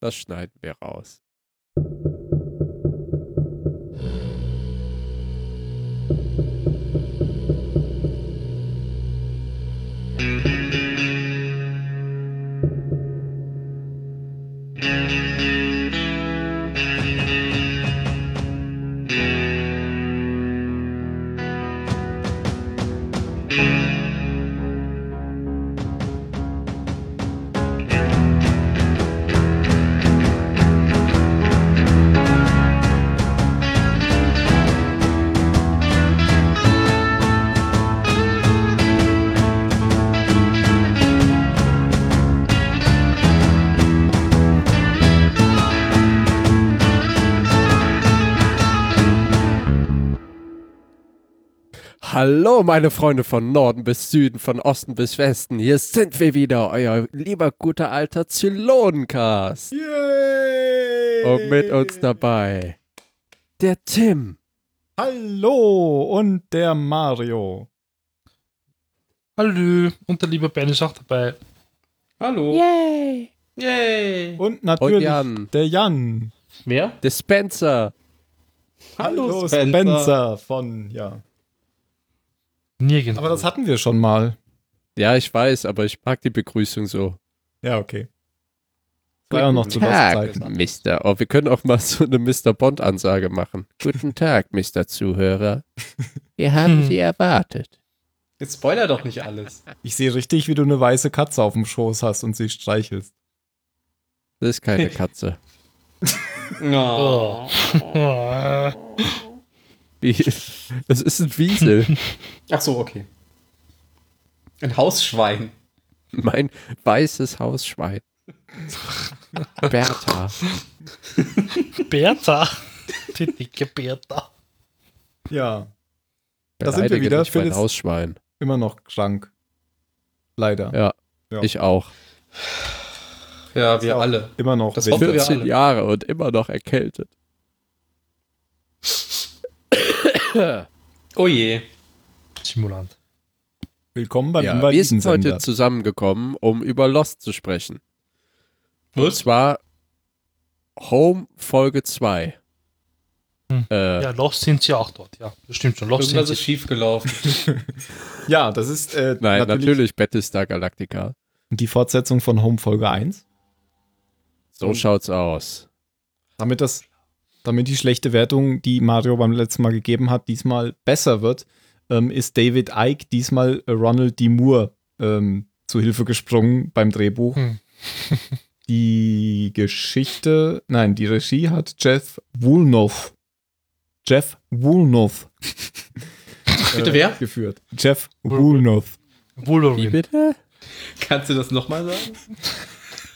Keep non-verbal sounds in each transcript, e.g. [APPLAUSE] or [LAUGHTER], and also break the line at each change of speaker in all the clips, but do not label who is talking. Das schneiden wir raus. Hallo, meine Freunde von Norden bis Süden, von Osten bis Westen. Hier sind wir wieder, euer lieber guter alter Zylonencast.
Yay!
Und mit uns dabei der Tim.
Hallo und der Mario.
Hallo, und der liebe Ben ist auch dabei.
Hallo.
Yay.
Yay.
Und natürlich
Und Jan.
der Jan.
Wer?
Der Spencer.
Hallo von, ja.
Nirgendwo.
Aber das hatten wir schon mal.
Ja, ich weiß, aber ich mag die Begrüßung so.
Ja, okay. Das war ja noch zu
Tag,
Lostzeiten.
Mister. Oh, wir können auch mal so eine Mr. Bond-Ansage machen. Guten Tag, Mister Zuhörer. Wir haben
Hm.
Sie erwartet.
Jetzt spoiler [LAUGHS] doch nicht alles.
Ich sehe richtig, wie du eine weiße Katze auf dem Schoß hast und sie streichelst.
Das ist keine Katze.
Oh.
No.
Ah.
Wie, [LAUGHS] das ist ein Wiesel.
Ach so, okay. Ein Hausschwein.
[LAUGHS] Mein weißes Hausschwein. Bertha.
[LAUGHS] Bertha. Die dicke Bertha.
Ja, Da sind wir
Beleidige
wieder.
nicht Mein
Phyllis-
Hausschwein.
immer noch krank. Leider.
Ja,
Ja.
ich auch.
Ja, wir
Ja.
alle.
Immer noch.
Das
Winter.
hoffen wir
14
alle.
Jahre und immer noch erkältet.
Oh je.
Simulant.
Willkommen beim
Ja, wir sind heute
Invalidensender.
zusammengekommen, um über Lost zu sprechen. Und
Was?
zwar Home Folge 2.
Hm.
Äh,
Ja, Lost sind sie auch dort. Ja, das stimmt schon. Lost sind
Irgendwas
sie.
ist schiefgelaufen.
Ja, das ist äh,
Nein, natürlich, Battlestar Galactica.
die Fortsetzung von Home Folge 1.
So schaut's aus.
Damit das, damit die schlechte Wertung, die Mario beim letzten Mal gegeben hat, diesmal besser wird, ähm, ist David Icke diesmal äh, Ronald D. Moore ähm, zu Hilfe gesprungen beim Drehbuch.
Hm.
[LAUGHS] die Geschichte, nein, die Regie hat Jeff Woolnoff. Jeff Woolnoff. äh,
Bitte wer?
Geführt. Jeff Woolnoff.
Wie
Wolverine.
bitte?
[LAUGHS] Kannst du das nochmal sagen?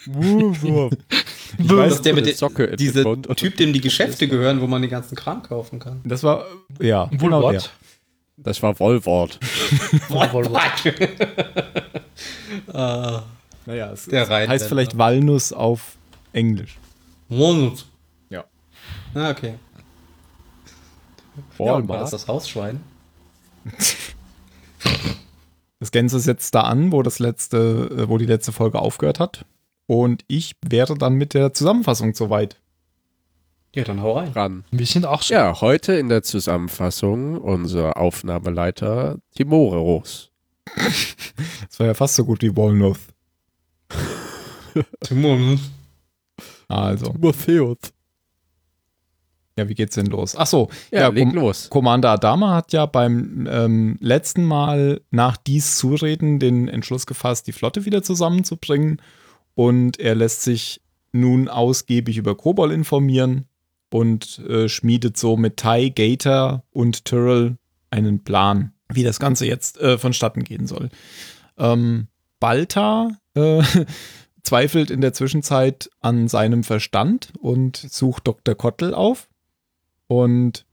Woolnoff. [LAUGHS] Ich
Dass
weiß,
der mit
Eine
der,
Socke in den
diese
Mund und-
Typ, dem die Geschäfte gehören, wo man den ganzen Kram kaufen kann.
das war, ja, genau der.
Woolworth.
Das war Wollwort.
[LAUGHS] Ah,
Naja, es
Der
es heißt
Rheinländer.
vielleicht Walnuss auf Englisch.
Walnut.
Ja.
Ah, okay. War das
Walmart.
das Hausschwein?
Das Ganze setzt da an, wo das letzte, äh, wo die letzte Folge aufgehört hat. Und ich wäre dann mit der Zusammenfassung soweit.
Ja, dann hau rein.
Dran.
Wir sind auch so.
Ja, heute in der Zusammenfassung unser Aufnahmeleiter Timoreos.
Das war ja fast so gut wie Walnuth.
Timon.
Also,
Morpheus.
ja, wie geht's denn los? Ach so,
Ja,
ja, um-
leg
Kom
los.
Commander Adama hat ja beim ähm, letzten Mal nach dies Zureden den Entschluss gefasst, die Flotte wieder zusammenzubringen. Und er lässt sich nun ausgiebig über Kobol informieren und äh, schmiedet so mit Tai, Gator und Tyrrell einen Plan, wie das Ganze jetzt äh, vonstatten gehen soll. Ähm, Balta äh, [LAUGHS] zweifelt in der Zwischenzeit an seinem Verstand und sucht Dr. Kottel auf. Und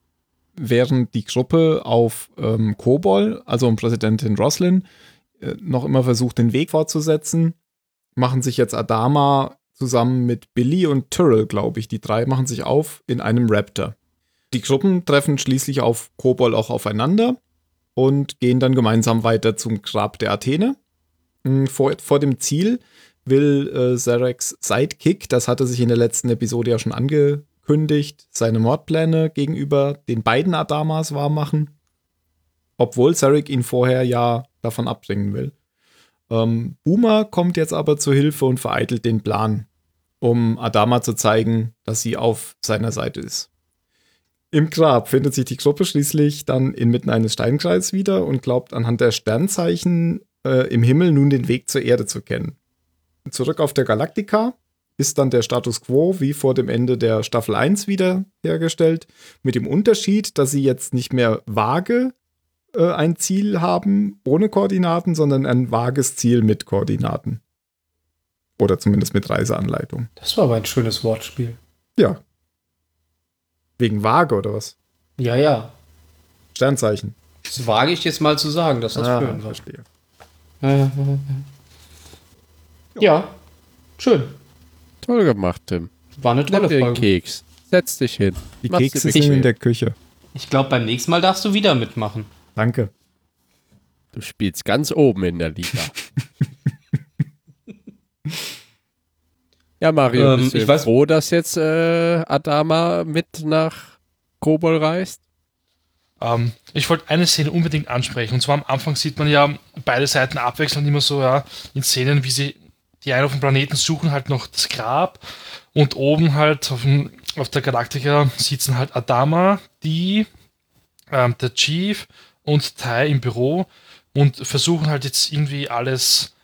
während die Gruppe auf ähm, Kobol, also um Präsidentin Roslin, äh, noch immer versucht, den Weg fortzusetzen, machen sich jetzt Adama zusammen mit Billy und Tyrrell, glaube ich, die drei machen sich auf in einem Raptor. Die Gruppen treffen schließlich auf Kobol auch aufeinander und gehen dann gemeinsam weiter zum Grab der Athene. Mm, Vor, vor Hm, dem Ziel will äh, Zareks Sidekick, das hatte sich in der letzten Episode ja schon angekündigt, seine Mordpläne gegenüber den beiden Adamas wahrmachen, obwohl Zarek ihn vorher ja davon abbringen will. Ähm, Boomer kommt jetzt aber zur Hilfe und vereitelt den Plan, um Adama zu zeigen, dass sie auf seiner Seite ist. Im Grab findet sich die Gruppe schließlich dann inmitten eines Steinkreises wieder und glaubt anhand der Sternzeichen äh, im Himmel nun den Weg zur Erde zu kennen. Zurück auf der Galaktika ist dann der Status quo wie vor dem Ende der Staffel 1 wiederhergestellt, mit dem Unterschied, dass sie jetzt nicht mehr vage äh, ein Ziel haben ohne Koordinaten, sondern ein vages Ziel mit Koordinaten. Oder zumindest mit Reiseanleitung.
Das war aber ein schönes Wortspiel.
Ja. Wegen vage oder was?
Ja, ja.
Sternzeichen. Ah,
Das wage ich jetzt mal zu sagen, dass das schön war.
verstehe.
Äh, äh, äh. Ja, schön.
Toll gemacht, Tim.
War eine
Nimm
tolle
den
Folge.
Keks. Setz dich hin.
Die
Mach's dir
Kekse
bequem.
sind in der Küche.
Ich glaube, beim nächsten Mal darfst du wieder mitmachen.
Danke.
Du spielst ganz oben in der
[LAUGHS]
Liga. ja, Mario,
Ähm,
bist du
ich weiß-
froh, dass jetzt äh, Adama mit nach Kobol reist?
Ähm, ich wollte eine Szene unbedingt ansprechen. Und zwar am Anfang sieht man ja beide Seiten abwechselnd immer so, ja, in Szenen, wie sie die einen auf dem Planeten suchen, halt noch das Grab. Und oben halt auf, dem, auf der Galaktika sitzen halt Adama, die, ähm, der Chief und Tai im Büro und versuchen halt jetzt irgendwie alles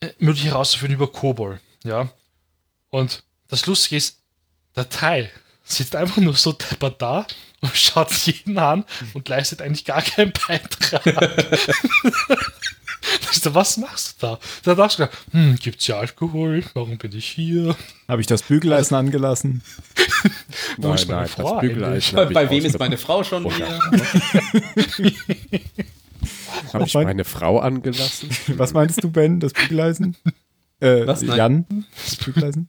äh, mögliche herauszufinden über Kobol. Ja. Und das Lustige ist, der Tai sitzt einfach nur so deppert da und schaut sich jeden an und leistet eigentlich gar keinen Beitrag. [LAUGHS] Ich so, Was machst du da? Da dachte ich, mir, hm, gibt's hier Alkohol? Warum bin ich hier?
Habe ich das [LAUGHS] Bügeleisen angelassen?
Wo ist meine Frau
das Bügeleisen.
Bei,
hab ich
bei wem ist
ausgepackt.
meine Frau schon
Oder-
wieder?
[LAUGHS] Habe ich
Mein-
meine Frau angelassen?
Was meinst du, Ben? Das Bügeleisen? Äh,
Was? Nein.
Jan? Das Bügeleisen?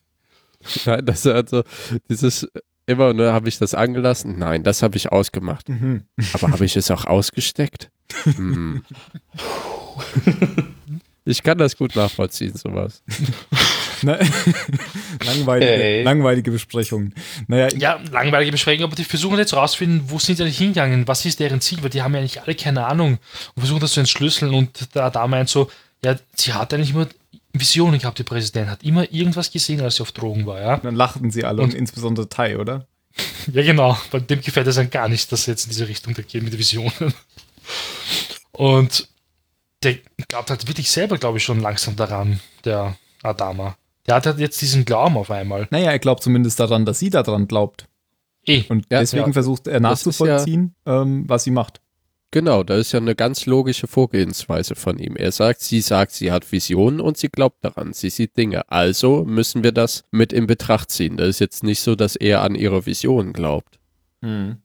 Nein, das ist also dieses immer, ne, habe ich das angelassen? Nein, das habe ich ausgemacht.
Mhm.
Aber habe ich es auch ausgesteckt? Hm. Ich kann das gut nachvollziehen, sowas.
Na, Ne? [LAUGHS] langweilige,
Hey.
langweilige Besprechungen. Naja,
Ja, langweilige Besprechung, aber die versuchen jetzt herauszufinden, wo sind sie eigentlich hingegangen, was ist deren Ziel, weil die haben ja eigentlich alle keine Ahnung und versuchen das zu entschlüsseln und der Adam meint so, ja, sie hat eigentlich immer Visionen gehabt, die Präsidentin hat immer irgendwas gesehen, als sie auf Drogen war, ja.
dann lachten sie alle und,
Und-
insbesondere Tai, oder?
Ja, genau. Bei dem gefällt es einem gar nicht, dass sie jetzt in diese Richtung geht mit Visionen. Und der glaubt halt wirklich selber, glaube ich, schon langsam daran, der Adama. Der hat halt jetzt diesen Glauben auf einmal.
Naja, er glaubt zumindest daran, dass sie daran glaubt.
Eh,
Und
Ja,
deswegen
ja.
versucht er
Das ist ja-
nachzuvollziehen, ähm, was sie macht.
Genau, das ist ja eine ganz logische Vorgehensweise von ihm. Er sagt, sie sagt, sie hat Visionen und sie glaubt daran, sie sieht Dinge. Also müssen wir das mit in Betracht ziehen. Das ist jetzt nicht so, dass er an ihre Visionen glaubt. Hm.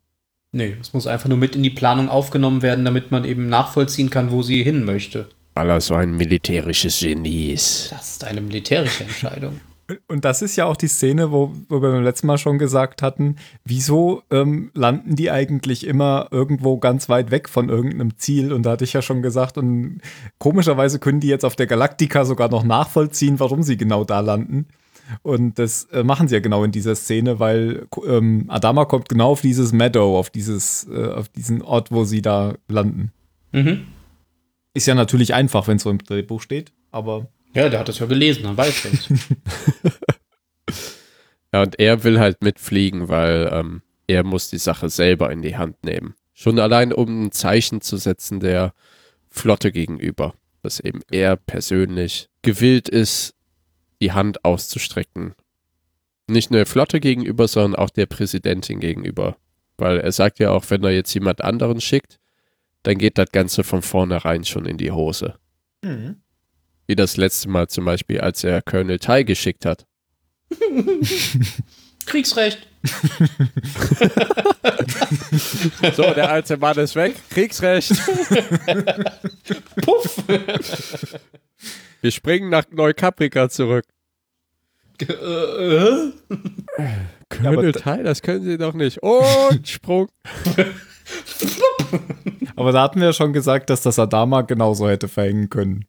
Nee, es muss einfach nur mit in die Planung aufgenommen werden, damit man eben nachvollziehen kann, wo sie hin möchte.
Weil er so ein militärisches Genie ist.
Das ist eine militärische Entscheidung.
Und das ist ja auch die Szene, wo, wo wir beim letzten Mal schon gesagt hatten, wieso ähm, landen die eigentlich immer irgendwo ganz weit weg von irgendeinem Ziel? Und da hatte ich ja schon gesagt, und komischerweise können die jetzt auf der Galaktika sogar noch nachvollziehen, warum sie genau da landen. Und das äh, machen sie ja genau in dieser Szene, weil ähm, Adama kommt genau auf dieses Meadow, auf, dieses, äh, auf diesen Ort, wo sie da landen.
[LAUGHS] mhm.
Ist ja natürlich einfach, wenn es so im Drehbuch steht, aber
Ja, der hat das ja gelesen, dann weiß er [LAUGHS] es.
Ja, und er will halt mitfliegen, weil ähm, er muss die Sache selber in die Hand nehmen. Schon allein, um ein Zeichen zu setzen der Flotte gegenüber. Dass eben er persönlich gewillt ist, die Hand auszustrecken. Nicht nur der Flotte gegenüber, sondern auch der Präsidentin gegenüber. Weil er sagt ja auch, wenn er jetzt jemand anderen schickt, dann geht das Ganze von vornherein schon in die Hose. Wie das letzte Mal zum Beispiel, als er Colonel Tai geschickt hat.
Kriegsrecht.
So, der alte Mann ist weg. Kriegsrecht.
Puff.
Wir springen nach Neukaprika zurück.
[LAUGHS] Äh, äh?
Colonel Tai, das können Sie doch nicht. Und
[LAUGHS]
Sprung.
Aber da hatten wir ja schon gesagt, dass das Adama genauso hätte verhängen können.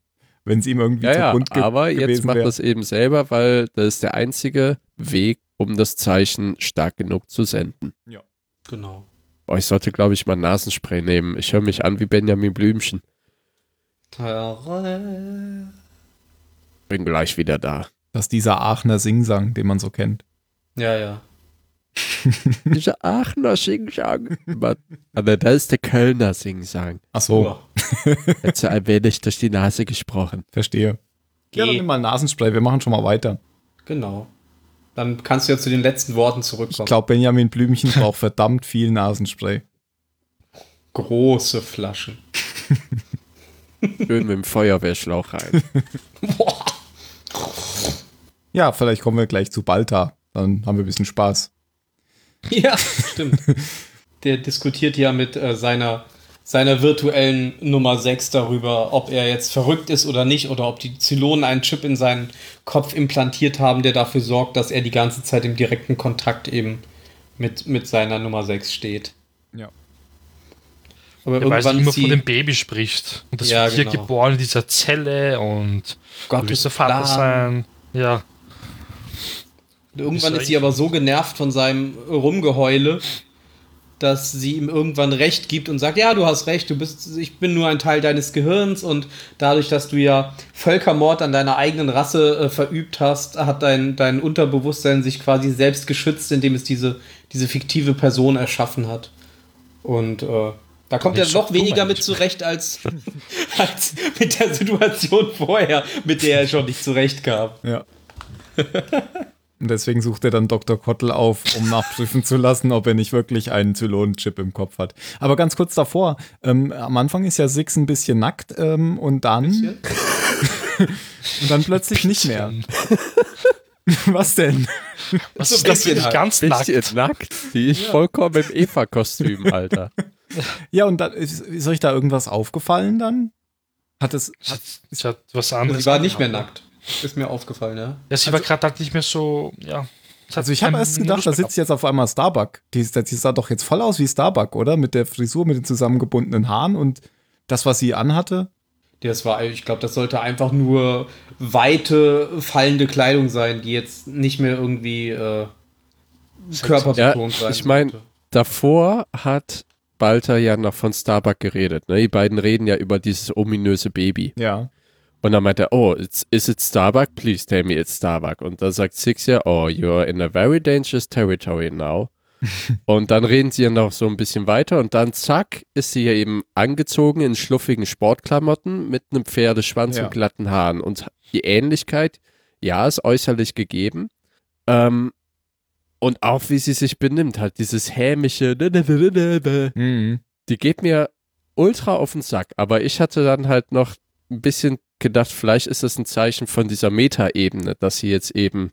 wenn es ihm irgendwie
Ja, ja,
zugrund ge-
aber jetzt
gewesen
macht
wär.
das eben selber, weil das ist der einzige Weg, um das Zeichen stark genug zu senden.
Genau.
Boah, ich sollte, glaube ich, mal Nasenspray nehmen. Ich höre mich an wie Benjamin Blümchen. Bin gleich wieder da.
Das ist dieser Aachener Singsang, den man so kennt.
Ja, ja.
Dieser Aachener Singsang. Aber- Aber da ist der Kölner Singsang.
Ach so,
Ja.
Jetzt ein wenig durch die Nase gesprochen.
verstehe. Ja, dann
Geh.
nimm mal Nasenspray, wir machen schon mal weiter.
Genau. Dann kannst du ja zu den letzten Worten
Ich
zurückkommen.
glaube, Benjamin Blümchen braucht [LAUGHS] verdammt viel Nasenspray.
Große Flaschen.
Schön mit dem Feuerwehrschlauch
[LAUGHS]
rein.
Boah.
Ja, vielleicht kommen wir gleich zu Balta. Dann haben wir ein bisschen Spaß.
[LAUGHS] Ja, stimmt. Der diskutiert ja mit äh, seiner, seiner virtuellen Nummer 6 darüber, ob er jetzt verrückt ist oder nicht oder ob die Zylonen einen Chip in seinen Kopf implantiert haben, der dafür sorgt, dass er die ganze Zeit im direkten Kontakt eben mit, mit seiner Nummer 6 steht.
Ja.
Aber
Ja, weil sie
irgendwann
immer
ist
von
sie,
dem Baby spricht. Und das
Ja,
wird hier
genau.
geboren in dieser Zelle und du
Gott,
wirst der Vater
Plan.
sein. Ja,
Irgendwann
Ist
ist sie
echt-
aber so genervt von seinem Rumgeheule, dass sie ihm irgendwann Recht gibt und sagt, ja, du hast recht, du bist, ich bin nur ein Teil deines Gehirns und dadurch, dass du ja Völkermord an deiner eigenen Rasse äh, verübt hast, hat dein, dein Unterbewusstsein sich quasi selbst geschützt, indem es diese, diese fiktive Person erschaffen hat. Und äh, da kommt
Nicht
er
so
noch weniger
dumm
mit zurecht als, [LAUGHS] als mit der Situation vorher, mit der er schon nicht zurecht kam.
Ja. [LAUGHS] Und deswegen sucht er dann Dr. Kottel auf, um nachprüfen zu lassen, ob er nicht wirklich einen Zylonenchip im Kopf hat. Aber ganz kurz davor, ähm, am Anfang ist ja Six ein bisschen nackt ähm, und dann. [LAUGHS] und dann plötzlich nicht mehr. Was denn?
was
So
ist das
bisschen
für nicht
halt.
ganz
Bist
nackt?
du jetzt nackt? Die ist vollkommen im Eva-Kostüm, Alter.
Ja, und dann ist, ist euch da irgendwas aufgefallen dann? Hat es.
Sie hat- Sie hat was anderes.
Sie war nicht mehr
angehabt.
nackt. Also- Ist mir aufgefallen, ja.
Ja, sie war gerade halt nicht mehr so, ja. Sie hat
Also ich habe
keinen
erst gedacht, da
Modus
sitzt jetzt auf einmal Starbuck. Die, ist- die sah doch jetzt voll aus wie Starbuck, oder? Mit der Frisur, mit den zusammengebundenen Haaren und das, was sie anhatte.
Das war, ich glaube, das sollte einfach nur weite, fallende Kleidung sein, die jetzt nicht mehr irgendwie äh, körperbetont
Ja,
sein
ich mein-
sollte.
Davor hat Balter ja noch von Starbuck geredet. Ne? Die beiden reden ja über dieses ominöse Baby.
Ja.
Und dann meint er, oh, it's, is it Starbuck? Please tell me it's Starbuck. Und dann sagt Six ja, oh, you're in a very dangerous territory now. und dann reden sie ja noch so ein bisschen weiter und dann zack, ist sie ja eben angezogen in schluffigen Sportklamotten mit einem Pferdeschwanz
Ja.
und glatten Haaren. Und die Ähnlichkeit, ja, ist äußerlich gegeben. Ähm, und auch wie sie sich benimmt, halt dieses hämische,
Mhm.
die geht mir ultra auf den Sack. Aber ich hatte dann halt noch ein bisschen gedacht, vielleicht ist das ein Zeichen von dieser Metaebene, dass sie jetzt eben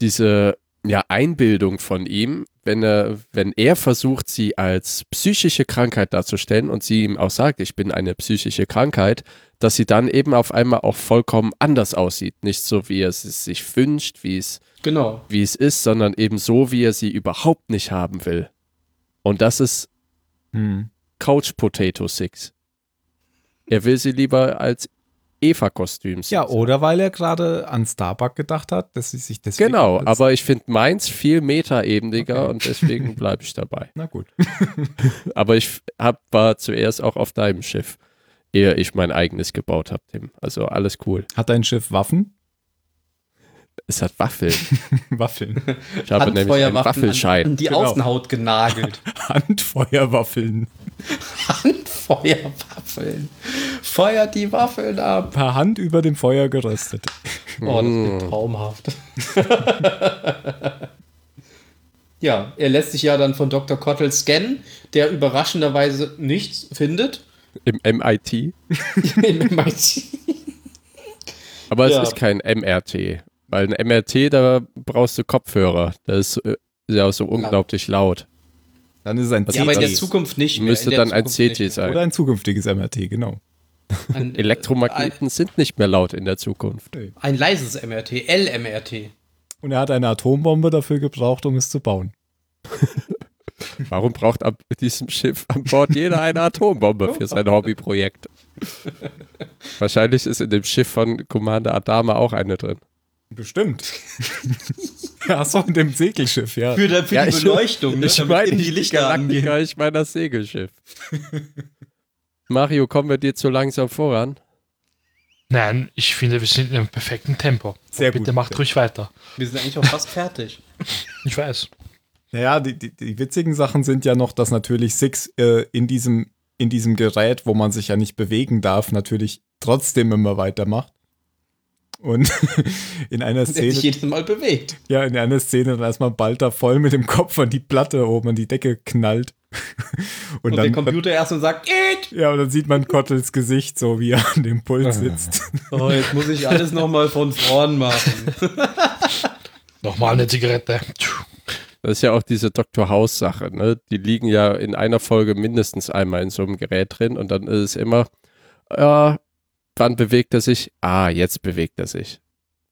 diese ja, Einbildung von ihm, wenn er, wenn er versucht, sie als psychische Krankheit darzustellen und sie ihm auch sagt, ich bin eine psychische Krankheit, dass sie dann eben auf einmal auch vollkommen anders aussieht. Nicht so, wie er es sich wünscht, wie es
Genau.
wie es ist, sondern eben so, wie er sie überhaupt nicht haben will. Und das ist
Mhm.
Couch Potato Six. Er will sie lieber als Eva-Kostüm sehen.
oh,
Ja, oder weil er gerade an Starbuck gedacht hat, dass sie sich deswegen.
Genau,
als-
aber ich finde meins viel metaebendiger
Okay.
und
[LAUGHS]
deswegen bleibe ich dabei.
Na gut. [LAUGHS]
Aber ich hab, war zuerst auch auf deinem Schiff, ehe ich mein eigenes gebaut habe, Tim. Also alles cool.
Hat dein Schiff Waffen? [LAUGHS]
Es hat Waffeln.
Waffeln.
Ich habe nämlich einen
Handfeuerwaffen
Waffelschein.
An, an die
Genau.
[LAUGHS]
Außenhaut genagelt.
Handfeuerwaffeln.
Handfeuerwaffeln. Feuert die Waffeln ab.
Per Hand über dem Feuer geröstet.
Oh, das
Hm.
wird traumhaft. [LAUGHS] ja, er lässt sich ja dann von Dr. Kottel scannen, der überraschenderweise nichts findet.
Im MIT.
Im MIT.
Aber
Ja.
es ist kein MRT. Weil ein MRT, da brauchst du Kopfhörer. Das ist äh, ja so unglaublich laut.
Dann ist es ein
Was
Ja, aber in der
das
Zukunft nicht. mehr.
Müsste
In der
dann ein
Zukunft nicht
CT
mehr.
sein.
Oder ein zukünftiges MRT, genau.
Ein,
Elektromagneten sind nicht mehr laut in der Zukunft.
ein leises MRT, LMRT.
Und er hat eine Atombombe dafür gebraucht, um es zu bauen.
Warum braucht ab diesem Schiff an Bord jeder eine Atombombe für sein Hobbyprojekt? Wahrscheinlich ist in dem Schiff von Commander Adama auch eine drin.
[LAUGHS] Bestimmt. Achso, in dem Segelschiff, ja.
Für, der- für
Ja,
die
ich-
Beleuchtung, ne?
Ich
damit
meine
eben
nicht die Galaktika, ich meine das Segelschiff. Mario, kommen wir dir zu langsam voran?
Nein, ich finde, wir sind in einem perfekten Tempo.
Sehr
Bitte
gut.
macht ruhig weiter.
Wir sind eigentlich auch fast fertig.
Ich weiß.
Naja, die, die, die witzigen Sachen sind ja noch, dass natürlich Six äh, in, diesem, in diesem Gerät, wo man sich ja nicht bewegen darf, natürlich trotzdem immer weitermacht. Und [LAUGHS] in einer
Der sich
Szene,
jedes Mal bewegt.
ja, in einer Szene dann erstmal Balta voll mit dem Kopf an die Platte oben an die Decke knallt. [LAUGHS] Und,
Und der
dann,
Computer erst und sagt, geht!
ja, und dann sieht man Kottels Gesicht, so wie er an dem Puls sitzt.
Oh, jetzt muss ich alles nochmal von vorn [LAUGHS] machen.
Nochmal eine Zigarette. Tch,
Das ist ja auch diese Dr. House-Sache, ne? Die liegen ja in einer Folge mindestens einmal in so einem Gerät drin und dann ist es immer, ja, wann bewegt er sich? Ah, jetzt bewegt er sich.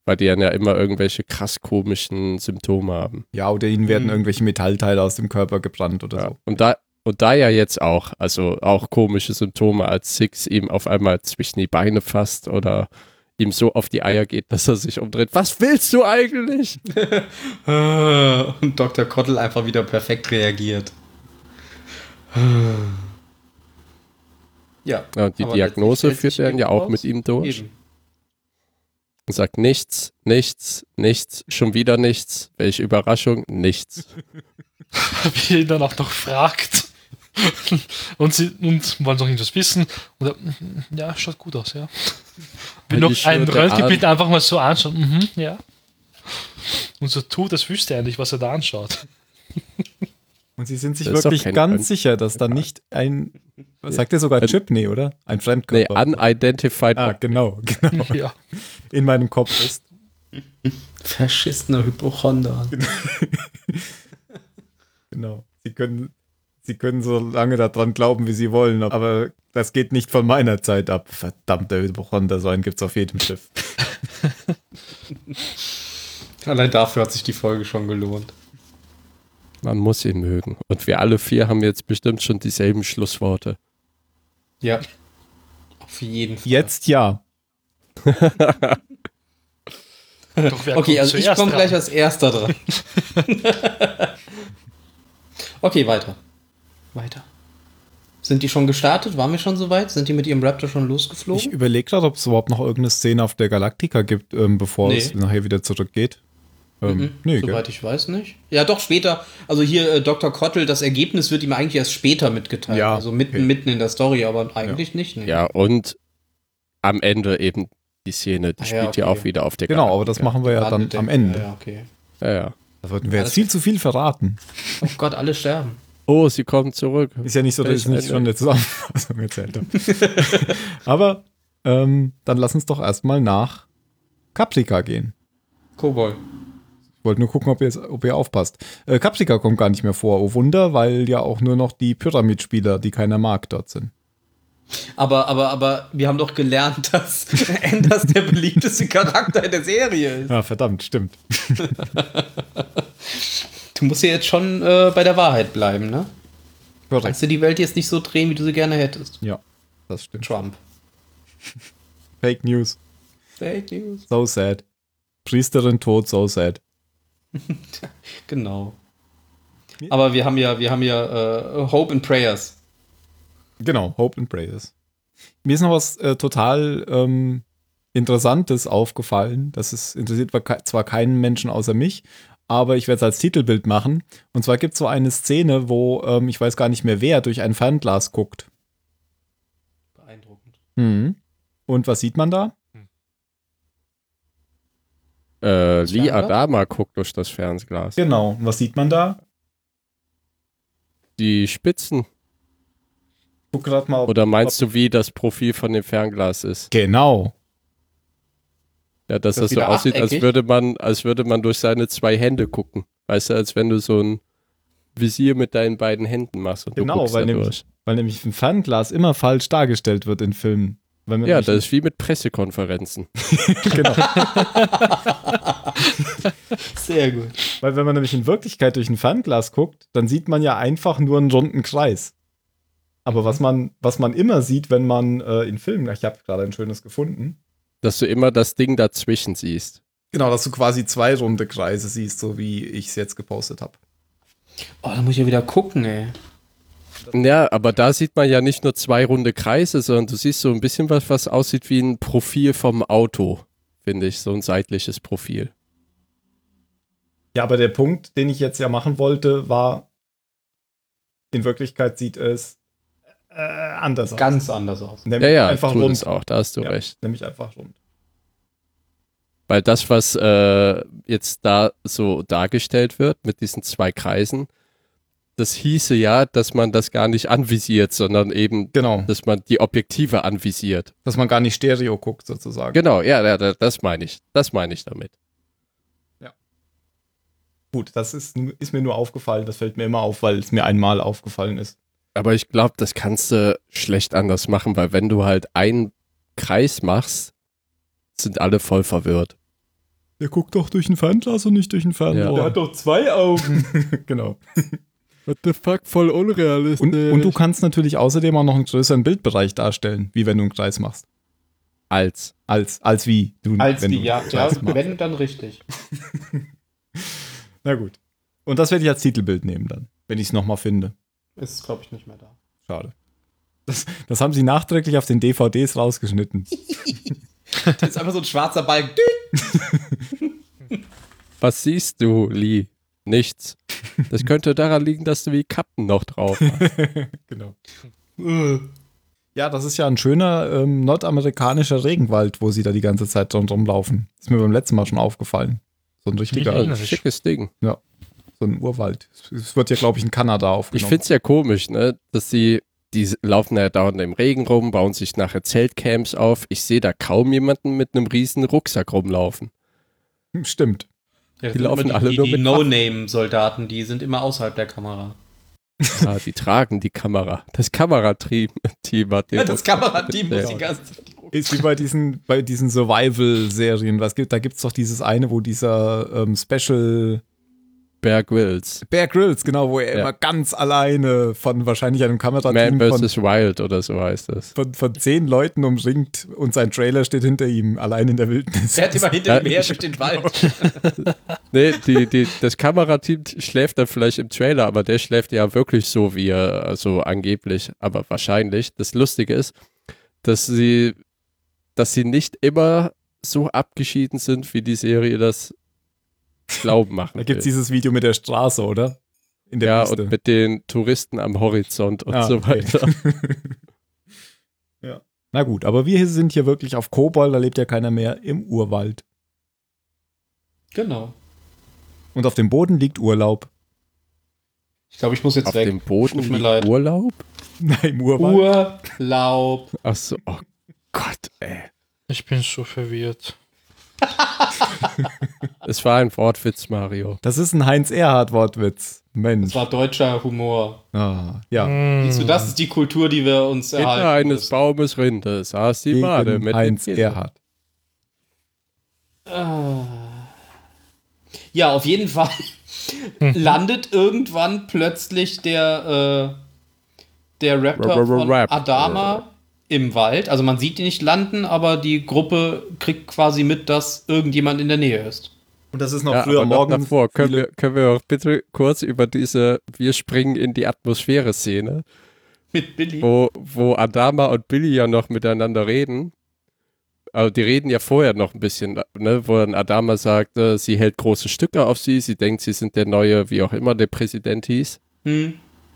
Weil die dann ja immer irgendwelche krass komischen Symptome haben.
Ja, oder ihnen werden
Mhm.
irgendwelche Metallteile aus dem Körper gebrannt oder
Ja.
so.
Und da. Und da ja jetzt auch, also auch komische Symptome, als Six ihm auf einmal zwischen die Beine fasst oder ihm so auf die Eier geht, dass er sich umdreht. Was willst du eigentlich?
Und Dr. Kottel einfach wieder perfekt reagiert. Ja.
Ja, und die
aber
Diagnose
letztlich stellt
führt
sich
er dann ja auch
raus.
mit ihm durch.
Eben.
und sagt nichts, nichts, nichts, schon wieder nichts. Welche Überraschung,
[LAUGHS]
nichts.
Wie er ihn dann auch noch fragt. [LAUGHS] Und sie und wollen noch irgendwas wissen. Und er, mhm, ja, schaut gut aus, ja. Will
Eine
noch ein
schöne
Röntgenbild einfach mal so anschauen. Mhm, ja. Und so tut, als wüsste er nicht, was er da anschaut. [LAUGHS]
Und sie sind sich
Das ist doch
wirklich
kein
ganz
Fremd-
sicher, dass da nicht ein, was sagt ihr sogar Chip? Nee, oder? Ein
Nee,
Fremdkörper.
unidentified.
Genau. ah, genau, [LAUGHS] genau.
Ja.
In meinem Kopf ist.
Verschissener Hypochonder.
Genau. Sie können, sie können so lange daran glauben, wie sie wollen, aber das geht nicht von meiner Zeit ab. Verdammter Hypochonder, so einen gibt's auf jedem Schiff.
Allein dafür hat sich die Folge schon gelohnt.
Man muss ihn mögen. Und wir alle vier haben jetzt bestimmt schon dieselben Schlussworte.
Ja. Auf jeden Fall.
Jetzt ja.
Doch wer
Okay,
kommt
also ich
zuerst
komme
dran?
gleich als
[LAUGHS]
erster dran. okay, weiter. Weiter. Sind die schon gestartet? Waren wir schon soweit? Sind die mit ihrem Raptor schon
Ich
losgeflogen?
überlege gerade, ob es überhaupt noch irgendeine Szene auf der Galaktika gibt, ähm, bevor
Nee. Mhm,
es nachher wieder zurückgeht. Ähm, Nee, gell?
Soweit ich weiß nicht. Ja, doch, später. Also hier äh, Dr. Kottel, das Ergebnis wird ihm eigentlich erst später mitgeteilt.
Ja,
Also mitten,
okay.
mitten in der Story, aber eigentlich nicht. ne?
Ja, und am Ende eben die Szene, die
Ah ja,
spielt ja,
okay.
auch wieder auf der
Genau, aber das machen wir ja dann
Mit dem-
am Ende.
Ja, okay.
Ja, ja.
Da würden wir jetzt viel zu viel verraten.
Oh Gott, alle sterben.
Oh, sie kommen zurück.
Ist ja nicht so, dass ich
Welches
nicht schon eine Zusammenfassung erzählt habe. [LAUGHS] Aber ähm, dann lass uns doch erstmal nach Caprica gehen.
Kobol.
Ich wollte nur gucken, ob ihr, ob ihr aufpasst. Äh, Caprica kommt gar nicht mehr vor. Oh Wunder, weil ja auch nur noch die Pyramidspieler, die keiner mag, dort sind.
Aber, aber, aber wir haben doch gelernt, [LAUGHS] dass Anders der beliebteste Charakter in der Serie ist.
Ja, verdammt, stimmt.
Du musst ja jetzt schon äh, bei der Wahrheit bleiben, ne?
Korrekt.
Kannst du die Welt jetzt nicht so drehen, wie du sie gerne hättest.
Ja, das stimmt.
Trump.
Fake News.
Fake News.
So sad. Priesterin tot, so sad.
Genau. Aber wir haben ja, wir haben ja äh, Hope and Prayers.
Genau, Hope and Praises. Mir ist noch was äh, total ähm, Interessantes aufgefallen. Das ist, interessiert zwar- zwar keinen Menschen außer mich, aber ich werde es als Titelbild machen. Und zwar gibt es so eine Szene, wo ähm, ich weiß gar nicht mehr wer durch ein Fernglas guckt.
Beeindruckend.
Mhm. Und was sieht man da?
Äh, Lee
Fernglas?
Adama guckt durch das Fernsehglas.
Genau. Und was sieht man da?
Die Spitzen.
Guck gerade mal.
Oder meinst du, wie das Profil von dem Fernglas ist?
Genau.
Ja, dass
Das
das, so
wieder
aussieht, als
achteckig?
würde man, als würde man durch seine zwei Hände gucken. Weißt du, als wenn du so ein Visier mit deinen beiden Händen machst und
Genau,
du guckst
weil
da
nämlich-
durch.
Weil nämlich ein Fernglas immer falsch dargestellt wird in Filmen. Wenn man
Ja,
mich-
das ist wie mit Pressekonferenzen.
genau.
Sehr gut.
Weil wenn man nämlich in Wirklichkeit durch ein Fernglas guckt, dann sieht man ja einfach nur einen runden Kreis. Aber was man, was man immer sieht, wenn man äh, in Filmen, ich habe gerade ein schönes gefunden.
Dass du immer das Ding dazwischen siehst.
Genau, dass du quasi zwei runde Kreise siehst, so wie ich es jetzt gepostet habe.
Oh, da muss ich ja wieder gucken, ey.
Ja, aber da sieht man ja nicht nur zwei runde Kreise, sondern du siehst so ein bisschen was, was aussieht wie ein Profil vom Auto, finde ich. So ein seitliches Profil.
Ja, aber der Punkt, den ich jetzt ja machen wollte, war, in Wirklichkeit sieht es äh, anders aus.
Ganz anders aus.
Nämlich
Ja, ja,
einfach
tut es
rund.
auch, da hast du
Ja,
recht.
Nämlich einfach rund.
Weil das, was äh, jetzt da so dargestellt wird mit diesen zwei Kreisen, das hieße ja, dass man das gar nicht anvisiert, sondern eben,
Genau.
dass man die Objektive anvisiert.
Dass man gar nicht Stereo guckt, sozusagen.
Genau, ja, ja da- das meine ich. Das meine ich damit.
Gut, das ist, ist mir nur aufgefallen. Das fällt mir immer auf, weil es mir einmal aufgefallen ist.
Aber ich glaube, das kannst du schlecht anders machen, weil wenn du halt einen Kreis machst, sind alle voll verwirrt.
Der guckt doch durch ein Fernglas und nicht durch ein
Fernrohr. Der hat
doch zwei Augen. [LAUGHS] genau.
What the fuck, voll unrealistisch.
Und, und du kannst natürlich außerdem auch noch einen größeren Bildbereich darstellen, wie wenn du einen Kreis machst.
als.
Als, als wie du
Als
wenn
die
du einen
Jagd, ja,
Kreis
[LAUGHS]
machst.
wenn dann richtig.
Na gut. Und das werde ich als Titelbild nehmen dann, wenn ich es nochmal finde.
Ist, glaube ich, nicht mehr da.
Schade. Das, das haben sie nachträglich auf den DVDs rausgeschnitten.
[LAUGHS] Das ist einfach so ein schwarzer Balken.
Was siehst du, Lee? Nichts. Das könnte daran liegen, dass du die Kappen noch drauf hast.
genau.
Äh,
Ja, das ist ja ein schöner ähm, nordamerikanischer Regenwald, wo sie da die ganze Zeit drum rumlaufen. Ist mir beim letzten Mal schon aufgefallen. So ein
Ja,
richtiger,
ein schickes Ding.
so ein Urwald. Es wird ja, glaube ich, in Kanada
Ich
Genau.
aufgenommen.
finde es ja komisch, ne? dass sie, die laufen ja dauernd im Regen rum, bauen sich nachher Zeltcamps auf. Ich sehe da kaum jemanden mit einem riesen Rucksack
[LAUGHS]
rumlaufen.
Stimmt.
Die laufen alle
die
nur
die
mit
No-Name-Soldaten, die sind immer außerhalb der Kamera.
Ah, die tragen die Kamera. Das Kamerateam [LAUGHS] Team hat den
Ja, das Kamerateam muss
Ja.
die ganze Zeit die Ruhe-
Ist wie bei diesen, bei diesen Survival-Serien. Was gibt, da gibt es doch dieses eine, wo dieser ähm, Special
Bear Grylls.
Bear Grylls, genau, wo er
Ja.
immer ganz alleine von wahrscheinlich einem
Man
Kamerateam von,
vs. Wild oder so heißt das.
von, von zehn Leuten umringt und sein Trailer steht hinter ihm, allein in der Wildnis.
Fährt immer hinter
Ja,
ihm her
ich-
durch den Wald.
Nee, die, die, das Kamerateam schläft dann vielleicht im Trailer, aber der schläft ja wirklich so, wie er, also angeblich, aber wahrscheinlich. Das Lustige ist, dass sie, dass sie nicht immer so abgeschieden sind, wie die Serie das glauben machen.
[LAUGHS] Da gibt es
will.
dieses Video mit der Straße, oder? In der
ja,
Wüste.
und mit den Touristen am Horizont und
Ah,
so
okay. [LAUGHS]
weiter.
ja. Na gut, aber wir sind hier wirklich auf Kobol, da lebt ja keiner mehr im Urwald.
Genau.
Und auf dem Boden liegt Urlaub. [LAUGHS]
Ich glaube, ich muss jetzt
Auf
weg.
dem Boden
Tut mir
liegt
leid.
Urlaub?
Nein, im Urwald.
Urlaub.
Ach so, oh Gott, ey.
Ich bin so verwirrt.
Es war ein Wortwitz, Mario.
das ist ein Heinz-Erhard-Wortwitz. Mensch.
Das war deutscher Humor.
Ah, ja.
Siehst du, das ist die Kultur, die wir uns
Hinter
erhalten.
eines
müssen.
Baumes Rinde saß die Made
Gegen
mit
Heinz
dem Kind.
Erhard.
Ja, auf jeden Fall landet irgendwann plötzlich der, äh, der
R-
Raptor
r-
von
rap.
Adama im Wald. Also man sieht ihn nicht landen, aber die Gruppe kriegt quasi mit, dass irgendjemand in der Nähe ist.
Und das ist noch
Ja,
früher
aber noch
morgen.
davor, können
viele-
wir, können wir auch bitte kurz über diese Wir springen in die Atmosphäre-Szene,
Mit Billy.
wo, wo Adama und Billy ja noch miteinander reden. Also die reden ja vorher noch ein bisschen, ne, wo dann Adama sagt, äh, sie hält große Stücke auf sie, sie denkt, sie sind der neue, wie auch immer der Präsident hieß.
Hm.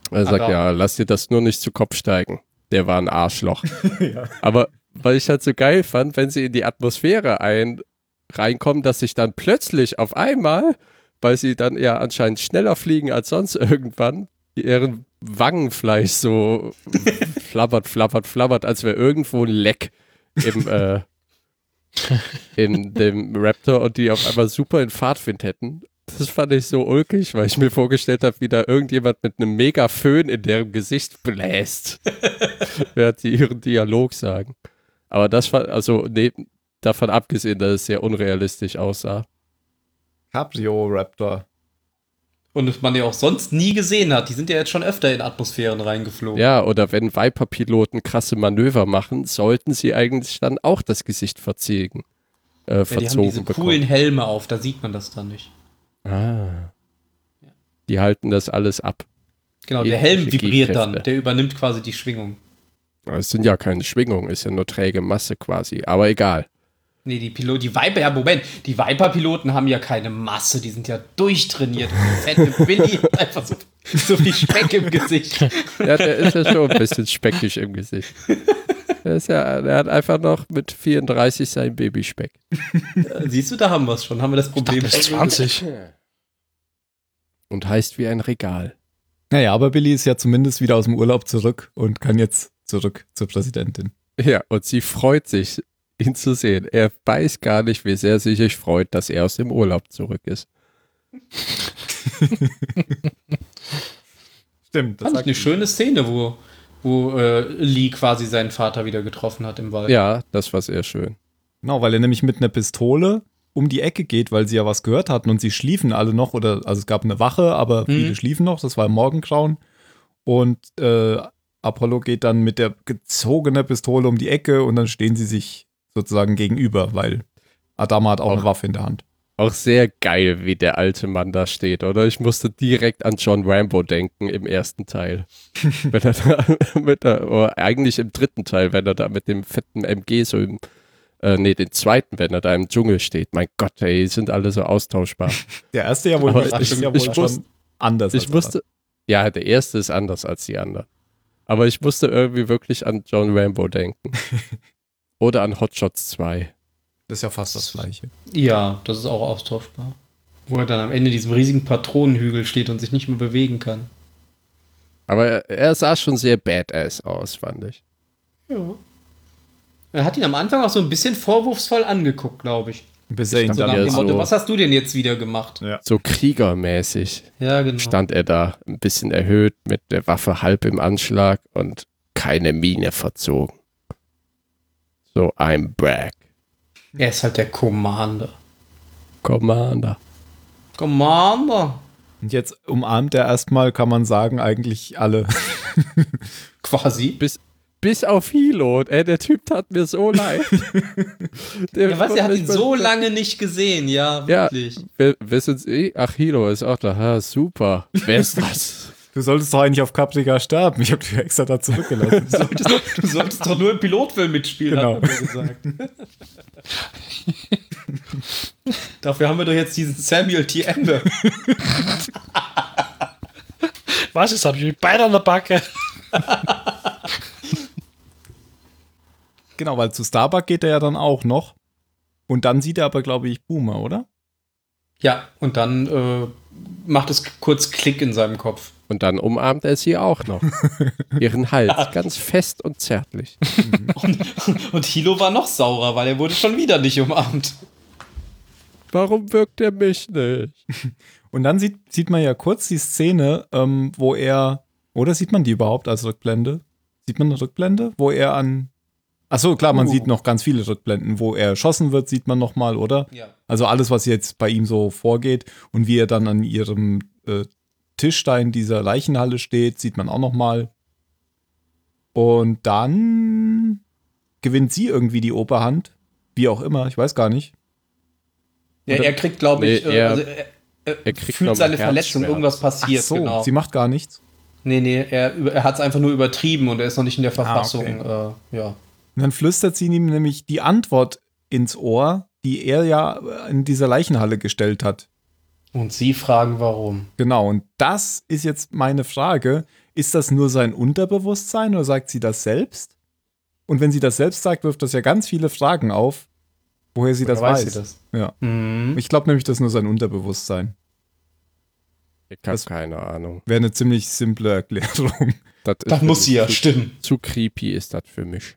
Er sagt,
Adam.
ja, lass dir das nur nicht zu Kopf steigen. Der war ein Arschloch. Aber weil ich halt so geil fand, wenn sie in die Atmosphäre ein reinkommen, dass sich dann plötzlich auf einmal, weil sie dann ja anscheinend schneller fliegen als sonst irgendwann, ihren Wangenfleisch so flabbert, flabbert, flabbert, als wäre irgendwo ein Leck im, äh, in dem Raptor und die auf einmal super in Fahrtwind hätten. Das fand ich so ulkig, weil ich mir vorgestellt habe, wie da irgendjemand mit einem mega
[LAUGHS]
Föhn in deren Gesicht bläst, während die ihren Dialog sagen. Aber das war, also neben, davon abgesehen, dass es sehr unrealistisch aussah.
Cabrioraptor.
Und man ja auch sonst nie gesehen hat. Die sind ja jetzt schon öfter in Atmosphären reingeflogen.
Ja, oder wenn Viper-Piloten krasse Manöver machen, sollten sie eigentlich dann auch das Gesicht verziehen. Äh,
Ja, die haben diese
verzogen
coolen
bekommen.
Helme auf, da sieht man das dann nicht.
Ah. Die halten das alles ab.
Genau, der
Elektrische
Helm vibriert dann,
G-Kräfte.
der übernimmt quasi die Schwingung.
Aber Es sind ja keine Schwingungen, ist ja nur träge Masse quasi. Aber egal.
Nee, die Pilot, die Viper, ja, Moment, die Viper-Piloten haben ja keine Masse, die sind ja durchtrainiert. Der Fette Billy hat einfach so, so viel Speck im Gesicht.
Ja, der ist ja schon ein bisschen speckig im Gesicht. Der, ist ja, der hat einfach noch mit 34 sein Babyspeck.
[LAUGHS] Siehst du, da haben wir es schon, haben wir das Problem.
Bis 20.
Und heißt wie ein Regal.
Naja, aber Billy ist ja zumindest wieder aus dem Urlaub zurück und kann jetzt zurück zur Präsidentin.
Ja, und sie freut sich, ihn zu sehen. Er weiß gar nicht, wie sehr sie sich freut, dass er aus dem Urlaub zurück ist.
Stimmt,
Fand ich eine schöne Szene, wo, wo äh, Lee quasi seinen Vater wieder getroffen hat im Wald.
Ja, das war sehr schön.
Genau, weil er nämlich mit einer Pistole um die Ecke geht, weil sie ja was gehört hatten und sie schliefen alle noch oder also es gab eine Wache, aber
Mhm.
viele schliefen noch, das war im Morgengrauen und äh, Apollo geht dann mit der gezogenen Pistole um die Ecke und dann stehen sie sich sozusagen gegenüber, weil Adama hat auch, eine Waffe in der Hand.
Auch sehr geil, wie der alte Mann da steht, oder? Ich musste direkt an John Rambo denken im ersten Teil. wenn er da [LAUGHS] mit der, oder eigentlich im dritten Teil, wenn er da mit dem fetten MG so im, äh, nee, den zweiten, wenn er da im Dschungel steht. Mein Gott, ey, die sind alle so austauschbar.
Der erste ja wohl,
Aber
das
ich-
ist ja
ich
wohl
wusste-
schon anders. als
Ich
der
musste, ja, der erste ist anders als die anderen. Aber ich musste irgendwie wirklich an John Rambo denken. Oder an Hot Shots 2.
andere. Das ist ja fast das gleiche.
ja, das ist auch austauschbar. Wo er dann am Ende diesem riesigen Patronenhügel steht und sich nicht mehr bewegen kann.
Aber er, er sah schon sehr badass aus, fand ich.
Ja. Er hat ihn am Anfang auch so ein bisschen vorwurfsvoll angeguckt, glaube ich.
Bis er ihn
So
Ja,
nach
dann
dem Motto,
so-
was hast du denn jetzt wieder gemacht?
Ja.
So kriegermäßig
Ja, genau.
stand er da, ein bisschen erhöht, mit der Waffe halb im Anschlag und keine Miene verzogen. So, I'm back,
Er ist halt der Commander.
Commander.
Commander.
Und jetzt umarmt er erstmal, kann man sagen, eigentlich alle. [LAUGHS]
Quasi.
Bis, bis auf Hilo. Ey, der Typ tat mir so leid. Der
Ja, was? Er hat
kommt
ihn
nicht
so
mehr-
lange nicht gesehen, ja,
Ja,
wirklich.
wer- wissen Sie? Ach, Hilo ist auch da. Ha, super. Wer ist das?
Du solltest doch eigentlich auf Caprica sterben. Ich habe dich extra da zurückgelassen.
[LAUGHS]
Du, solltest, du solltest doch nur im Pilotfilm mitspielen,
Genau.
hat man mir gesagt. Dafür haben wir doch jetzt diesen Samuel T. Ember.
Was ist, habe ich mich beide an der Backe?
Genau, weil zu Starbuck geht er ja dann auch noch. Und dann sieht er aber, glaube ich, Boomer, oder?
Ja, und dann äh, macht es kurz Klick in seinem Kopf.
Und dann umarmt er sie auch noch. Ihren Hals, ganz fest und zärtlich.
Und Hilo war noch saurer, weil er wurde schon wieder nicht umarmt.
Warum wirkt er mich nicht?
Und dann sieht, sieht man ja kurz die Szene, ähm, wo er, oder sieht man die überhaupt als Rückblende? Sieht man eine Rückblende, wo er an. Ach so, klar, man
Uh.
sieht noch ganz viele Rückblenden, wo er erschossen wird, sieht man noch mal, oder?
Ja.
Also alles, was jetzt bei ihm so vorgeht und wie er dann an ihrem äh, Tisch da in dieser Leichenhalle steht, sieht man auch noch mal. Und dann gewinnt sie irgendwie die Oberhand, wie auch immer, ich weiß gar nicht.
Ja, er kriegt, glaube ich,
Nee,
äh,
er-
also, er, er,
er kriegt, glaub
fühlt
ich,
seine Verletzung,
Herzschmerz.
irgendwas passiert,
so,
genau.
sie macht gar nichts.
Nee, nee, er, über- er hat es einfach nur übertrieben und er ist noch nicht in der
Ah,
okay.
Verfassung. äh, ja.
Und dann flüstert sie ihm nämlich die Antwort ins Ohr, die er ja in dieser Leichenhalle gestellt hat.
Und sie fragen, warum.
Genau, und das ist jetzt meine Frage. Ist das nur sein Unterbewusstsein oder sagt sie das selbst? Und wenn sie das selbst sagt, wirft das ja ganz viele Fragen auf, woher sie
Woher
das
weiß
weiß.
sie das?
Ja.
Mhm.
Ich glaube nämlich, das ist nur sein Unterbewusstsein.
Ich habe
Das-
keine Ahnung.
Wäre eine ziemlich simple Erklärung.
Das,
Das
für
muss
mich
sie ja
zu,
stimmen.
Zu creepy ist das für mich.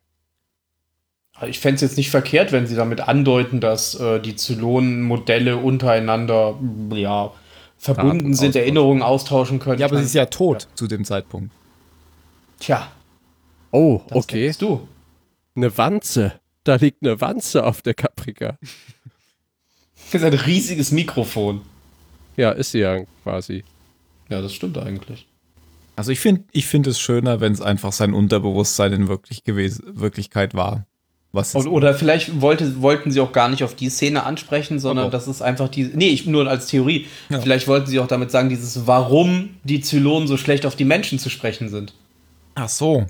Aber Ich fände es jetzt nicht verkehrt, wenn sie damit andeuten, dass äh, die Zylonen-Modelle untereinander mh, ja, verbunden
Daten
sind,
austauschen.
Erinnerungen austauschen können.
Ja, aber
Ich
sie
mein,
ist ja tot zu dem Zeitpunkt.
Tja,
Oh,
das
okay.
denkst du. [LAUGHS]
Eine Wanze. da liegt eine Wanze auf der Caprica.
Das ist ein riesiges Mikrofon.
Ja, ist sie ja quasi.
Ja, das stimmt eigentlich.
Also ich finde ich find es schöner, wenn es einfach sein Unterbewusstsein in wirklich gewes- Wirklichkeit war. Was
Und,
jetzt-
oder vielleicht wollte, wollten sie auch gar nicht auf die Szene ansprechen, sondern
Aber-
das ist einfach die. Nee, ich, nur als Theorie.
Ja.
Vielleicht wollten sie auch damit sagen, dieses, warum die Zylonen so schlecht auf die Menschen zu sprechen sind.
Ach so.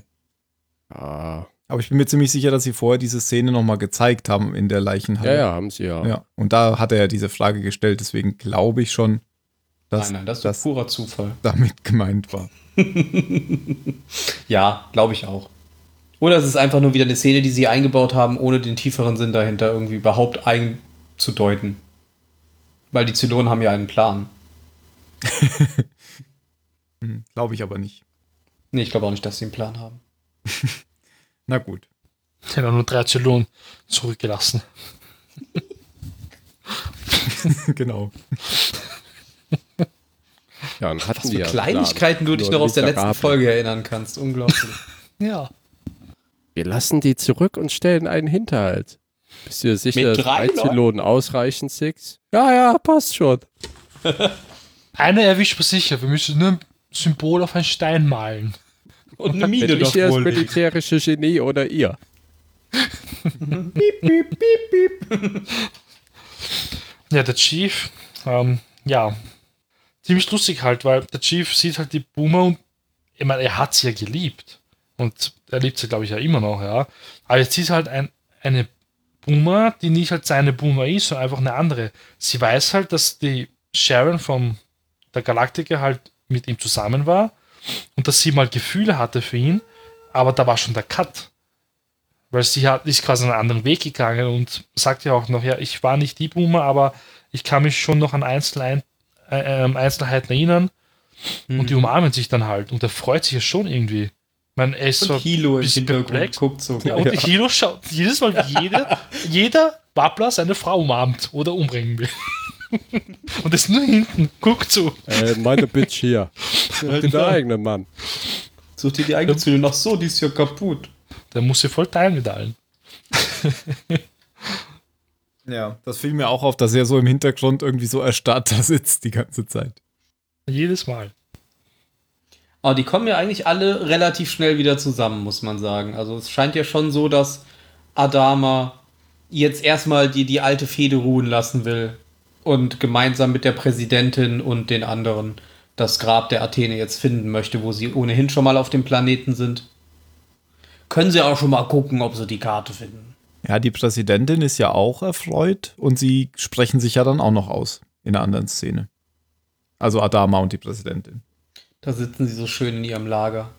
Ah,
Aber ich bin mir ziemlich sicher, dass sie vorher diese Szene nochmal gezeigt haben in der Leichenhalle.
ja, ja, haben sie ja.
Ja, und da hat er ja diese Frage gestellt, deswegen glaube ich schon, dass
nein, nein, das ist
das
purer Zufall.
damit gemeint war.
Ja, glaube ich auch. Oder es ist einfach nur wieder eine Szene, die sie eingebaut haben, ohne den tieferen Sinn dahinter irgendwie überhaupt einzudeuten. Weil die Zylonen haben ja einen Plan.
Hm, glaube ich aber nicht.
Nee, ich glaube auch nicht, dass sie einen Plan haben.
Na gut. [LAUGHS]
Die haben nur drei Zylonen zurückgelassen.
genau.
Ja, dann hatten
Was
die
für
ja einen Plan.
Kleinigkeiten du dich
Nur
noch aus der
Miserable.
letzten Folge erinnern kannst. Unglaublich.
Ja.
Wir lassen die zurück und stellen einen Hinterhalt. Bist du dir sicher,
Mit
dass drei
drei Leuten?
Zylonen ausreichen, Six? Ja, ja, passt schon.
Einer erwischt man sicher. Wir müssen nur ein Symbol auf einen Stein malen.
Und eine
Bin
Mine
ich
doch
hier das
wohl. liegt.
militärische Genie oder ihr?
Ja, der Chief, ähm, ja, ziemlich lustig halt, weil der Chief sieht halt die Boomer und ich meine, er hat sie ja geliebt. Und er liebt sie, glaube ich, ja immer noch, ja. Aber jetzt ist halt ein, eine Boomer, die nicht halt seine Boomer ist, sondern einfach eine andere. Sie weiß halt, dass die Sharon von der Galaktiker halt mit ihm zusammen war und dass sie mal Gefühle hatte für ihn, aber da war schon der Cut. Weil sie hat, ist quasi einen anderen Weg gegangen und sagt ja auch noch, ja, ich war nicht die Boomer, aber ich kann mich schon noch an Einzelheiten, äh, ähm, Einzelheiten erinnern. Und die umarmen sich dann halt. Und er freut sich ja schon irgendwie. Ich meine, er ist
Und
so
Hilo im
bisschen
Hintergrund
perplex.
guckt so. oh,
ja, und Hilo schaut jedes Mal, wie jeder, jeder Wappler seine Frau umarmt oder umbringen
[LAUGHS]
will. und ist nur hinten, guckt zu.
Äh, meine Bitch hier. Den eigenen Mann.
Such dir die eigene Zylonen. Ach so, die ist ja kaputt.
Der muss sie voll teilen mit allen.
Ja. Das fiel mir auch auf, dass er so im Hintergrund irgendwie so erstarrt da sitzt die ganze Zeit.
Jedes Mal.
Aber Ah, die kommen ja eigentlich alle relativ schnell wieder zusammen, muss man sagen. Also es scheint ja schon so, dass Adama jetzt erstmal die, die alte Fehde ruhen lassen will und gemeinsam mit der Präsidentin und den anderen das Grab der Athene jetzt finden möchte, wo sie ohnehin schon mal auf dem Planeten sind. Können sie auch schon mal gucken, ob sie die Karte finden.
Ja, die Präsidentin ist ja auch erfreut und sie sprechen sich ja dann auch noch aus in einer anderen Szene. Also Adama und die Präsidentin.
Da sitzen sie so schön in ihrem Lager.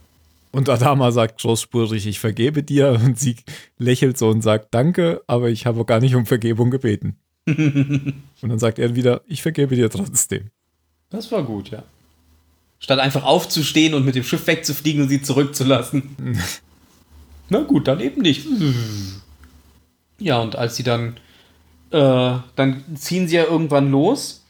Und Adama sagt großspurig, ich vergebe dir. Und sie lächelt so und sagt, danke, aber ich habe gar nicht um Vergebung gebeten. und dann sagt er wieder, ich vergebe dir trotzdem.
Das war gut, ja. Statt einfach aufzustehen und mit dem Schiff wegzufliegen und sie zurückzulassen. [LAUGHS] Na gut, dann eben nicht. Ja, und als sie dann, äh, dann ziehen sie ja irgendwann los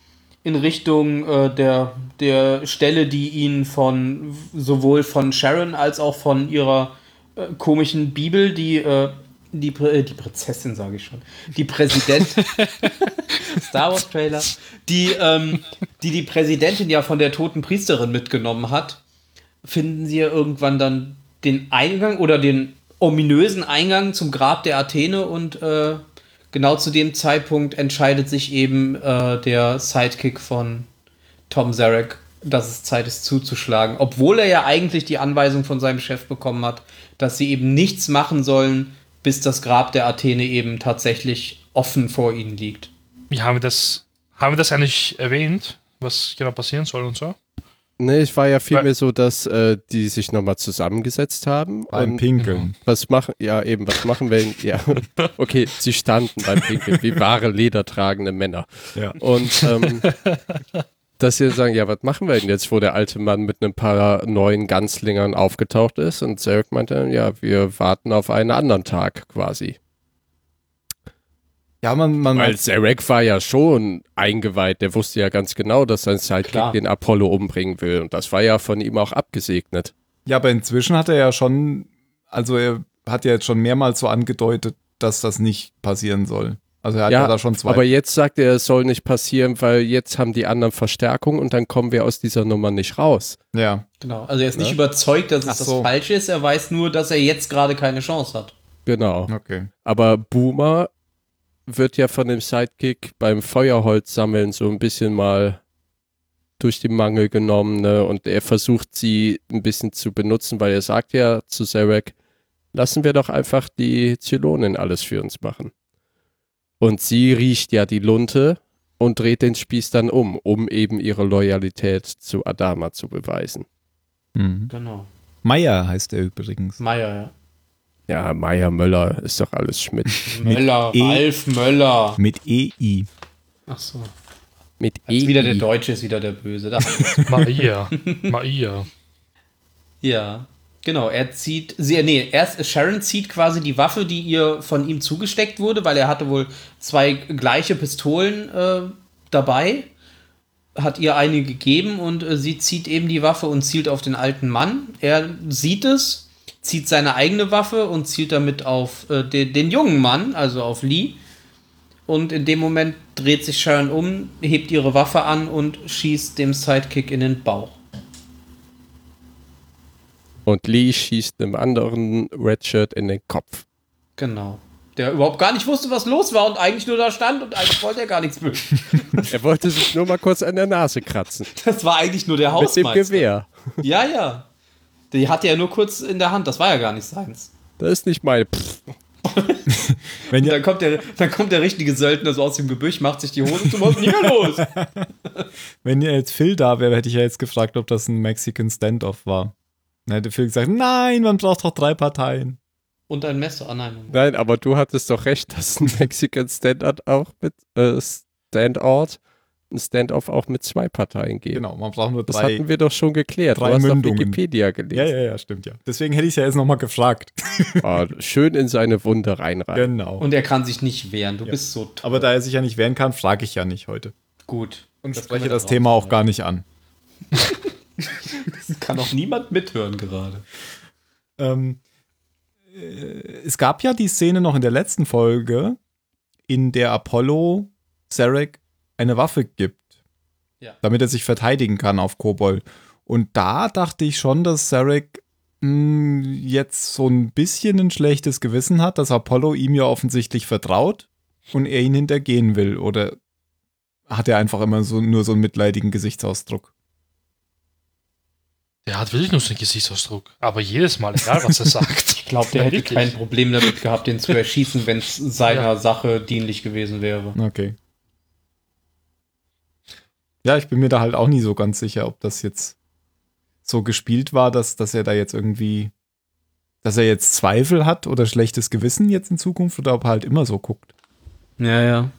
in Richtung äh, der, der Stelle, die ihnen von sowohl von Sharon als auch von ihrer äh, komischen Bibel, die äh, die, Prä- äh, die Prinzessin, sage ich schon, die Präsident [LAUGHS] Star Wars Trailer, die, ähm, die die Präsidentin ja von der toten Priesterin mitgenommen hat, finden sie ja irgendwann dann den Eingang oder den ominösen Eingang zum Grab der Athene und äh, genau zu dem Zeitpunkt entscheidet sich eben äh, der Sidekick von Tom Zarek, dass es Zeit ist zuzuschlagen, obwohl er ja eigentlich die Anweisung von seinem Chef bekommen hat, dass sie eben nichts machen sollen, bis das Grab der Athene eben tatsächlich offen vor ihnen liegt.
Wie haben wir das, haben wir das eigentlich erwähnt, was genau passieren soll und so?
Nee, es war ja
Weil-
vielmehr so, dass äh, die sich nochmal zusammengesetzt haben.
Beim
und
Pinkeln.
Was machen, ja eben, was machen wir, ja, okay, sie standen beim Pinkeln, wie wahre ledertragende Männer.
Ja.
Und ähm, dass sie sagen, ja, was machen wir denn jetzt, wo der alte Mann mit einem paar neuen Ganzlingern aufgetaucht ist? Und Zarek meinte, dann, ja, wir warten auf einen anderen Tag quasi.
Ja, man, man
Weil Zarek war ja schon eingeweiht, der wusste ja ganz genau, dass sein Sidekick
Klar.
den Apollo umbringen will. Und das war ja von ihm auch abgesegnet.
ja, aber inzwischen hat er ja schon, also er hat ja jetzt schon mehrmals so angedeutet, dass das nicht passieren soll. Also er hat
Ja,
ja da schon zwei.
Aber jetzt sagt er, es soll nicht passieren, weil jetzt haben die anderen Verstärkung und dann kommen wir aus dieser Nummer nicht raus.
ja.
Genau. Also er ist nicht
Ne?
überzeugt, dass
Ach
es
so.
das Falsche ist. Er weiß nur, dass er jetzt gerade keine Chance hat.
Genau.
Okay.
Aber Boomer wird ja von dem Sidekick beim Feuerholz sammeln so ein bisschen mal durch den Mangel genommen ne? und er versucht sie ein bisschen zu benutzen, weil er sagt ja zu Zarek, lassen wir doch einfach die Zylonen alles für uns machen. Und sie riecht ja die Lunte und dreht den Spieß dann um, um eben ihre Loyalität zu Adama zu beweisen.
Mhm.
Genau.
Meier heißt er übrigens.
Meier,
Ja, Meier Möller ist doch alles Schmidt.
ja. Möller,
E.
Ralf Möller.
Mit E EI.
Ach so.
Mit E
Ist
EI.
wieder der Deutsche, ist wieder der Böse. Da. [LAUGHS]
Maria. Maria.
ja. Genau, er zieht, sie, nee, erst Sharon zieht quasi die Waffe, die ihr von ihm zugesteckt wurde, weil er hatte wohl zwei gleiche Pistolen äh, dabei, hat ihr eine gegeben und äh, sie zieht eben die Waffe und zielt auf den alten Mann. Er sieht es, zieht seine eigene Waffe und zielt damit auf äh, den, den jungen Mann, also auf Lee. Und in dem Moment dreht sich Sharon um, hebt ihre Waffe an und schießt dem Sidekick in den Bauch.
Und Lee schießt einem anderen Redshirt in den Kopf.
Genau. Der überhaupt gar nicht wusste, was los war und eigentlich nur da stand und eigentlich wollte er gar nichts böse.
Er wollte sich nur mal kurz an der Nase kratzen.
Das war eigentlich nur der
Mit dem
Hausmeister.
Gewehr.
Ja, ja. Die hatte er nur kurz in der Hand, das war ja gar nicht seins.
Das ist nicht meine. Pff,
Wenn ja,
Dann, kommt der, dann kommt der richtige Söldner so aus dem Gebüsch, macht sich die Hose zum Was ist denn hier los?
wenn ja jetzt Phil da wäre, hätte ich ja jetzt gefragt, ob das ein Mexican Standoff war. Dann hätte Phil gesagt, nein, man braucht doch drei Parteien.
Und ein Messer. Ah nein.
nein, aber du hattest doch recht, dass ein Mexican Standout auch mit äh, Standout, ein Standoff auch mit zwei Parteien geht.
Genau, man braucht nur
Das
drei.
hatten wir doch schon geklärt. Du
drei
hast auf
Mündungen.
Wikipedia
ja,
gelesen.
ja, ja, stimmt ja. Deswegen hätte ich es ja jetzt nochmal gefragt.
Ah, schön in seine Wunde reinreißen.
genau.
Und er kann sich nicht wehren, du bist so toll.
Aber da er sich ja nicht wehren kann, frage ich ja nicht heute.
gut.
Und
Das
spreche
können wir
das
dann
Thema auch gar nicht an.
rausschneiden. Kann auch niemand mithören gerade.
Ähm, äh, es gab ja die Szene noch in der letzten Folge, in der Apollo Sarek eine Waffe gibt,
Ja.
damit er sich verteidigen kann auf Kobol. Und da dachte ich schon, dass Sarek mh, jetzt so ein bisschen ein schlechtes Gewissen hat, dass Apollo ihm ja offensichtlich vertraut und er ihn hintergehen will. Oder hat er einfach immer so, nur so einen mitleidigen Gesichtsausdruck?
Der hat wirklich nur so einen Gesichtsausdruck. Aber jedes Mal, egal was er sagt.
Ich glaube, der hätte
Wirklich.
kein Problem damit gehabt, den zu erschießen, wenn es
[LAUGHS]
seiner
Ja.
Sache dienlich gewesen wäre.
Okay. Ja, ich bin mir da halt auch nie so ganz sicher, ob das jetzt so gespielt war, dass, dass er da jetzt irgendwie, dass er jetzt Zweifel hat oder schlechtes Gewissen jetzt in Zukunft oder ob er halt immer so guckt.
Ja, ja.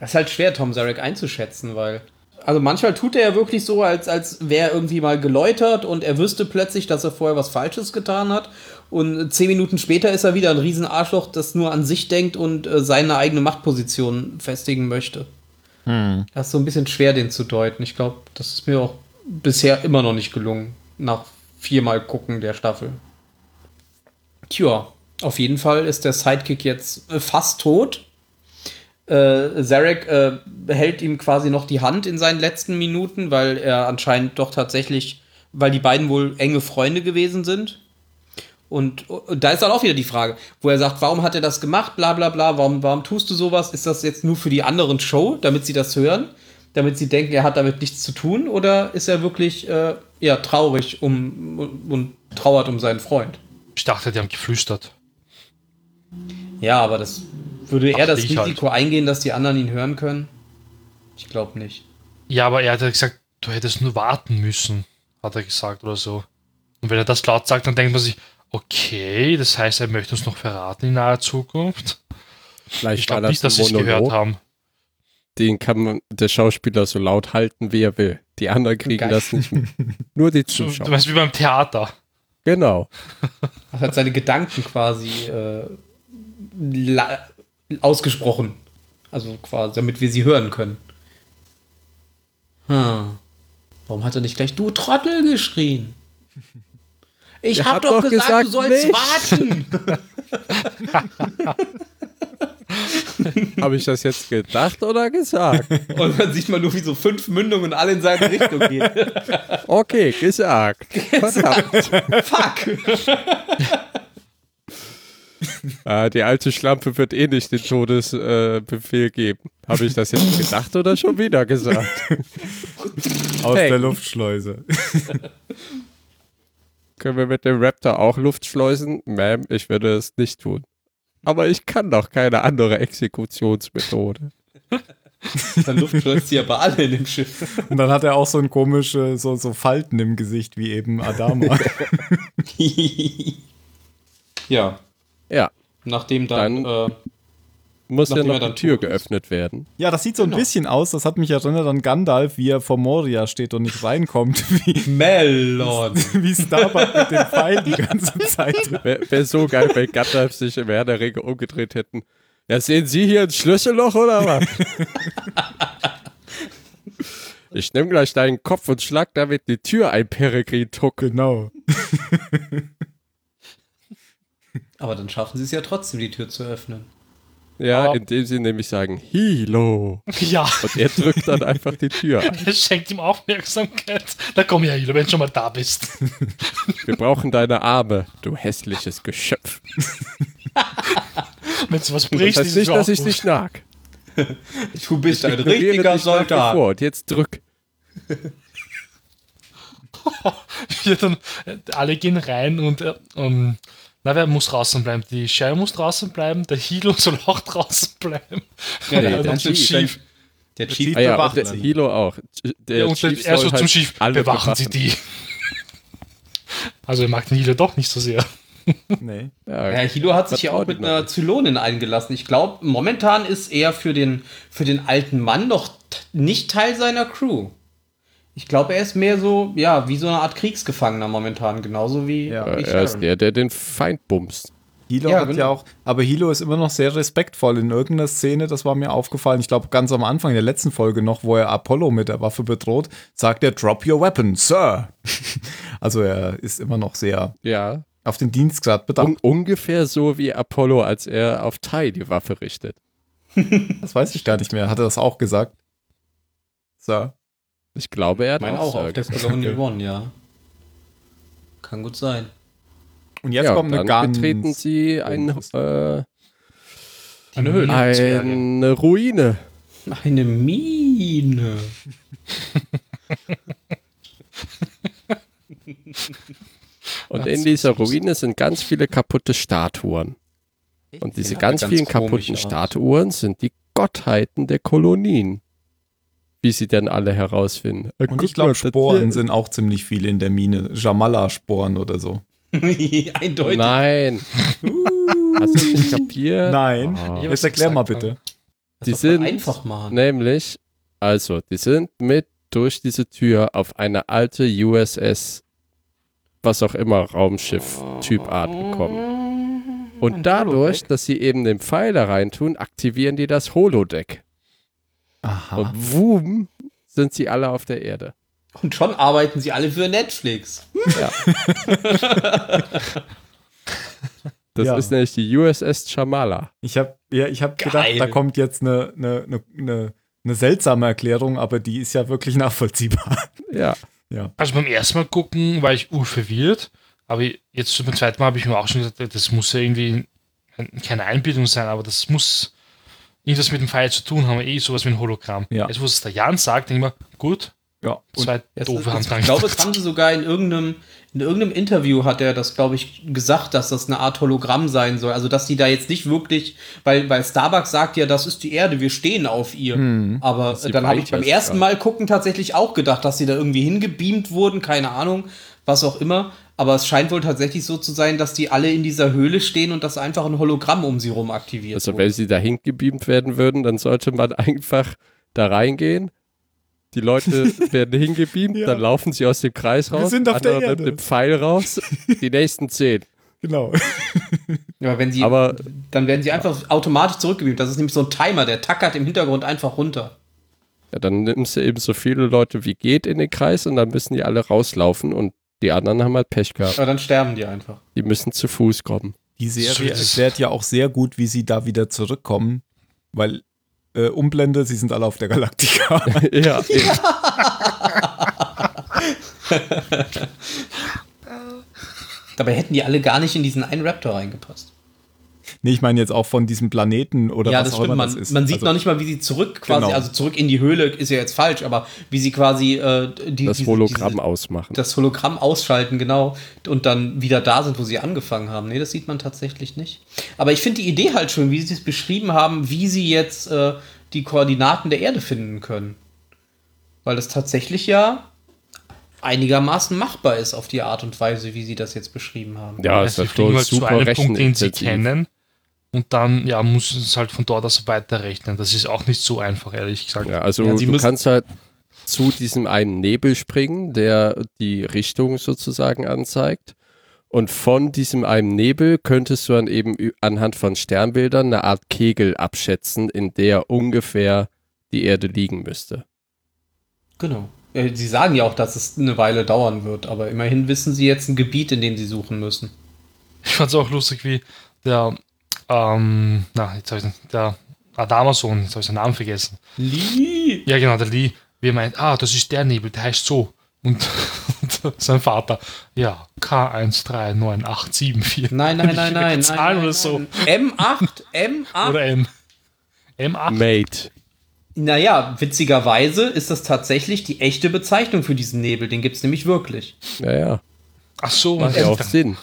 Das ist halt schwer, Tom Zarek einzuschätzen, weil. Also manchmal tut er ja wirklich so, als, als wäre er irgendwie mal geläutert und er wüsste plötzlich, dass er vorher was Falsches getan hat. Und zehn Minuten später ist er wieder ein Riesenarschloch, das nur an sich denkt und äh, seine eigene Machtposition festigen möchte. Das ist so ein bisschen schwer, den zu deuten. Ich glaube, das ist mir auch bisher immer noch nicht gelungen, nach viermal gucken der Staffel. Tja, auf jeden Fall ist der Sidekick jetzt äh, fast tot äh, Zarek äh, hält ihm quasi noch die Hand in seinen letzten Minuten, weil er anscheinend doch tatsächlich, weil die beiden wohl enge Freunde gewesen sind. Und, und da ist dann auch wieder die Frage, wo er sagt, warum hat er das gemacht, bla bla bla, warum, warum tust du sowas? Ist das jetzt nur für die anderen Show, damit sie das hören? Damit sie denken, er hat damit nichts zu tun? Oder ist er wirklich äh, ja, traurig um, und trauert um seinen Freund?
Ich dachte, die haben geflüstert.
Ja, aber das würde er
Dachte
das
ich halt.
Risiko eingehen, dass die anderen ihn hören können? Ich glaube nicht.
Ja, aber er hat ja gesagt, du hättest nur warten müssen, hat er gesagt oder so. Und wenn er das laut sagt, dann denkt man sich, okay, das heißt, er möchte uns noch verraten in naher Zukunft.
Vielleicht
Ich
war
glaube
das
nicht, dass sie
ein
es gehört
Monolog.
haben.
Den kann man, der Schauspieler so laut halten, wie er will. Die anderen kriegen
Geil.
das nicht mit. Nur
[LAUGHS]
die
Du, du
Zuschauer.
weißt, wie
[LAUGHS]
beim Theater.
Genau.
Er hat seine Gedanken quasi äh, la- ausgesprochen. Also quasi, damit wir sie hören können. Hm. Warum hat er nicht gleich du Trottel geschrien? Ich
Er
hab
hat
doch
doch gesagt,
gesagt, du sollst
nicht.
warten.
Habe ich das jetzt gedacht oder gesagt?
[LAUGHS] Und dann sieht man nur, wie so fünf Mündungen alle in seine Richtung gehen.
Okay, gesagt. Verdammt.
[LAUGHS] Fuck!
Ah, die alte Schlampe wird eh nicht den Todesbefehl äh, Befehl geben. Habe ich das jetzt gedacht oder schon wieder gesagt?
Aus
Hey.
der Luftschleuse.
Können wir mit dem Raptor auch Luft schleusen? Ma'am, ich würde es nicht tun. Aber ich kann doch keine andere Exekutionsmethode.
Dann luftschleust sie aber alle in dem Schiff. [LAUGHS]
Und dann hat er auch so ein komische, so, so Falten im Gesicht, wie eben Adama.
ja,
Ja,
nachdem dann, äh,
muss
Nachdem
ja
er
noch
dann
die Tür
tot ist.
geöffnet werden.
[LAUGHS] ja, das sieht so ein bisschen aus, das hat mich erinnert an Gandalf, wie er vor Moria steht und nicht reinkommt, [LAUGHS] wie,
äh, Melon.
wie Starbuck mit dem Pfeil die ganze Zeit drin.
Wäre wär so geil, wenn Gandalf sich im Herr der Ringe umgedreht hätten. Ja, sehen Sie hier ein Schlüsselloch oder was? ich nehme gleich deinen Kopf und schlag damit die Tür ein, Peregrin-Tuck.
Genau.
Aber dann schaffen sie es ja trotzdem, die Tür zu öffnen.
Ja,
Ah.
indem sie nämlich sagen, Hilo.
Ja,
Und er drückt dann einfach die Tür ein.
das schenkt ihm Aufmerksamkeit. Na komm her, Hilo, wenn du schon mal da bist. [LAUGHS]
Wir brauchen deine Arme, du hässliches Geschöpf.
Wenn du was
Das
brichst,
heißt
ist es
nicht,
mir
dass
auch
ich
gut.
dich nag.
Du bist ein
Ignoriere
richtiger
dich nach wie
Soldat.
vor Und jetzt drück.
[LAUGHS] Ja, dann, äh, alle gehen rein und äh, ähm, na, wer muss draußen bleiben? Die Shire muss draußen bleiben, der Hilo [LAUGHS] soll auch draußen bleiben.
Ja,
Nee,
der, der,
dann zum
Chief,
Chief.
der Chief.
Ah ja, und der
Bewachen.
Hilo auch. Der
Ja, und
Chief
dann er so
soll
zum
halt
Schiff,
alle
bewachen, sie die. Also er mag den Hilo doch nicht so sehr.
Nee.
Ja,
Ja, Hilo hat sich ja
Vertraut
auch mit
ihm
einer
nicht.
Zylonin eingelassen. Ich glaube, momentan ist er für den, für den alten Mann noch t- nicht Teil seiner Crew. Ich glaube, er ist mehr so, ja, wie so eine Art Kriegsgefangener momentan, genauso wie
Ja.
wie
Äh, Er ist
Sharon.
der, der den Feind bumst.
Hilo
Ja,
hat
genau.
ja auch, aber Hilo ist immer noch sehr respektvoll in irgendeiner Szene, das war mir aufgefallen. Ich glaube, ganz am Anfang der letzten Folge noch, wo er Apollo mit der Waffe bedroht, sagt er, drop your weapon, Sir. [LAUGHS] also er ist immer noch sehr
Ja.
auf den Dienstgrad
Un
bedacht.
ungefähr so wie Apollo, als er auf Tai die Waffe richtet.
Das weiß ich gar nicht mehr. Hat er das auch gesagt? Sir.
Ich glaube, er hat
Ich meine auch auf
auch
der
gesagt. [LAUGHS]
Colonial One, ja. Kann gut sein.
Und jetzt
Ja,
kommt
und
eine
dann
ganz.
betreten sie ein,
komisches-
äh,
Eine Höhle.
eine Ruine.
Eine Mine.
Und in dieser Ruine sind ganz viele kaputte Statuen. Und diese
sehen alle
ganz,
ganz
vielen
komisch
kaputten
aus.
Statuen sind die Gottheiten der Kolonien. Wie sie denn alle herausfinden. Äh,
Und
guck
ich glaube,
mal, das hier-
Sporen sind auch ziemlich viele in der Mine. Jamala-Sporen oder so.
[LAUGHS] Eindeutig.
Nein. Hast du nicht kapiert?
Nein.
Ah.
Ja,
Jetzt erklär
gesagt
mal
haben.
bitte.
Das
Die
muss man
sind-
einfach machen.
Nämlich, also, die sind mit durch diese Tür auf eine alte USS, was auch immer, Raumschiff-Typart gekommen.
Mhm.
Und dadurch, dass sie eben den Pfeiler reintun, aktivieren die das Holodeck.
Aha.
Und wum, sind sie alle auf der Erde.
Und schon arbeiten sie alle für Netflix.
Das
Ja.
ist nämlich die USS Chamala.
Ich habe ja, ich hab gedacht,
Geil.
da kommt jetzt eine, eine, eine, eine, eine seltsame Erklärung, aber die ist ja wirklich [LAUGHS] nachvollziehbar.
Ja.
Also beim ersten Mal gucken war ich urverwirrt, aber jetzt beim zweiten Mal habe ich mir auch schon gesagt, das muss ja irgendwie keine Einbildung sein, aber das muss irgendwas mit dem Pfeil zu tun haben, eh sowas wie ein Hologramm.
Ja.
Jetzt, wo es der Jan sagt, denke ich mir, gut,
Ja, und
zwei
Es ist-
doofe haben dran
ich glaube, das
gedacht.
haben sie sogar in irgendeinem, in irgendeinem Interview hat er das, glaube ich, gesagt, dass das eine Art Hologramm sein soll. Also, dass die da jetzt nicht wirklich, weil, weil Starbucks sagt ja, das ist die Erde, wir stehen auf ihr. Aber
sie
äh, dann habe ich
weiter
beim
sogar.
ersten Mal gucken tatsächlich auch gedacht, dass sie da irgendwie hingebeamt wurden, keine Ahnung, was auch immer. Aber es scheint wohl tatsächlich so zu sein, dass die alle in dieser Höhle stehen und dass einfach ein Hologramm um sie rum aktiviert
Also
wurde.
wenn sie dahin gebeamt werden würden, dann sollte man [LAUGHS] einfach da reingehen. Die
[LAUGHS]
Leute werden hingebeamt,
Ja.
dann laufen sie aus dem Kreis raus.
sind auf der
andere
Erde.
nimmt den Pfeil
[LAUGHS]
raus. Die nächsten zehn.
genau.
Ja, wenn sie,
Aber
dann werden sie einfach automatisch zurückgebeamt. Das ist nämlich so ein Timer, der tackert im Hintergrund einfach runter.
ja, dann nimmst du eben so viele Leute wie geht in den Kreis und dann müssen die alle rauslaufen und die anderen haben halt Pech gehabt.
Aber dann sterben die einfach.
Die müssen zu Fuß kommen. [LAUGHS]
Die Serie
Süß.
erklärt ja auch sehr gut, wie sie da wieder zurückkommen, weil äh, Umblende, sie sind alle auf der
[LAUGHS]
Galaktika.
ja, eben.
Dabei hätten die alle gar nicht in diesen einen Raptor reingepasst.
nee, ich meine jetzt auch von diesem Planeten oder
ja,
was
das
auch
stimmt.
immer
Man,
das ist.
man sieht
Also,
noch nicht mal, wie sie zurück quasi,
Genau.
also zurück in die Höhle ist ja jetzt falsch, aber wie sie quasi äh, die,
das
diese-
Hologramm
diese-
ausmachen.
das Hologramm ausschalten, genau, und dann wieder da sind, wo sie angefangen haben. Nee, das sieht man tatsächlich nicht. Aber ich finde die Idee halt schön, wie sie es beschrieben haben, wie sie jetzt äh, die Koordinaten der Erde finden können. Weil das tatsächlich ja einigermaßen machbar ist auf die Art und Weise, wie sie das jetzt beschrieben haben.
ja, ist
Also
ja
die fliegen
schon
halt zu
super
einem Punkt, den sie
rechenintensiv.
kennen. Und dann ja, müssen sie es halt von dort aus weiterrechnen. Das ist auch nicht so einfach, ehrlich gesagt.
Ja, also
Ja, sie
du
müssen-
kannst halt zu diesem einen Nebel springen, der die Richtung sozusagen anzeigt. Und von diesem einen Nebel könntest du dann eben ü- anhand von Sternbildern eine Art Kegel abschätzen, in der ungefähr die Erde liegen müsste.
Genau. Äh, Sie sagen ja auch, dass es eine Weile dauern wird, aber immerhin wissen sie jetzt ein Gebiet, in dem sie suchen müssen.
Ich fand es auch lustig, wie der, ähm, na, jetzt habe ich den, der Adamason, jetzt habe ich seinen Namen vergessen.
Lee!
Ja, genau, der Lee. Wie er meint, ah, das ist der Nebel, der heißt so. Und, [LAUGHS] und sein Vater, ja, K139874.
Nein, nein, nein, nein.
Zahlen
nein, nein,
oder so.
nein. M8, M8.
Oder M. M8.
Mate.
Naja, witzigerweise ist das tatsächlich die echte Bezeichnung für diesen Nebel. Den gibt es nämlich wirklich.
Naja,
Ach so,
macht ja auch Sinn.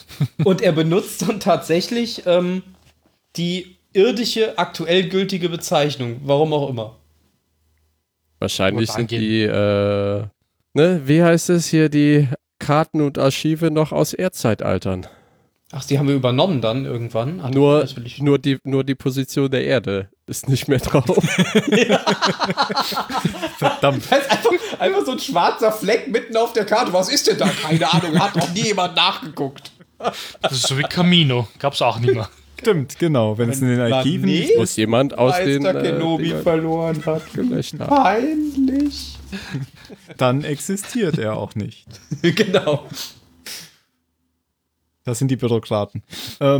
Und er benutzt dann tatsächlich ähm, die irdische, aktuell gültige Bezeichnung. Warum auch immer.
Wahrscheinlich
Und
sind
angeben.
die, äh, ne, wie heißt es hier, die Karten und Archive noch aus Erdzeitaltern.
Ach, die haben wir übernommen dann irgendwann. Ach,
Nur,
natürlich. [LAUGHS]
nur, die, nur die Position der Erde ist nicht mehr drauf.
verdammt.
Da ist einfach, einfach so ein schwarzer Fleck mitten auf der Karte. Was ist denn da? Keine Ahnung. Hat noch nie jemand nachgeguckt.
das ist so wie Camino. Gab's auch nicht mehr.
Stimmt, genau. Wenn es in den Archiven
Planet
ist.
muss jemand [LAUGHS] aus den äh,
Meister Kenobi
Dingern
verloren hat.
gelöscht haben. [LAUGHS]
Peinlich.
dann existiert er auch nicht.
genau.
Das sind die Bürokraten.
[LAUGHS]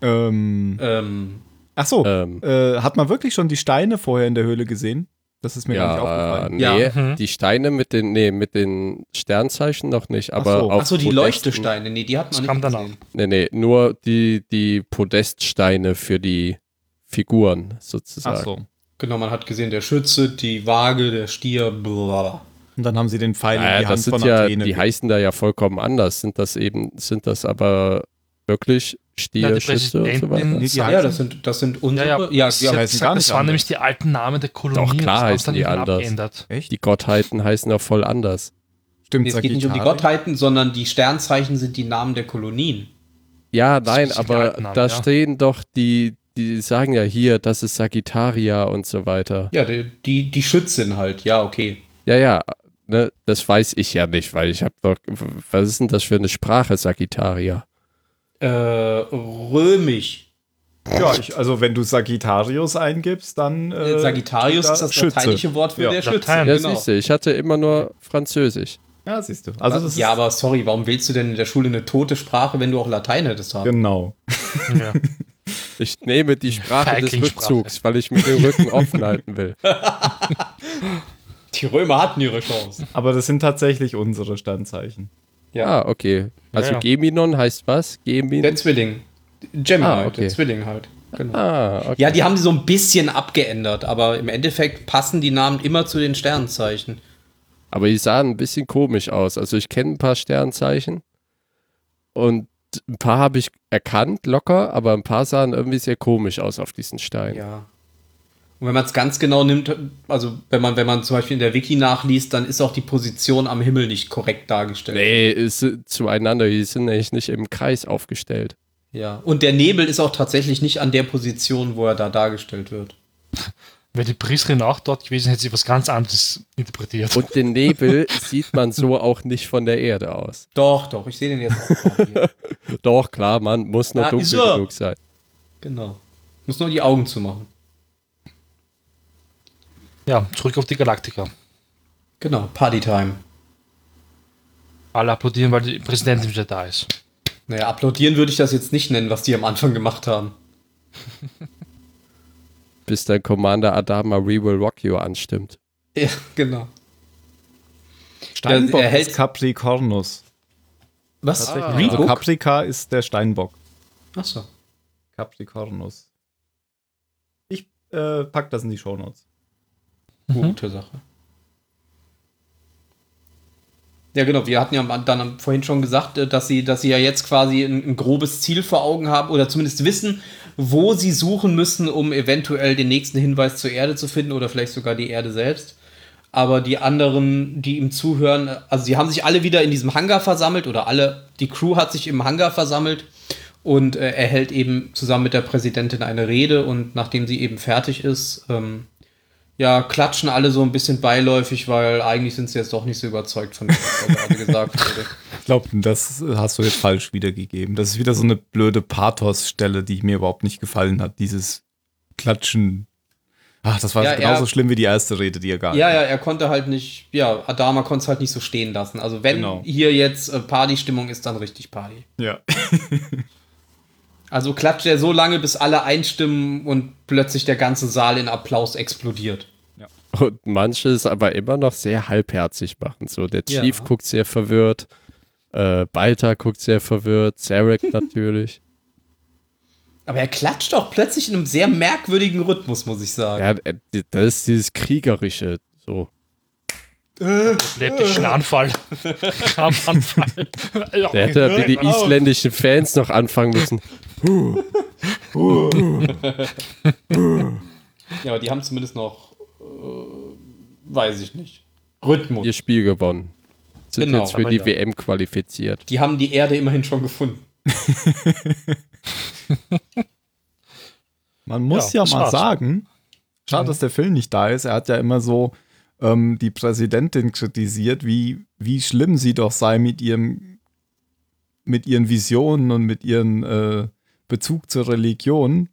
Ähm, ähm,
Ähm,
ach so,
Ähm,
äh, hat man wirklich schon die Steine vorher in der Höhle gesehen? Das ist mir gar
ja,
nicht
äh,
aufgefallen.
nee,
Ja,
mhm.
die Steine mit den, nee, mit den Sternzeichen noch nicht, aber
Ach so.
auf
Achso, die
Podesten-
Leuchtesteine. Nee, die hat man
Das kam
nicht
danach.
gesehen.
Nee, nee, nur die, die Podeststeine für die Figuren
Ach
sozusagen.
so.
Genau, man hat gesehen, der Schütze, die Waage, der Stier, blablabla.
Und dann haben sie den Pfeil in
Naja,
die Hand
das sind
von
ja,
Athene.
die heißen da ja vollkommen anders. Sind das eben, sind das aber wirklich Stier,
Ja, die
Schütze und so
Präsidentin-
weiter?
Nee, die
Ja,
heißen-
das sind, das sind unsere.
Ja,
Ja,
ja.
ja,
Sie hat
heißen
gesagt,
gar
das
nicht
waren
anders.
nämlich die alten Namen der Kolonien.
Doch, klar
das haben sie
heißen die
irgendwann
anders.
abgeändert.
Echt?
Die Gottheiten heißen ja voll anders.
Stimmt,
nee, es geht nicht um die
Sagittari.
Gottheiten, sondern die Sternzeichen sind die Namen der Kolonien.
Ja, nein,
sind die
aber
alten Namen,
da
ja.
stehen doch die, die sagen ja hier, das ist Sagittaria und so weiter.
Ja, die, die, die Schützen halt. Ja, okay.
Ja, ja, ne, das weiß ich ja nicht, weil ich habe doch, was ist denn das für eine Sprache, Sagittaria?
Äh, römisch.
Ja, ich, also wenn du Sagittarius eingibst, dann. Äh,
Sagittarius
steht da
ist das
Schütze.
lateinische Wort für
Ja,
der Schütze.
Latein.
Ja,
genau.
siehst du, ich hatte immer nur Französisch.
Ja, siehst du. Also das ist
ja, aber sorry, warum wählst du denn in der Schule eine tote Sprache, wenn du auch Latein hättest haben?
genau.
Ja.
Ich nehme die Sprache des
Feigling-Sprache.
Rückzugs, weil ich mir den Rücken offen halten will.
Die Römer hatten ihre Chance.
Aber das sind tatsächlich unsere Sternzeichen.
Ah, okay. Also
Ja, ja.
Geminon heißt was?
Der
Gemin.
Zwilling. Gemini,
Ah, okay.
der Zwilling halt. Genau.
Ah, okay.
Ja, die haben sie so ein bisschen abgeändert, aber im Endeffekt passen die Namen immer zu den Sternzeichen.
Aber die sahen ein bisschen komisch aus. Also ich kenne ein paar Sternzeichen und ein paar habe ich erkannt, locker, aber ein paar sahen irgendwie sehr komisch aus auf diesen Steinen.
Ja. Und wenn man es ganz genau nimmt, also wenn man, wenn man zum Beispiel in der Wiki nachliest, dann ist auch die Position am Himmel nicht korrekt dargestellt.
Nee, ist, zueinander, die sind eigentlich nicht im Kreis aufgestellt.
Ja. Und der Nebel ist auch tatsächlich nicht an der Position, wo er da dargestellt wird.
Wäre die Priesterin auch dort gewesen, hätte sie was ganz anderes interpretiert.
Und den Nebel sieht man so auch nicht von der Erde aus.
Doch, doch, ich sehe den jetzt [LAUGHS] auch hier.
Doch, klar, man muss noch
Da
dunkel
ist er.
genug sein.
Genau. Muss nur die Augen zumachen.
ja, zurück auf die Galaktiker.
Genau, Partytime.
Alle applaudieren, weil die Präsidentin wieder da ist.
Naja, applaudieren würde ich das jetzt nicht nennen, was die am Anfang gemacht haben.
bis der Commander Adama We Will Rock You anstimmt.
Ja, genau.
Steinbock
er hält-
ist Capricornus.
Was?
Tatsächlich.
Ah.
Also
Reebok?
Caprica ist der Steinbock.
Achso.
Capricornus. Ich äh, pack das in die Shownotes.
Gute Sache. Ja, genau. Wir hatten ja am- dann am- vorhin schon gesagt, äh, dass sie, dass sie ja jetzt quasi ein, ein grobes Ziel vor Augen haben oder zumindest wissen, wo sie suchen müssen, um eventuell den nächsten Hinweis zur Erde zu finden oder vielleicht sogar die Erde selbst. Aber die anderen, die ihm zuhören, äh, also sie haben sich alle wieder in diesem Hangar versammelt oder alle, die Crew hat sich im Hangar versammelt und äh, er hält eben zusammen mit der Präsidentin eine Rede und nachdem sie eben fertig ist, ähm, ja, klatschen alle so ein bisschen beiläufig, weil eigentlich sind sie jetzt doch nicht so überzeugt von dem, was da gerade gesagt [LAUGHS] wurde.
Ich glaube, das hast du jetzt falsch wiedergegeben. Das ist wieder so eine blöde Pathos-Stelle, die mir überhaupt nicht gefallen hat. Dieses Klatschen. Ach, das war
Ja,
genauso
er-
schlimm wie die erste Rede, die er gab.
Ja, ja, er konnte halt nicht, ja, Adama konnte es halt nicht so stehen lassen. Also wenn
Genau.
hier jetzt äh, Party-Stimmung ist, dann richtig Party.
ja.
Also klatscht er so lange, bis alle einstimmen und plötzlich der ganze Saal in Applaus explodiert.
Und manche es aber immer noch sehr halbherzig machen. So, der
Ja.
Chief guckt sehr verwirrt, äh, Balta guckt sehr verwirrt, Zarek natürlich.
Aber er klatscht auch plötzlich in einem sehr merkwürdigen Rhythmus, muss ich sagen.
Ja, äh, das ist dieses Kriegerische. So. [LAUGHS]
Epileptischen Anfall. Kam Anfall. Ja,
Der hätte wie die isländischen Fans noch anfangen müssen.
Ja, aber die haben zumindest noch, äh, weiß ich nicht, Rhythmus.
ihr Spiel gewonnen. Sind
Genau.
jetzt für
Aber
die
ja.
WM qualifiziert.
Die haben die Erde immerhin schon gefunden.
Man muss ja,
das
mal
war's.
sagen, schade, dass der Film nicht da ist. Er hat ja immer so ähm, die Präsidentin kritisiert, wie, wie schlimm sie doch sei mit ihrem mit ihren Visionen und mit ihrem äh, Bezug zur Religion.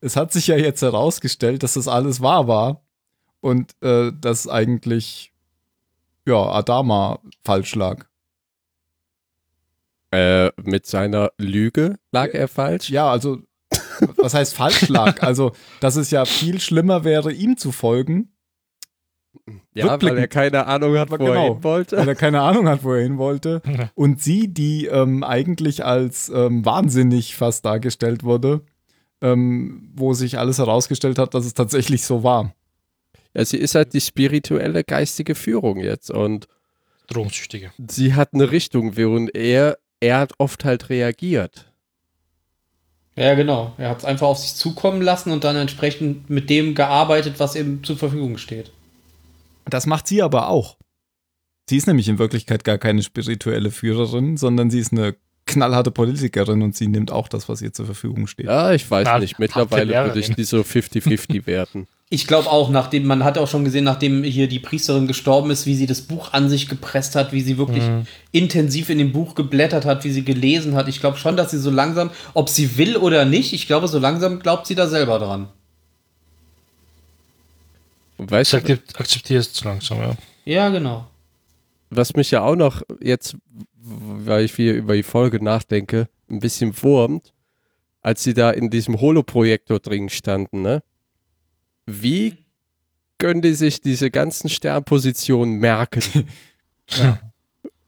Es hat sich ja jetzt herausgestellt, dass das alles wahr war und äh, dass eigentlich ja Adama falsch lag.
Äh, mit seiner Lüge lag er falsch.
Ja, also, [LAUGHS] was heißt Falschschlag? Also, dass es ja viel schlimmer wäre, ihm zu folgen,
Ja, weil er
rückblickend.
keine Ahnung hat, wo er
Genau.
hin wollte.
[LAUGHS] weil er keine Ahnung hat, wo er hin wollte. Und sie, die ähm, eigentlich als ähm, wahnsinnig fast dargestellt wurde, ähm, wo sich alles herausgestellt hat, dass es tatsächlich so war.
Ja, sie ist halt die spirituelle geistige Führung jetzt und
Drogensüchtige.
sie hat eine Richtung, während er, er hat oft halt reagiert.
Ja, genau. Er hat es einfach auf sich zukommen lassen und dann entsprechend mit dem gearbeitet, was ihm zur Verfügung steht.
Das macht sie aber auch. Sie ist nämlich in Wirklichkeit gar keine spirituelle Führerin, sondern sie ist eine knallharte Politikerin und sie nimmt auch das, was ihr zur Verfügung steht.
Ja, ich weiß
Na,
nicht.
harte
Mittlerweile würde ich
Lehrerin.
die so 50-50 werten.
Ich glaube auch, nachdem, man hat auch schon gesehen, nachdem hier die Priesterin gestorben ist, wie sie das Buch an sich gepresst hat, wie sie wirklich intensiv in dem Buch geblättert hat, wie sie gelesen hat. Ich glaube schon, dass sie so langsam, ob sie will oder nicht, ich glaube, so langsam glaubt sie da selber dran.
Und
Ich
weißt
sag,
du,
die akzeptiere es zu langsam, ja.
Ja, genau.
was mich ja auch noch jetzt, weil ich wieder über die Folge nachdenke, ein bisschen wurmt, als sie da in diesem Holoprojektor drin standen, ne? Wie können die sich diese ganzen Sternpositionen merken?
haben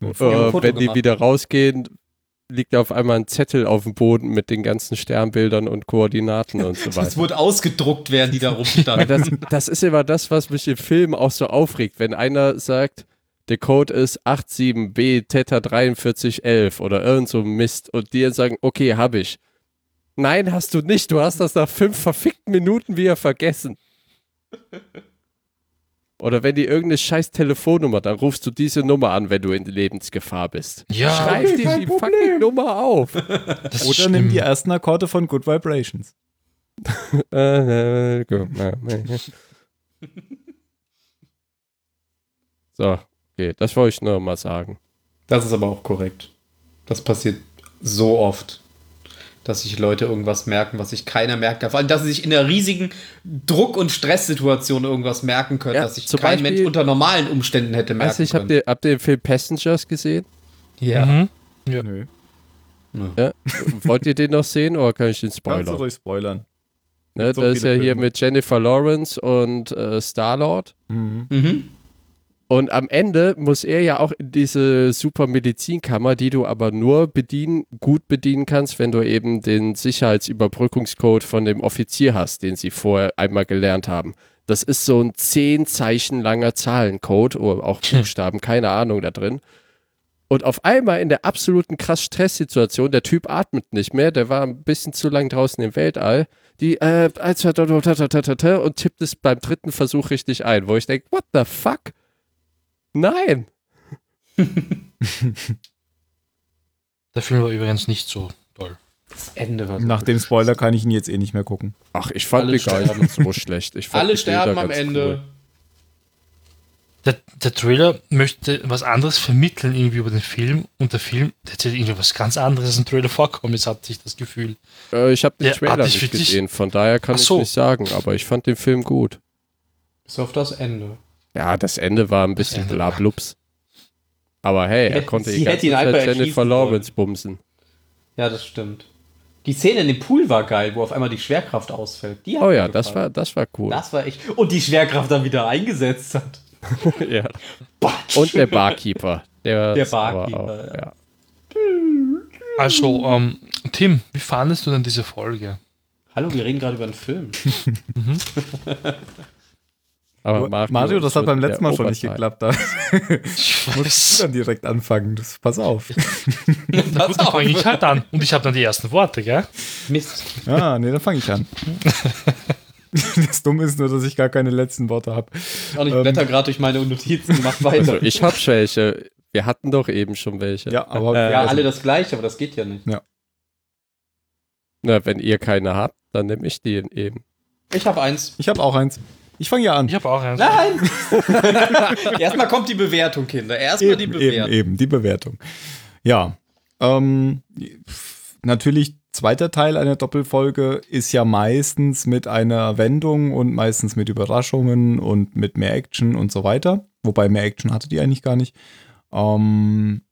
ein
äh,
Foto
wenn die
gemacht.
wieder rausgehen, liegt auf einmal ein Zettel auf dem Boden mit den ganzen Sternbildern und Koordinaten und so
Das
weiter.
wurde ausgedruckt, während die da
Weil
rumstanden.
das, das ist immer das, was mich im Film auch so aufregt, wenn einer sagt, der Code ist 87B Theta 4311 oder irgend so ein Mist und die jetzt sagen, okay, hab ich. Nein, hast du nicht. Du hast das nach fünf verfickten Minuten wieder vergessen. Oder wenn die irgendeine scheiß Telefonnummer, dann rufst du diese Nummer an, wenn du in Lebensgefahr bist.
Ja,
Greif dir die fucking Nummer [LAUGHS] auf.
das ist
Oder nimm
schlimm.
die ersten Akkorde von Good Vibrations.
so, okay, das wollte ich nur mal sagen.
Das ist aber auch korrekt. Das passiert so oft, dass sich Leute irgendwas merken, was sich keiner merken kann. Vor allem, dass sie sich in einer riesigen Druck- und Stresssituation irgendwas merken können,
Ja,
dass sich
zum
kein
Beispiel-
Mensch unter normalen Umständen hätte merken
Also ich habe
können.
den, hab den Film Passengers gesehen.
ja.
Mhm.
Nö.
Ja. Wollt ihr den noch sehen oder kann ich den
Kannst du
spoilern?
ruhig spoilern.
Ne,
so
das ist ja
viele
hier
Filme.
mit Jennifer Lawrence und äh, Star-Lord.
Mhm.
Mhm.
Und am Ende muss er ja auch in diese super Medizinkammer, die du aber nur bedienen, gut bedienen kannst, wenn du eben den Sicherheitsüberbrückungscode von dem Offizier hast, den sie vorher einmal gelernt haben. Das ist so ein zehn Zeichen langer Zahlencode oder auch Buchstaben, keine Ahnung da drin. Und auf einmal in der absoluten krass Stresssituation, der Typ atmet nicht mehr, der war ein bisschen zu lang draußen im Weltall, die äh, eins, zwei, drei, drei, drei, drei, drei, drei, und tippt es beim dritten Versuch richtig ein, wo ich denke, what the fuck? Nein.
Der Film war übrigens nicht so toll.
Das Ende
Mhm.
war so
Nach dem Spoiler kann ich ihn jetzt eh nicht mehr gucken.
Ach, ich fand
Alle
die gar nicht so schlecht. Ich fand
Alle
die
sterben
Bilder
am
ganz
Ende.
cool.
Der, der Trailer möchte was anderes vermitteln irgendwie über den Film und der Film der erzählt irgendwie was ganz anderes, als im Trailer vorkommt. Jetzt hatte ich das Gefühl.
Äh, ich habe den
Ja,
Trailer
hat dich
nicht
für dich-
gesehen, von daher kann
Ach so.
ich nicht sagen, aber ich fand den Film gut.
Bis auf das Ende.
Ja, das Ende war ein bisschen
Ende-
blablups. Aber hey, er
Sie
konnte
hätte ihn einfach
Zeit Jennifer
erschießen
Lawrence bumsen.
Ja, das stimmt. Die Szene in dem Pool war geil, wo auf einmal die Schwerkraft ausfällt. Die hat
Oh
mir
ja, das war,
gefallen.
das war cool.
Das war echt. Und die Schwerkraft dann wieder eingesetzt hat.
ja.
Batsch.
Und der Barkeeper. Der,
Der
das war
Barkeeper,
auch- ja.
Also, ähm, Tim, wie fandest du denn diese Folge?
Hallo, wir reden gerade über
[LAUGHS]
einen Film.
Aber
Mario, das hat beim
der
letzten Mal schon nicht
Oberteil.
geklappt. Da [LAUGHS] musst du dann direkt anfangen. Das, pass
[LAUGHS]
auf.
Gut, dann fange ich halt an. Und ich habe dann die ersten Worte, gell?
Mist.
Ah, nee, dann fange ich
[LAUGHS]
an. Das Dumme ist nur, dass ich gar keine letzten Worte habe.
Und ich
Ähm.
blätter gerade durch meine Notizen, mach weiter.
Also, ich hab schon welche. Wir hatten doch eben schon welche.
Ja, aber
Äh,
also
ja, alle das gleiche, aber das geht ja nicht.
Na, wenn ihr keine habt, dann nehme ich die eben.
Ich habe eins.
ich habe auch eins. Ich fange ja an.
Ich habe auch eins.
Nein! Erstmal kommt die Bewertung, Kinder. Erstmal
eben,
die
eben,
Bewertung.
eben, die Bewertung. Ja. Ähm, pf, natürlich, zweiter Teil einer Doppelfolge ist ja meistens mit einer Wendung und meistens mit Überraschungen und mit mehr Action und so weiter. Wobei mehr Action hatte die eigentlich gar nicht. Ähm,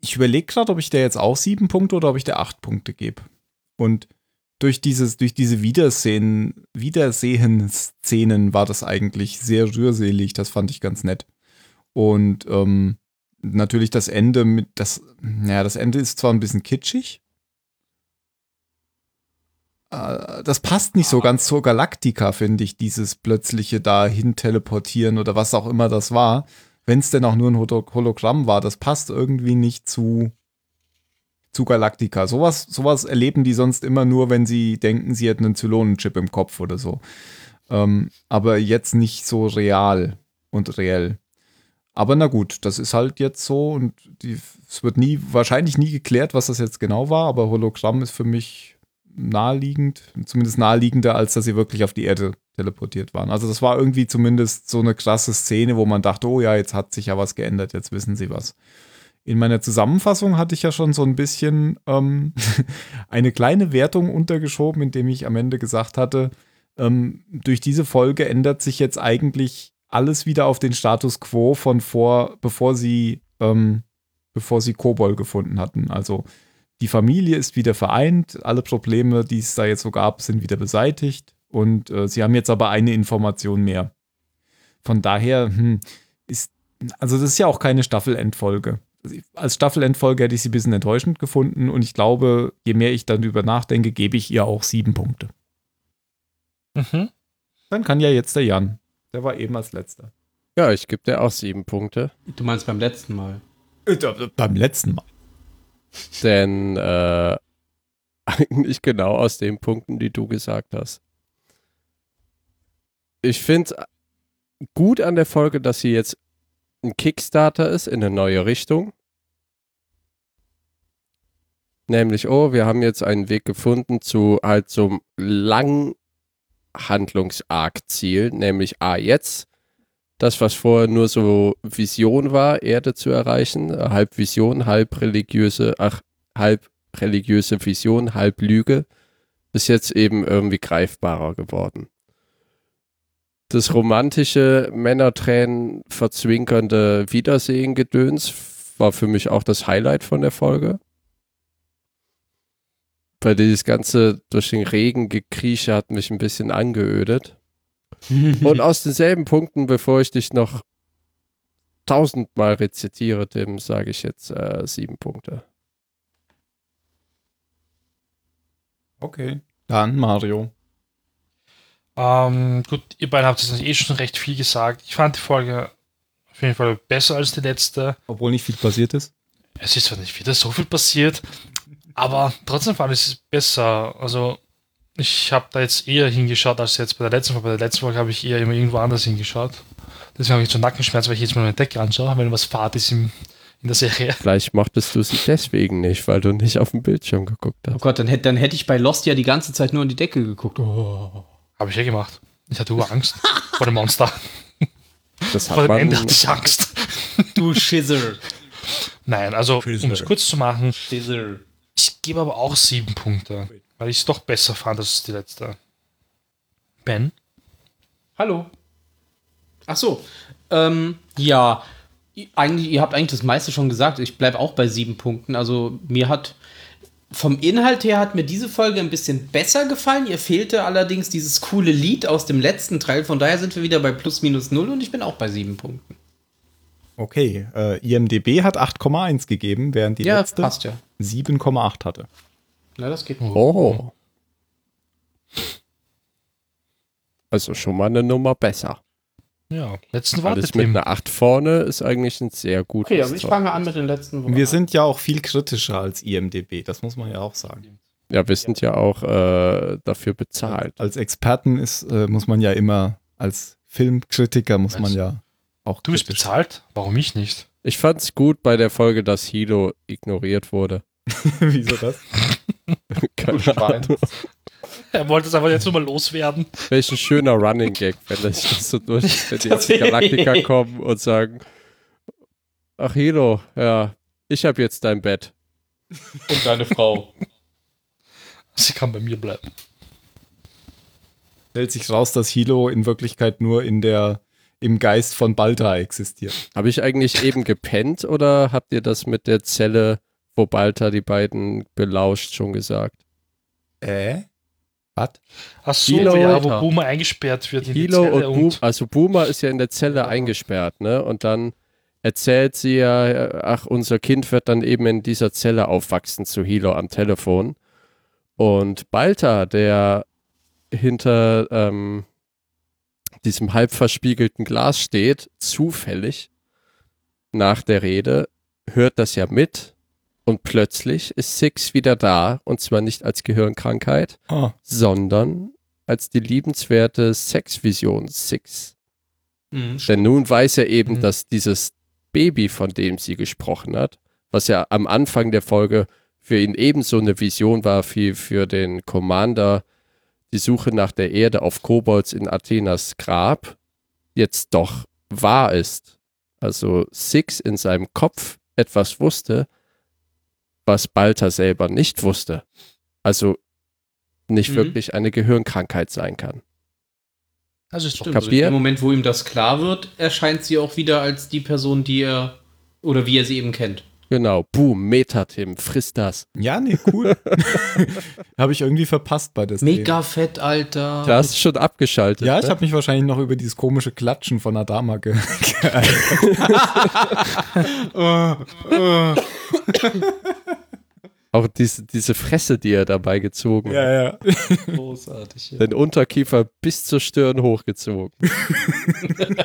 ich überlege gerade, ob ich der jetzt auch sieben Punkte oder ob ich der acht Punkte gebe. Und durch, dieses, durch diese Wiedersehen, Wiedersehen-Szenen war das eigentlich sehr rührselig. Das fand ich ganz nett. Und ähm, natürlich das Ende mit das, ja, das Ende ist zwar ein bisschen kitschig. äh, Das passt nicht so ganz zur Galactica, finde ich, dieses plötzliche dahin teleportieren oder was auch immer das war. Wenn es denn auch nur ein Holo- Hologramm war, das passt irgendwie nicht zu, zu Galactica. Sowas, sowas erleben die sonst immer nur, wenn sie denken, sie hätten einen Zylonenchip im Kopf oder so. Ähm, aber jetzt nicht so real und reell. Aber na gut, das ist halt jetzt so und die, es wird nie, wahrscheinlich nie geklärt, was das jetzt genau war, aber Hologramm ist für mich naheliegend, zumindest naheliegender, als dass sie wirklich auf die Erde teleportiert waren. Also das war irgendwie zumindest so eine krasse Szene, wo man dachte, oh ja, jetzt hat sich ja was geändert, jetzt wissen sie was. In meiner Zusammenfassung hatte ich ja schon so ein bisschen ähm, [LAUGHS] eine kleine Wertung untergeschoben, indem ich am Ende gesagt hatte, ähm, durch diese Folge ändert sich jetzt eigentlich alles wieder auf den Status quo von vor, bevor sie, ähm, bevor sie Kobol gefunden hatten. Also die Familie ist wieder vereint, alle Probleme, die es da jetzt so gab, sind wieder beseitigt und äh, sie haben jetzt aber eine Information mehr. Von daher hm, ist, also das ist ja auch keine Staffelendfolge. Also ich- Als Staffelendfolge hätte ich sie ein bisschen enttäuschend gefunden und ich glaube, je mehr ich darüber nachdenke, gebe ich ihr auch sieben Punkte.
Mhm.
Dann kann ja jetzt der Jan. Der war eben als letzter.
Ja, ich gebe dir auch sieben Punkte.
Du meinst beim letzten Mal.
Beim letzten Mal.
Denn äh, [LAUGHS] eigentlich genau aus den Punkten, die du gesagt hast. Ich finde gut an der Folge, dass sie jetzt ein Kickstarter ist in eine neue Richtung. Nämlich, oh, wir haben jetzt einen Weg gefunden zu halt so einem langen Handlungsarg-Ziel, nämlich ah, jetzt das, was vorher nur so Vision war, Erde zu erreichen, äh, halb Vision, halb religiöse, ach, halb religiöse Vision, halb Lüge, ist jetzt eben irgendwie greifbarer geworden. Das romantische, Männertränen verzwinkernde Wiedersehen-Gedöns war für mich auch das Highlight von der Folge. weil dieses ganze durch den Regen gekrieche hat mich ein bisschen angeödet.
Mhm.
Und aus denselben Punkten, bevor ich dich noch tausendmal rezitiere, Tim, sage ich jetzt äh, sieben Punkte.
Okay. Dann Mario.
Ähm, gut, ihr beiden habt jetzt eh schon recht viel gesagt. Ich fand die Folge auf jeden Fall besser als die letzte.
Obwohl nicht viel passiert ist.
Es ist zwar nicht wieder so viel passiert, aber trotzdem fand ich es besser. Also, ich habe da jetzt eher hingeschaut als jetzt bei der letzten Folge. Bei der letzten Folge habe ich eher immer irgendwo anders hingeschaut. Deswegen habe ich so Nackenschmerz, weil ich jetzt mal meine Decke anschaue, wenn was Fahrt ist im, in der Serie.
Vielleicht mochtest du sie deswegen nicht, weil du nicht auf den Bildschirm geguckt
Oh
hast.
Gott, dann hätte, dann hätte ich bei Lost ja die ganze Zeit nur an die Decke geguckt. Oh.
Habe ich eh gemacht. Ich hatte Angst vor
[LAUGHS]
dem Monster.
Das
Vor
hat
dem Ende
man.
hatte ich Angst.
Du Schisser.
Nein, also,
Freezer.
um es kurz zu machen,
Schisser.
ich gebe aber auch sieben Punkte, weil ich es doch besser fand als die letzte. Ben?
Hallo. Ach so. Ähm, ja, I- eigentlich, ihr habt eigentlich das meiste schon gesagt. Ich bleibe auch bei sieben Punkten. Also mir hat vom Inhalt her hat mir diese Folge ein bisschen besser gefallen. Ihr fehlte allerdings dieses coole Lied aus dem letzten Teil. Von daher sind wir wieder bei plus minus null und ich bin auch bei sieben Punkten.
Okay. Äh, IMDB hat 8,1 gegeben, während die
ja,
letzte
passt ja.
7,8 hatte.
Na, das geht.
Oh. Also schon mal eine Nummer besser.
Ja, letzten
Alles mit
Wartetim.
einer 8 vorne ist eigentlich ein sehr gutes
Okay, aber ich
Zeug.
fange an mit den letzten
Und wir sind ja auch viel kritischer als IMDB, das muss man ja auch sagen.
Ja, wir sind ja auch äh, dafür bezahlt.
Als Experten ist, äh, muss man ja immer, als Filmkritiker muss man
Was?
ja auch
Du bist
kritisch- [LAUGHS]
bezahlt? Warum ich nicht?
Ich fand's gut bei der Folge, dass Hilo ignoriert wurde.
Wieso das?
Keine Ahnung.
[LAUGHS] Er wollte es einfach jetzt nur mal loswerden.
[LAUGHS] Welch ein schöner Running Gag, wenn das so [LAUGHS] durch, wenn die auf die Galaktika kommen und sagen, ach Hilo, ja, ich hab jetzt dein Bett.
und deine Frau.
Sie kann bei mir bleiben.
stellt sich raus, dass Hilo in Wirklichkeit nur in der, im Geist von Balta existiert.
Habe ich eigentlich eben gepennt oder habt ihr das mit der Zelle, wo Balta die beiden belauscht, schon gesagt?
Äh? Was?
Ach so,
Hilo,
ja,
Alter.
wo Boomer eingesperrt wird in
Hilo
die Zelle
und, Boom,
und
also Boomer ist ja in der Zelle eingesperrt, ne? Und dann erzählt sie ja, äh, ach, unser Kind wird dann eben in dieser Zelle aufwachsen zu Hilo am Telefon. Und Balta, der hinter ähm, diesem halb verspiegelten Glas steht, zufällig nach der Rede, hört das ja mit und plötzlich ist Six wieder da und zwar nicht als Gehirnkrankheit,
Ah,
sondern als die liebenswerte Sexvision Six.
Mhm.
Denn nun weiß er eben,
Mhm.
dass dieses Baby, von dem sie gesprochen hat, was ja am Anfang der Folge für ihn ebenso eine Vision war wie für den Commander, die Suche nach der Erde auf Kobolds in Athenas Grab, jetzt doch wahr ist. Also Six in seinem Kopf etwas wusste, was Balta selber nicht wusste. Also nicht
Mhm.
wirklich eine Gehirnkrankheit sein kann.
Also ist doch
Stimmt,
ganz
Kapier?
also Im Moment, wo ihm das klar wird, erscheint sie auch wieder als die Person, die er oder wie er sie eben kennt.
Genau, boom, Metatim, friss das.
ja, nee,
[LAUGHS]
cool. habe ich irgendwie verpasst bei der Szene.
Mega fett, Alter.
Da hast du schon abgeschaltet.
Ja, ich
ne?
habe mich wahrscheinlich noch über dieses komische Klatschen von Adama
[LAUGHS]
ge
Oh,
Auch diese, diese Fresse, die er dabei gezogen hat.
ja.
Großartig.
Den Unterkiefer bis zur Stirn hochgezogen.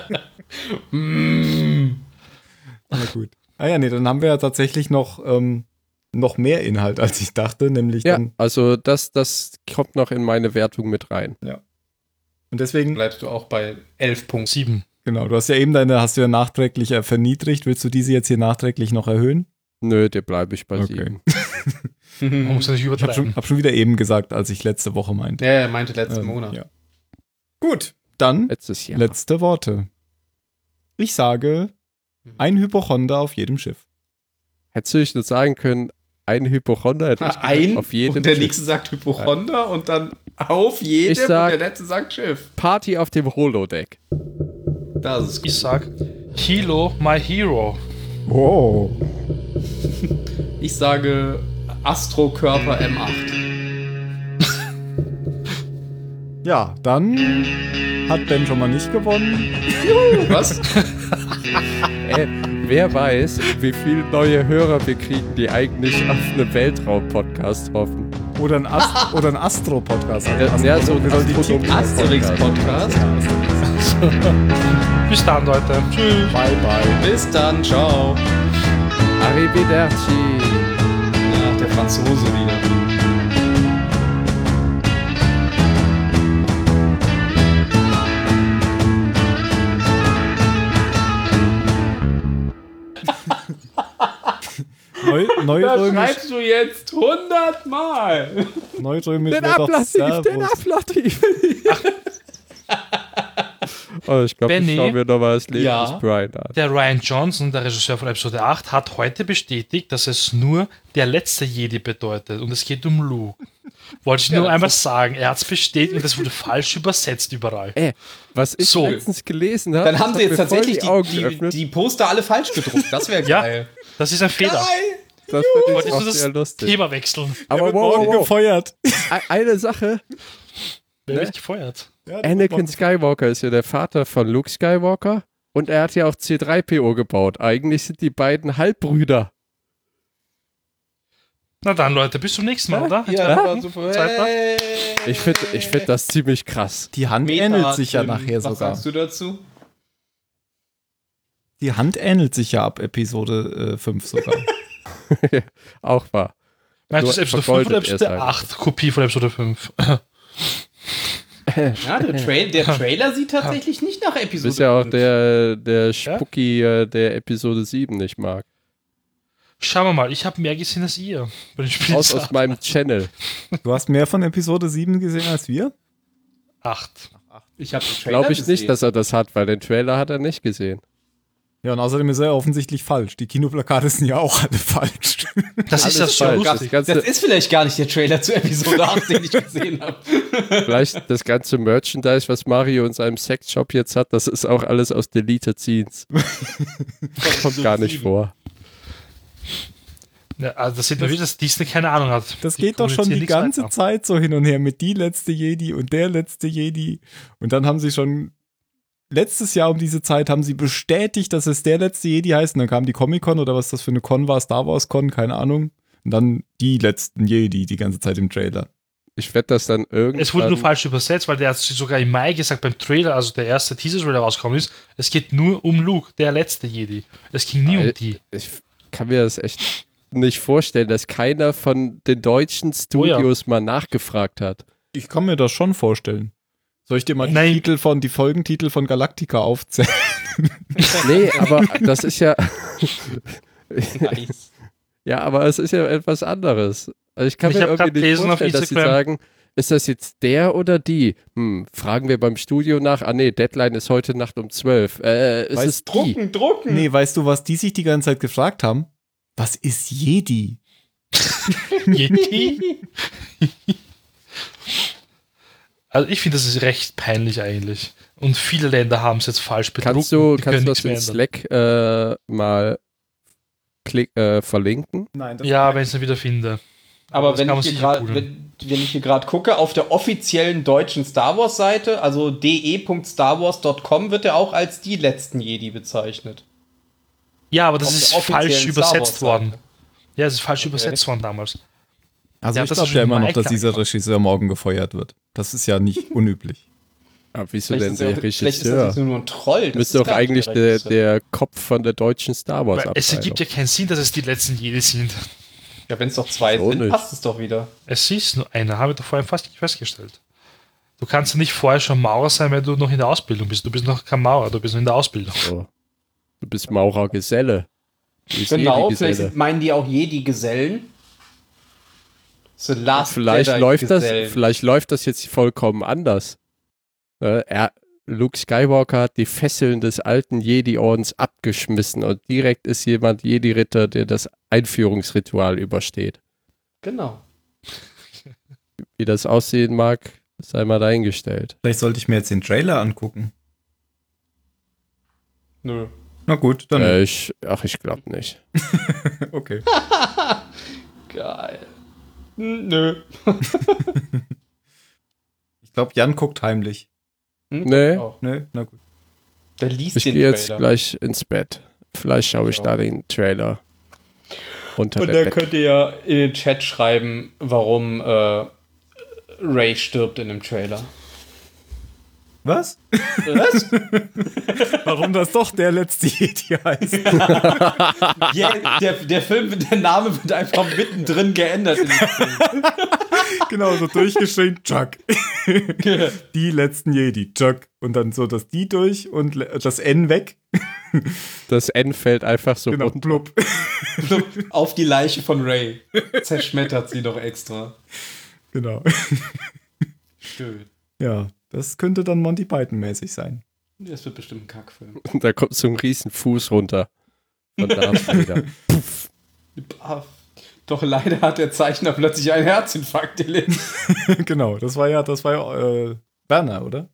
[LAUGHS]
Na gut. Ah ja, nee, dann haben wir ja tatsächlich noch, ähm, noch mehr Inhalt, als ich dachte, nämlich
Ja,
dann.
also das, das kommt noch in meine Wertung mit rein.
Und deswegen,
Bleibst du auch bei elf Punkten.
sieben.
genau, du hast ja eben deine, hast du ja nachträglich äh, verniedrigt. Willst du diese jetzt hier nachträglich noch erhöhen?
Nö, dir bleibe ich bei
Okay.
[LAUGHS]
sieben. [LAUGHS]
Man muss ja nicht
Ich habe
übertreiben.
schon, hab schon wieder eben gesagt, als ich letzte Woche meinte.
Ja, er meinte letzten
Ähm,
Monat.
Ja. Gut, dann
Letztes Jahr.
letzte Worte. Ich sage,
Mhm.
ein Hypochonder auf jedem Schiff.
Hättest du nicht nur sagen können, ein Hypochonder hätte ich gesagt,
Ah, Ein
auf jedem
und der
Schiff.
nächste sagt Hypochonder und dann auf jedem
Ich sag-
und der letzte sagt Schiff.
Party auf dem Holodeck.
Das ist gut.
Ich sag, Hilo, my hero.
Oh.
Ich sage Astrokörper M8.
Ja, dann hat Ben schon mal nicht gewonnen.
[LAUGHS] Was? Ey, wer weiß, wie viele neue Hörer wir kriegen, die eigentlich auf einen Weltraum-Podcast hoffen.
Oder
[LAUGHS]
ein, Ast oder ein Astro-Podcast. Also Astro
ja, so ein
wir sollen die
Astronom-
Titel-
Asterix-Podcast.
Bis dann, Leute. Tschüss.
Bye, bye.
Bis dann, ciao.
Arrivederci.
Ach, der Franzose wieder.
Neu,
[LAUGHS]
Neurömisch,
du jetzt hundertmal.
Neurömisch
Den
wird doch
Ablativ, den
Servus.
Ablativ. [LAUGHS] oh, ich glaube, ich
Benny?
schaue mir nochmal das Leben
Ja.
des Brian an.
Der Ryan Johnson, der Regisseur von Episode 8, hat heute bestätigt, dass es nur der letzte Jedi bedeutet und es geht um Luke. Wollte ich nur einmal sagen, er hat es bestätigt und das wurde falsch übersetzt überall.
Ey, was ich
So.
letztens gelesen habe,
Dann
das
haben
hat
sie jetzt
mir voll
tatsächlich
die Augen
die, die,
geöffnet.
die Poster alle falsch gedruckt. Das wäre
Ja,
geil.
das ist ein Fehler.
Geil.
das finde ich
Wolltest
auch
du das
sehr lustig.
Thema wechseln?
Aber
Wird
wow,
morgen
wow, wow. [LAUGHS]
gefeuert.
E- eine Sache,
Wer wird gefeuert?
Anakin Skywalker ist ja der Vater von Luke Skywalker und er hat ja auch C3PO gebaut. Eigentlich sind die beiden Halbbrüder.
Na dann, Leute, bis zum nächsten Mal, oder?
Ja, war super.
Zeitplan?
Hey.
Ich finde ich find das ziemlich krass.
Die Hand
Meta-
ähnelt sich ja
Tim,
nachher
was
sogar.
sagst du dazu?
Die Hand ähnelt sich ja ab Episode äh,
[LAUGHS]
5 sogar.
Auch wahr.
Meinst du das
Nur
ist Episode 5 oder
vergoldet halt. erst
Episode
einmal.
8? Kopie von Episode 5.
Ja, der,
[LAUGHS]
Trail, der Trailer sieht tatsächlich nicht nach
Du
Episode
bist ja auch
fünf.
der, der Spucki äh, der Episode 7 nicht
[LAUGHS]
mag.
[LAUGHS] Schauen wir mal, ich habe mehr gesehen als ihr bei den
Aus, aus
Spielsachen.
meinem Channel.
Du hast mehr von Episode 7 gesehen als wir?
8.
Ich habe
Glaube ich nicht, dass er das hat, weil den Trailer hat er nicht gesehen.
Ja, und außerdem ist er ja offensichtlich falsch. Die Kinoplakate sind ja auch alle
[LAUGHS]
falsch.
Das ist ja schon
falsch. das
lustig.
ganze,
Das ist vielleicht gar nicht der Trailer zu Episode 8, den ich gesehen habe.
[LAUGHS]
[LAUGHS]
vielleicht das ganze Merchandise, was Mario in seinem Sexshop jetzt hat, das ist auch alles aus Deleted
[LAUGHS]
Scenes. Kommt gar nicht vor.
Ja, also das sieht man wieder, dass Disney keine Ahnung hat.
Das
Die halt
geht doch schon
kommunizieren
die
nichts
ganze
weiter.
Zeit so hin und her mit die letzte Jedi und der letzte Jedi. Und dann haben sie schon letztes Jahr um diese Zeit haben sie bestätigt, dass es der letzte Jedi heißt. Und dann kam die Comic-Con oder was das für eine Con war, Star Wars Con, keine Ahnung. Und dann die letzten Jedi die ganze Zeit im Trailer.
Ich werde das dann irgendwann.
Es wurde nur falsch übersetzt, weil der hat sogar im Mai gesagt beim Trailer, also der erste Teaser-Trailer rausgekommen ist, es geht nur um Luke, der letzte Jedi. Es ging nie um die.
Ich kann mir das echt nicht vorstellen, dass keiner von den deutschen
Oh ja.
Studios mal nachgefragt
[LAUGHS]
hat.
Ich kann mir das schon vorstellen. Soll ich dir mal die
Nein.
Titel von, die Folgentitel von Galactica aufzählen?
Nee, aber das ist ja.
Nice.
Ja, aber es ist ja etwas anderes. Also ich kann
Ich
mir
hab grad
irgendwie nicht
gelesen auf
vorstellen, dass sie
Instagram.
sagen, ist das jetzt der oder die? Hm, fragen wir beim Studio nach. Ah nee, Deadline ist heute Nacht um 12. Äh, es
Weiß
ist die.
Drucken, drucken.
Nee, weißt du, was die sich die ganze Zeit gefragt haben? Was ist Jedi?
Jedi? also ich finde, das ist recht peinlich eigentlich. Und viele Länder haben es jetzt falsch bedruckt.
Kannst du,
die
kannst
können
du
nichts
das in
mehr
Slack
ändern.
äh, mal klick, äh, verlinken?
Nein, das
Ja, wenn ich es dann wieder finde.
Aber
Das
wenn
kann man
ich, hier
sich
grad,
googeln.
wenn, wenn ich hier gerade gucke, auf der offiziellen deutschen Star Wars-Seite, also de.starwars.com, wird er auch als die letzten Jedi bezeichnet.
Ja, aber das
Auf
ist
der offiziellen
falsch
Star
übersetzt
Wars-Seite.
worden. Ja, es ist falsch übersetzt worden damals.
Also
Ja,
ich
das
glaube
ist
ja
schon
immer noch,
Mike
dass dieser
einfach.
Regisseur morgen gefeuert wird. Das ist ja [LAUGHS] nicht unüblich.
Aber wieso
Vielleicht
denn
ist, er-
der
vielleicht ist das
Regisseur?
nur ein Troll. Das
Müsste
ist
doch
gar nicht
eigentlich der, der Kopf von der deutschen Star Wars
Weil es ergibt ja
abteilung
keinen Sinn, dass es die letzten Jedi sind.
Regisseur. Ja, wenn es doch zwei
So
sind,
nicht.
passt es doch wieder.
Es ist nur einer, habe ich doch vorhin fast festgestellt. Du kannst ja nicht vorher schon Maurer sein, wenn du noch in der Ausbildung bist. Du bist noch kein Maurer, du bist noch in der Ausbildung.
so. Du bist Maurergeselle. Du bist eh
Genau, vielleicht
Jedi-Geselle.
sind- meinen die auch Jedi-Gesellen. The Last
Vielleicht
Ah, Jedi
läuft, das,
Gesellen.
vielleicht läuft das jetzt vollkommen anders. Äh, Er, Luke Skywalker hat die Fesseln des alten Jedi-Ordens abgeschmissen und direkt ist jemand Jedi-Ritter, der das Einführungsritual übersteht.
Genau.
Wie das aussehen mag, sei mal dahingestellt.
Vielleicht sollte ich mir jetzt den Trailer angucken.
Nö.
Na gut,
Hm.
dann.
Äh, ich, ach, ich glaube nicht.
[LAUGHS] Okay.
Geil. Nö.
Ich glaube, Jan guckt heimlich.
Nee,
Oh,
Ne? Na gut.
der liest
ich
den
gehe jetzt
Trailer.
gleich ins Bett. Vielleicht schaue ich
Ja.
da den Trailer unter
Und
der
dann
Bett.
könnt ihr ja in den Chat schreiben, warum äh, Ray stirbt in dem Trailer.
Was?
Was?
Warum das doch der letzte Jedi heißt?
Ja, der, der Film, der Name wird einfach mittendrin geändert. [LAUGHS] In dem Film.
[LAUGHS] genau, so durchgeschrien, Chuck. die letzten Jedi, Chuck. Und dann so das Die durch und le- das N weg.
Das N fällt einfach so
Genau,
runter.
blub.
Plupp, Auf die Leiche von Ray. Zerschmettert sie noch extra.
[LAUGHS] genau.
Schön.
Ja, das könnte dann Monty Python-mäßig sein. [LAUGHS]
Das wird bestimmt ein Kackfilm.
Und [LAUGHS] da kommt so ein riesen Fuß runter. Von
[LAUGHS]
Darth Vader.
Baff. Ah. Doch leider hat der Zeichner plötzlich einen Herzinfarkt erlitten.
genau, das war ja, das war ja äh, Werner, oder?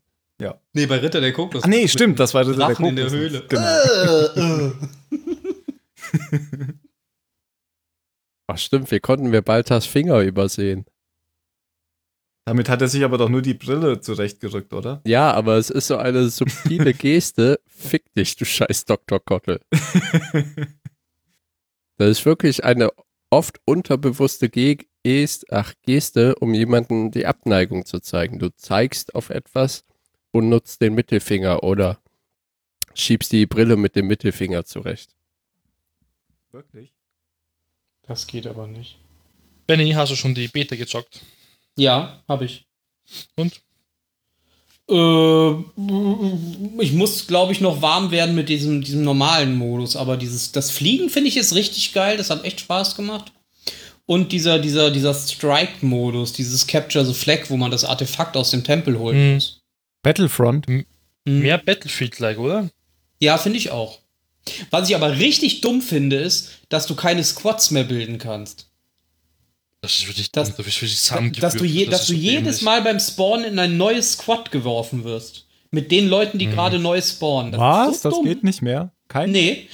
Nee, bei Ritter der Kokos.
Ah, nee, stimmt, das war der
Drachen in der
Kokosnuss.
Höhle.
Genau.
Ach stimmt, wir konnten wir Balthas Finger übersehen.
Damit hat er sich aber doch nur die Brille zurechtgerückt, oder?
Ja, aber es ist so eine
[LAUGHS]
subtile Geste. Fick dich, du scheiß Dr. Kottel. Das ist wirklich eine oft unterbewusste Ge Gest, ach, Geste, um jemanden die Abneigung zu zeigen. Du zeigst auf etwas und nutzt den Mittelfinger oder schiebst die Brille mit dem Mittelfinger zurecht.
Wirklich?
Das geht aber nicht.
Benny, hast du schon die Beta gezockt?
Ja, habe ich.
Und?
Äh, ich muss, glaube ich, noch warm werden mit diesem, diesem normalen Modus, aber dieses, das Fliegen finde ich ist richtig geil, das hat echt Spaß gemacht. Und dieser, dieser, dieser Strike-Modus, dieses Capture the Flag, wo man das Artefakt aus dem Tempel holen
Mhm.
muss.
Battlefront?
Mhm.
Mehr Battlefield-like, oder?
Ja, finde ich auch. Was ich aber richtig dumm finde, ist, dass du keine Squads mehr bilden kannst.
Das ist wirklich
Das-
dumm, da bist du wirklich
dass du, je,
zusammengewürfelt,
dass
das
du
ist so
jedes
dämlich.
Mal beim Spawn in ein neues Squad geworfen wirst. Mit den Leuten,
Mhm.
die gerade neu spawnen.
Was?
so
das
dumm.
geht nicht mehr? Kein?
Nee.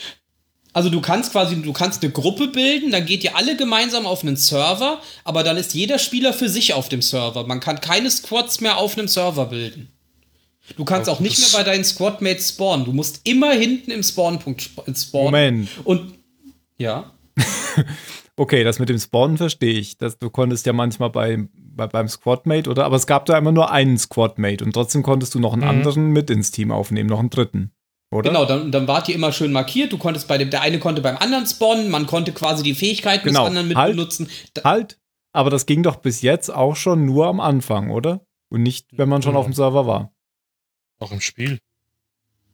Also du kannst quasi, du kannst eine Gruppe bilden, dann geht ihr alle gemeinsam auf einen Server, aber dann ist jeder Spieler für sich auf dem Server. Man kann keine Squads mehr auf einem Server bilden. Du kannst
Oh,
auch nicht mehr
das-
bei deinen Squadmates spawnen. Du musst immer hinten im Spawnpunkt sp- spawnen.
Moment.
Und ja.
Okay, das mit dem Spawnen verstehe ich. Das, du konntest ja manchmal bei, bei, beim Squadmate, oder? Aber es gab da immer nur einen Squadmate und trotzdem konntest du noch einen anderen mit ins Team aufnehmen, noch einen dritten. Oder?
Mhm. Genau, dann, dann wart ihr immer schön markiert. Du konntest bei dem, der eine konnte beim anderen spawnen, man konnte quasi die Fähigkeiten
Genau.
des anderen mit
Halt.
benutzen. Da,
Halt. Aber das ging doch bis jetzt auch schon nur am Anfang, oder? Und nicht, wenn man schon
Ja.
Genau.
auf dem Server war.
Auch im Spiel.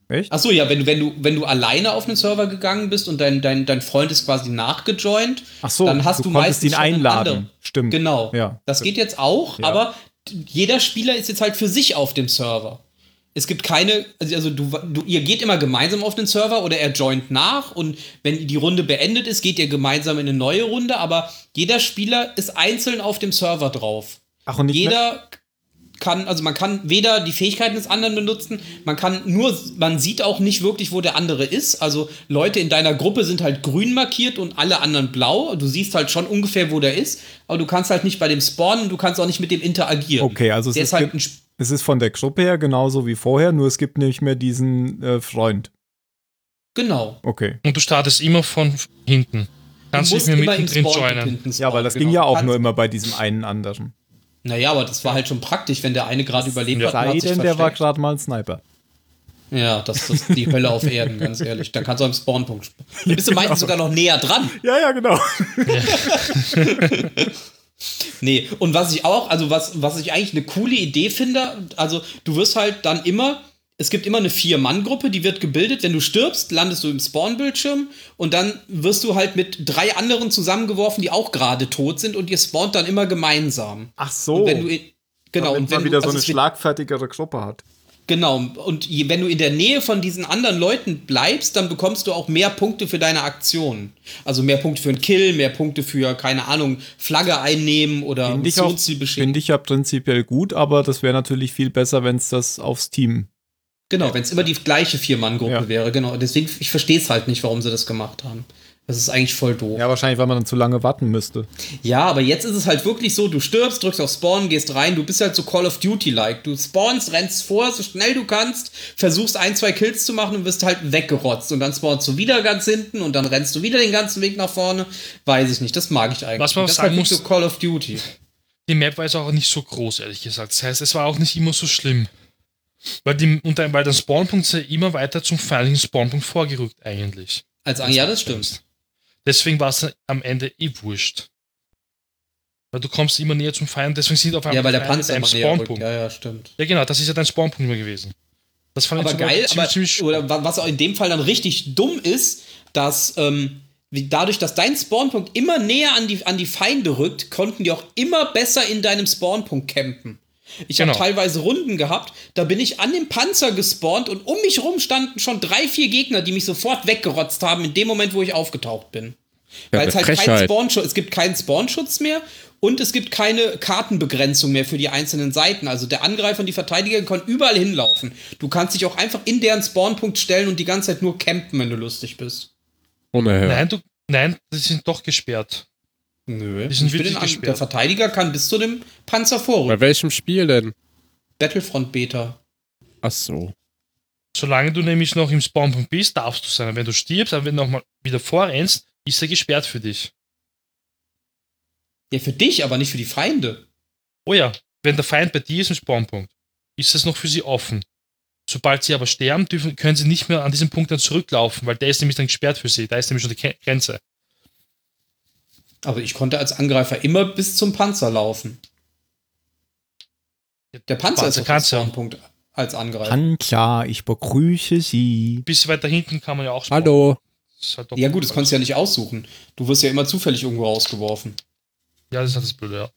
Echt?
Ach so, ja, wenn du, wenn du, wenn du alleine auf einen Server gegangen bist und dein, dein, dein Freund ist quasi nachgejoint,
Ach so,
dann hast du
konntest
meistens
ihn
schon einen
einladen.
anderen.
Stimmt.
genau.
Ja.
Das geht jetzt auch,
Ja.
aber jeder Spieler ist jetzt halt für sich auf dem Server. Es gibt keine, also also du, du, ihr geht immer gemeinsam auf den Server oder er joint nach und wenn die Runde beendet ist, geht ihr gemeinsam in eine neue Runde, aber jeder Spieler ist einzeln auf dem Server drauf.
Ach, und nicht mehr-
jeder kann, also man kann weder die Fähigkeiten des anderen benutzen, man kann nur, man sieht auch nicht wirklich, wo der andere ist. Also Leute in deiner Gruppe sind halt grün markiert und alle anderen blau. Du siehst halt schon ungefähr, wo der ist, aber du kannst halt nicht bei dem spawnen, du kannst auch nicht mit dem interagieren.
Okay, also es
der
ist,
ist halt
ge-
ein Sp
es ist von der Gruppe her genauso wie vorher, nur es gibt nicht mehr diesen äh, Freund.
genau.
Okay.
Und du startest immer von hinten. Kannst nicht mehr mittendrin joinen.
hinten
Ja, weil das ging ja
genau.
auch nur immer bei diesem einen anderen.
Naja, aber das war halt schon praktisch, wenn der eine gerade überlebt hat. und
Sei
hat sich
denn, der war
versteckt.
gerade mal ein Sniper.
Ja, das ist die Hölle auf Erden, ganz ehrlich. Da kannst du am Spawnpunkt. sp- Da bist du
[LAUGHS]
meistens sogar noch näher dran.
Ja, ja, genau.
Nee, und was ich auch, also was, was ich eigentlich eine coole Idee finde, also du wirst halt dann immer, es gibt immer eine Vier-Mann-Gruppe, die wird gebildet. Wenn du stirbst, landest du im Spawn-Bildschirm und dann wirst du halt mit drei anderen zusammengeworfen, die auch gerade tot sind und ihr spawnt dann immer gemeinsam.
Ach so.
Und wenn du in, genau, und wenn du, also es wird-
schlagfertigere Gruppe hat.
Genau, und je, wenn du in der Nähe von diesen anderen Leuten bleibst, dann bekommst du auch mehr Punkte für deine Aktionen. Also mehr Punkte für einen Kill, mehr Punkte für, keine Ahnung, Flagge einnehmen oder
Finde ich, auch,
Sozi
finde ich ja prinzipiell gut, aber das wäre natürlich viel besser, wenn es das aufs Team
Genau, wenn es immer die gleiche Vier-Mann-Gruppe
Ja.
wäre, genau. Deswegen, ich verstehe es halt nicht, warum sie das gemacht haben. Das ist eigentlich voll doof.
Ja, wahrscheinlich, weil man dann zu lange warten müsste.
Ja, aber jetzt ist es halt wirklich so, du stirbst, drückst auf Spawn, gehst rein, du bist halt so Call of Duty-like. Du spawnst, rennst vor, so schnell du kannst, versuchst ein, zwei Kills zu machen und wirst halt weggerotzt. Und dann spawnst du wieder ganz hinten und dann rennst du wieder den ganzen Weg nach vorne. Weiß ich nicht, das mag ich eigentlich.
Was man auch
das ist
sagen
halt wirklich
muss-
so Call of Duty.
Die Map war jetzt auch nicht so groß, ehrlich gesagt. Das heißt, es war auch nicht immer so schlimm. Weil, die, und dann, weil der Spawnpunkt ist ja immer weiter zum feindlichen Spawnpunkt vorgerückt, eigentlich.
Als Ang ja, das stimmt.
Deswegen war es dann am Ende eh wurscht. Weil du kommst immer näher zum Feind, deswegen sind auf einmal
Ja, weil der
die Feinde
Panzer
beim
immer näher rückt.
Spawnpunkt. Ja.
Ja, ja, stimmt.
genau, das ist ja dein Spawnpunkt immer gewesen. Das fand
aber
ich zum Beispiel
geil, aber
ziemlich, ziemlich
oder wa- was auch in dem Fall dann richtig dumm ist, dass ähm, wie, dadurch, dass dein Spawnpunkt immer näher an die, an die Feinde rückt, konnten die auch immer besser in deinem Spawnpunkt campen. Ich
Genau.
habe teilweise Runden gehabt, da bin ich an dem Panzer gespawnt und um mich rum standen schon drei, vier Gegner, die mich sofort weggerotzt haben, in dem Moment, wo ich aufgetaucht bin.
Ja,
Weil
eine
es halt kein
Frechheit.
Spawnschutz, es gibt keinen Spawnschutz mehr und es gibt keine Kartenbegrenzung mehr für die einzelnen Seiten. Also der Angreifer und die Verteidiger können überall hinlaufen. Du kannst dich auch einfach in deren Spawnpunkt stellen und die ganze Zeit nur campen, wenn du lustig bist.
Unerhört.
Nein, du, nein, die sind doch gesperrt.
Nö.
Die sind
ich bin
wirklich
den An-
gesperrt.
der Verteidiger kann bis zu dem Panzer vorrücken.
Bei welchem Spiel denn?
Battlefront Beta.
Ach so.
Solange du nämlich noch im Spawnpunkt bist, darfst du sein. Wenn du stirbst, aber wenn du nochmal wieder vorrennst, ist er gesperrt für dich.
Ja, für dich, aber nicht für die Feinde.
Oh ja, wenn der Feind bei dir ist im Spawnpunkt, ist es noch für sie offen. Sobald sie aber sterben, dürfen, können sie nicht mehr an diesem Punkt dann zurücklaufen, weil der ist nämlich dann gesperrt für sie. Da ist nämlich schon die Ke- Grenze.
Aber ich konnte als Angreifer immer bis zum Panzer laufen. Der Panzer,
Panzer
ist auf dem
kannst du.
Spawnpunkt als Angreifer.
Panzer, ich begrüße Sie.
Bis weiter hinten kann man ja auch spawnen.
Hallo.
Das ist halt doch-
ja gut, das konntest du ja nicht aussuchen. Du wirst ja immer zufällig irgendwo rausgeworfen.
Ja, das ist halt das Blöde, ja.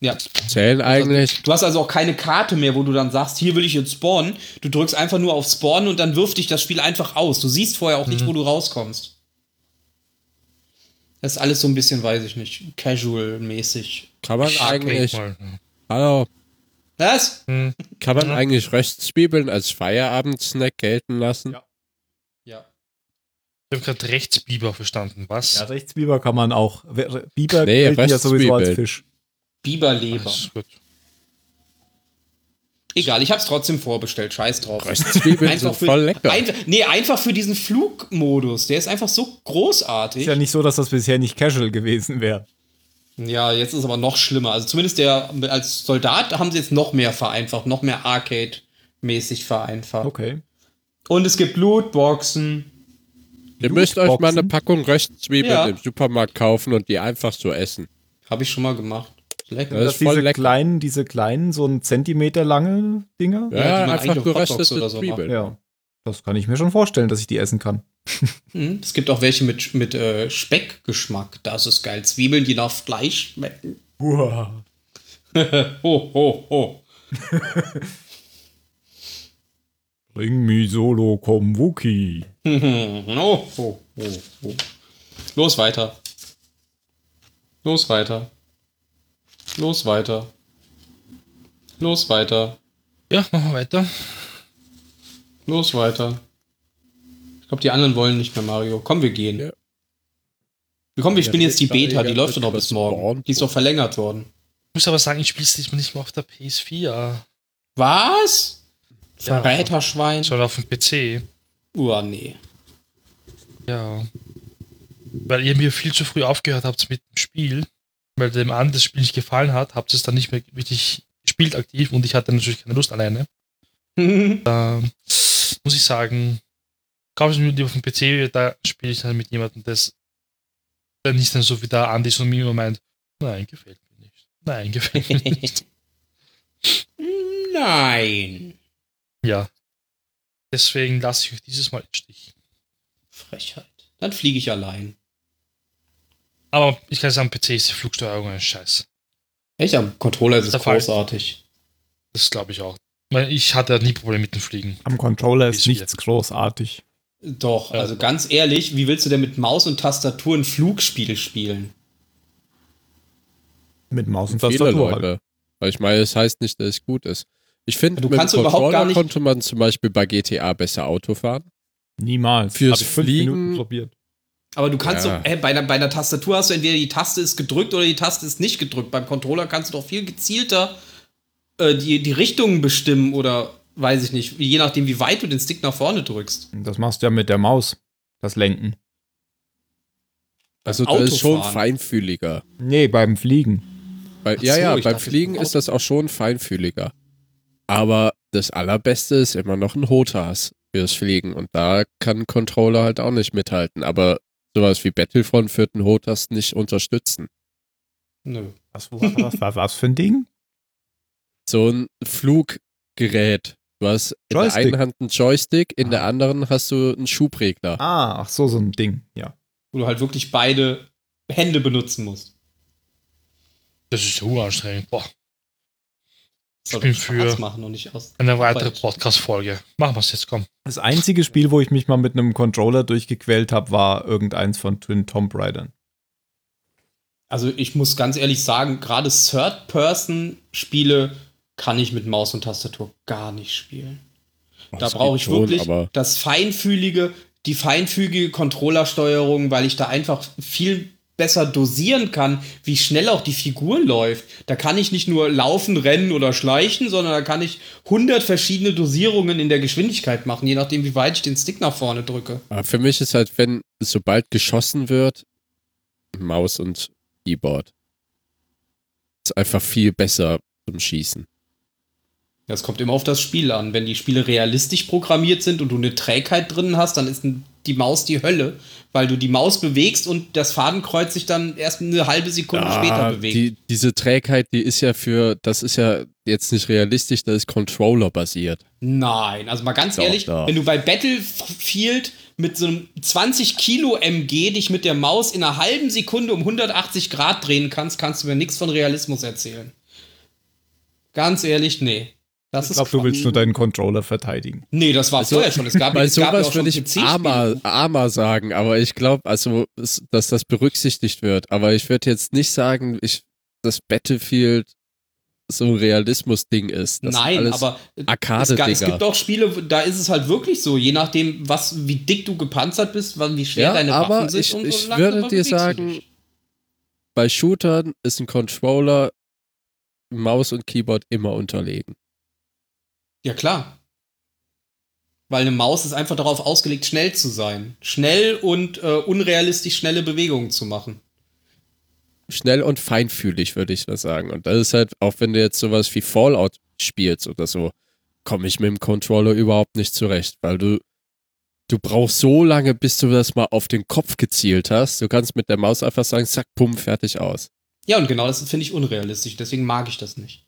Ja.
Zählen eigentlich?
Du hast also auch keine Karte mehr, wo du dann sagst, hier will ich jetzt spawnen. Du drückst einfach nur auf Spawnen und dann wirft dich das Spiel einfach aus. Du siehst vorher auch nicht, wo du rauskommst. Das ist alles so ein bisschen, weiß ich nicht, casual-mäßig.
Kann man
Denk
eigentlich.
mal.
Hallo.
Was?
Hm.
Kann man
Ja.
eigentlich Röstzwiebeln als Feierabendsnack gelten lassen?
Ja.
Ja.
Ich habe gerade Rechtsbiber verstanden. Was?
Ja, Rechtsbiber kann man auch. We- Biber
Nee,
gilt ja sowieso als
Restzwiebeln.
Fisch.
Biberleber.
Das ist gut.
Egal, ich hab's trotzdem vorbestellt. Scheiß drauf.
Röstzwiebeln sind voll lecker.
Ein, nee, einfach für diesen Flugmodus. Der ist einfach so großartig.
Ist ja nicht so, dass das bisher nicht casual gewesen wäre.
Ja, jetzt ist aber noch schlimmer. Also zumindest der als Soldat haben sie jetzt noch mehr vereinfacht, noch mehr Arcade-mäßig vereinfacht.
Okay.
Und es gibt Lootboxen.
Ihr müsst euch mal eine
Lootboxen?
Packung Röstzwiebeln
Ja.
im Supermarkt kaufen und die einfach so essen.
Habe ich schon mal gemacht. Ist Lecker.
Das
Dass
ist voll
diese
lecker.
kleinen, diese kleinen, so einen Zentimeter lange
Ja,
Dinger.
die man eigentlich
einfach
auf Hotdogs
geröstete
oder so ne? macht.
Zwiebeln.
Ja. Das kann ich mir schon vorstellen, dass ich die essen kann.
Mhm. Es gibt auch welche mit, mit äh, Speckgeschmack. Das ist geil. Zwiebeln, die nach Fleisch schmecken. [LAUGHS]
Uah.
ho, ho, ho. [LAUGHS]
Bring mi solo Kombuki.
ho, ho, ho, ho. Los weiter. Los weiter. Los weiter. Los weiter.
Ja, machen wir weiter.
Los weiter. Ich glaube, die anderen wollen nicht mehr Mario. Komm, wir gehen.
Ja.
Komm, wir spielen jetzt die
ich sage,
Beta.
ihr
Die
habt
läuft
euch
doch noch bis morgen.
überspawn.
Die ist doch verlängert worden.
Ich muss aber sagen, ich spiele es diesmal nicht mehr auf der PS4,
Was?
Ja.
Verräterschwein?
sondern auf dem PC.
Uah, [LAUGHS] nee.
Ja. Weil ihr mir viel zu früh aufgehört habt mit dem Spiel, weil dem anderen das Spiel nicht gefallen hat, habt ihr es dann nicht mehr richtig gespielt aktiv und ich hatte natürlich keine Lust alleine. Da muss ich sagen, kaufe ich mir die auf dem PC, da spiele ich dann mit jemandem, das dann nicht dann so wie der Andi so mir immer meint, nein, gefällt mir nicht. Nein, [LAUGHS] gefällt mir nicht.
Nein.
Ja. Deswegen lasse ich euch dieses Mal im Stich.
Frechheit. Dann fliege ich allein.
Aber ich kann sagen, am PC ist die Flugsteuerung ein Scheiß.
Echt, am Controller ist es
Der Fall.
großartig.
Das glaube ich auch. Weil Ich hatte nie Probleme mit dem Fliegen.
Am Controller ist
Ist mir-
nichts großartig.
Doch,
Ja.
also ganz ehrlich, wie willst du denn mit Maus und Tastatur ein Flugspiel spielen?
Mit Maus und
Viele
Tastatur halt.
Leute. Weil ich meine, es heißt nicht, dass es gut ist. Ich finde,
halt. Du
mit dem
kannst überhaupt gar
Controller
nicht-
konnte man zum Beispiel bei GTA besser Auto fahren.
Niemals.
Fürs
Hab ich fünf
Fliegen-
Minuten probiert.
Aber du kannst
Ja.
doch, hä, bei, einer, bei einer Tastatur hast du entweder die Taste ist gedrückt oder die Taste ist nicht gedrückt. Beim Controller kannst du doch viel gezielter äh, die, die Richtungen bestimmen oder weiß ich nicht, je nachdem, wie weit du den Stick nach vorne drückst.
Das machst du ja mit der Maus. Das Lenken.
Also das ist schon
Autofahren.
feinfühliger.
Nee, beim Fliegen.
Weil,
Ach
ja,
so,
ja,
ich
beim
dachte,
Fliegen
Auto-
ist das auch schon feinfühliger. Aber das Allerbeste ist immer noch ein Hotas fürs Fliegen. Und da kann ein Controller halt auch nicht mithalten. Aber sowas wie Battlefront wird ein Hotas nicht unterstützen.
Nö.
Was, was, was, was für ein Ding?
So ein Fluggerät. Du hast in
Joystick.
der einen Hand einen Joystick, in der
Ah.
anderen hast du einen Schubregler.
Ah, ach so, so ein Ding. Ja.
Wo du halt wirklich beide Hände benutzen musst.
Das ist so anstrengend. Boah,
Das soll
Ich bin
doch Spaß
für-
machen und nicht aus.
eine weitere
Arbeit.
Podcast-Folge. Machen wir es jetzt, komm.
Das einzige Spiel, wo ich mich mal mit einem Controller durchgequält habe, war irgendeins von Twin Tomb Raidern.
Also ich muss ganz ehrlich sagen, gerade Third-Person-Spiele kann ich mit Maus und Tastatur gar nicht spielen. Da
Oh, Das
brauche
geht
ich
schon,
wirklich
Aber
das feinfühlige, die feinfügige Controllersteuerung, weil ich da einfach viel besser dosieren kann, wie schnell auch die Figur läuft. Da kann ich nicht nur laufen, rennen oder schleichen, sondern da kann ich 100 verschiedene Dosierungen in der Geschwindigkeit machen, je nachdem, wie weit ich den Stick nach vorne drücke.
Aber für mich ist halt, wenn sobald geschossen wird, Maus und Keyboard. Ist einfach viel besser zum Schießen.
Das kommt immer auf das Spiel an. Wenn die Spiele realistisch programmiert sind und du eine Trägheit drin hast, dann ist n- die Maus die Hölle, weil du die Maus bewegst und das Fadenkreuz sich dann erst eine halbe Sekunde später bewegt.
Ah, die, diese Trägheit, die ist ja für, das ist ja jetzt nicht realistisch, das ist Controller-basiert.
Nein, also mal ganz
Doch,
ehrlich,
doch.
wenn du bei Battlefield mit so einem 20 Kilo MG dich mit der Maus in einer halben Sekunde um 180 Grad drehen kannst, kannst du mir nichts von Realismus erzählen. Ganz ehrlich, nee. Das
Ich
ist
glaube, du willst nur deinen Controller verteidigen.
Nee, das war vorher schon. Es gab,
Also, Bei
es gab
sowas würde ich
PC-Spiele.
Armer, Armer sagen, aber ich glaube, also, es- dass das berücksichtigt wird. Aber ich würde jetzt nicht sagen, ich, dass Battlefield so ein Realismus-Ding ist. Das sind
Nein,
alles
aber es, ga-
Arcade-Dinger.
es gibt auch Spiele, wo- da ist es halt wirklich so, je nachdem, was, wie dick du gepanzert bist, wann, wie schwer
Ja,
deine
aber
Waffen sind.
ich-
und
ich
so lang
würde
darüber
dir
bewegst du
sagen,
dich.
bei Shootern ist ein Controller Maus und Keyboard immer unterlegen.
Ja, klar. Weil eine Maus ist einfach darauf ausgelegt, schnell zu sein. Schnell und äh, unrealistisch schnelle Bewegungen zu machen.
Schnell und feinfühlig, würde ich mal sagen. Und das ist halt, auch wenn du jetzt sowas wie Fallout spielst oder so, komme ich mit dem Controller überhaupt nicht zurecht, weil du, du brauchst so lange, bis du das mal auf den Kopf gezielt hast. Du kannst mit der Maus einfach sagen, zack, bumm, fertig aus.
Ja, und genau das finde ich unrealistisch, deswegen mag ich das nicht.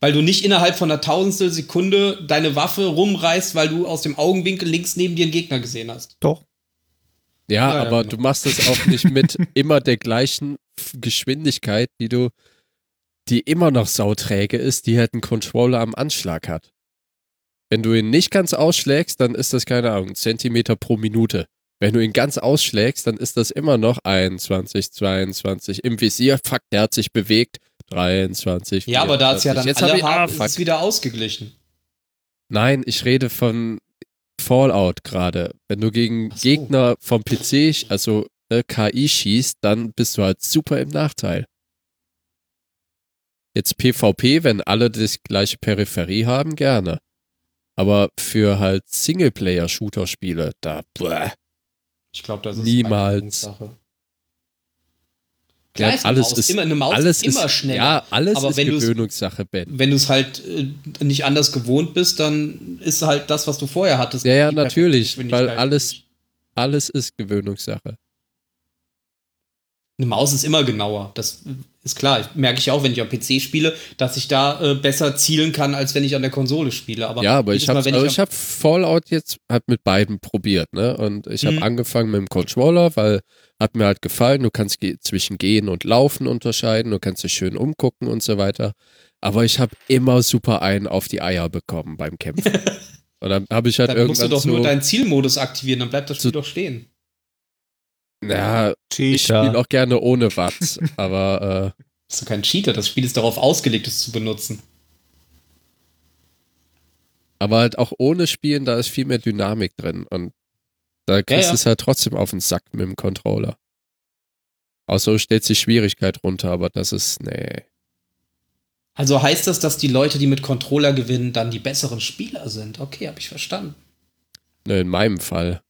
Weil du nicht innerhalb von einer tausendstel Sekunde deine Waffe rumreißt, weil du aus dem Augenwinkel links neben dir einen Gegner gesehen hast.
Doch.
Ja,
Ja, ja,
aber
genau.
du machst das auch nicht mit
[LAUGHS]
immer der gleichen F- Geschwindigkeit, die du, die immer noch sauträge ist, die halt ein Controller am Anschlag hat. Wenn du ihn nicht ganz ausschlägst, dann ist das, keine Ahnung, Zentimeter pro Minute. Wenn du ihn ganz ausschlägst, dann ist das immer noch 21, 22. Im Visier, fuck, der hat sich bewegt. 23.
Ja, aber da ist ja dann
24. Jetzt hab
alle
ich,
Haar-
ah,
ist
fuck.
es wieder ausgeglichen.
Nein, ich rede von Fallout gerade. Wenn du gegen
Ach so.
Gegner vom PC, sch- also ne, KI schießt, dann bist du halt super im Nachteil. Jetzt PvP, wenn alle das gleiche Peripherie haben, gerne. Aber für halt Singleplayer-Shooter-Spiele, da, bleh,
Ich glaube, das ist
Niemals.
Sache.
Ja, alles ist-
immer, eine Maus
alles
ist immer
ist,
schneller.
Ja, alles
Aber
ist
wenn du's-
Gewöhnungssache, Ben.
wenn du es halt äh, nicht anders gewohnt bist, dann ist halt das, was du vorher hattest.
Ja, ja,
die perfekte
natürlich,
Geschwindigkeit.
weil alles- Alles ist Gewöhnungssache.
Eine Maus ist immer genauer. Das ist klar. Ich- Merke ich auch, wenn ich am PC spiele, dass ich da äh, besser zielen kann, als wenn ich an der Konsole spiele. Aber
Ja, aber
jedes
ich habe
Mal, wenn ich
ich
am-
hab Fallout jetzt halt mit beiden probiert, ne? Und ich habe
Mhm.
angefangen mit dem Controller, weil hat mir halt gefallen, du kannst ge zwischen gehen und laufen unterscheiden, du kannst dich schön umgucken und so weiter. Aber ich habe immer super einen auf die Eier bekommen beim
[LAUGHS]
Kämpfen. und dann habe ich halt
dann musst du
irgendwann
doch nur
so,
deinen Zielmodus aktivieren, dann bleibt das Spiel
so-
doch stehen.
na, ich spiele auch gerne ohne Watts, aber äh,
Das ist doch kein Cheater. Das Spiel ist darauf ausgelegt, es zu benutzen.
Aber halt auch ohne Spielen, da ist viel mehr Dynamik drin. Und da kriegst
ja.
du es halt trotzdem auf den Sack mit dem Controller. Auch so stellt sich Schwierigkeit runter, aber das ist, nee.
Also heißt das, dass die Leute, die mit Controller gewinnen, dann die besseren Spieler sind? Okay, habe ich verstanden.
Nee, in meinem Fall.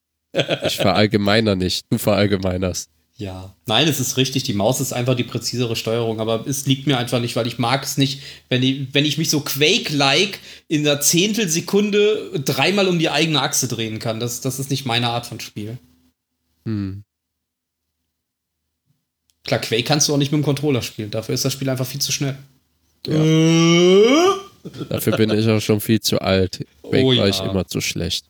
Ich verallgemeiner nicht. Du verallgemeinerst.
Ja. Nein, es ist richtig. Die Maus ist einfach die präzisere Steuerung, aber es liegt mir einfach nicht, weil ich mag es nicht, wenn, die, wenn ich mich so Quake-like in einer Zehntelsekunde dreimal um die eigene Achse drehen kann. Das, das ist nicht meine Art von Spiel.
Hm.
Klar, Quake kannst du auch nicht mit dem Controller spielen. Dafür ist das Spiel einfach viel zu schnell.
Ja.
Äh?
Dafür bin ich auch schon viel zu alt. Quake
Oh
war
ja.
ich immer zu schlecht.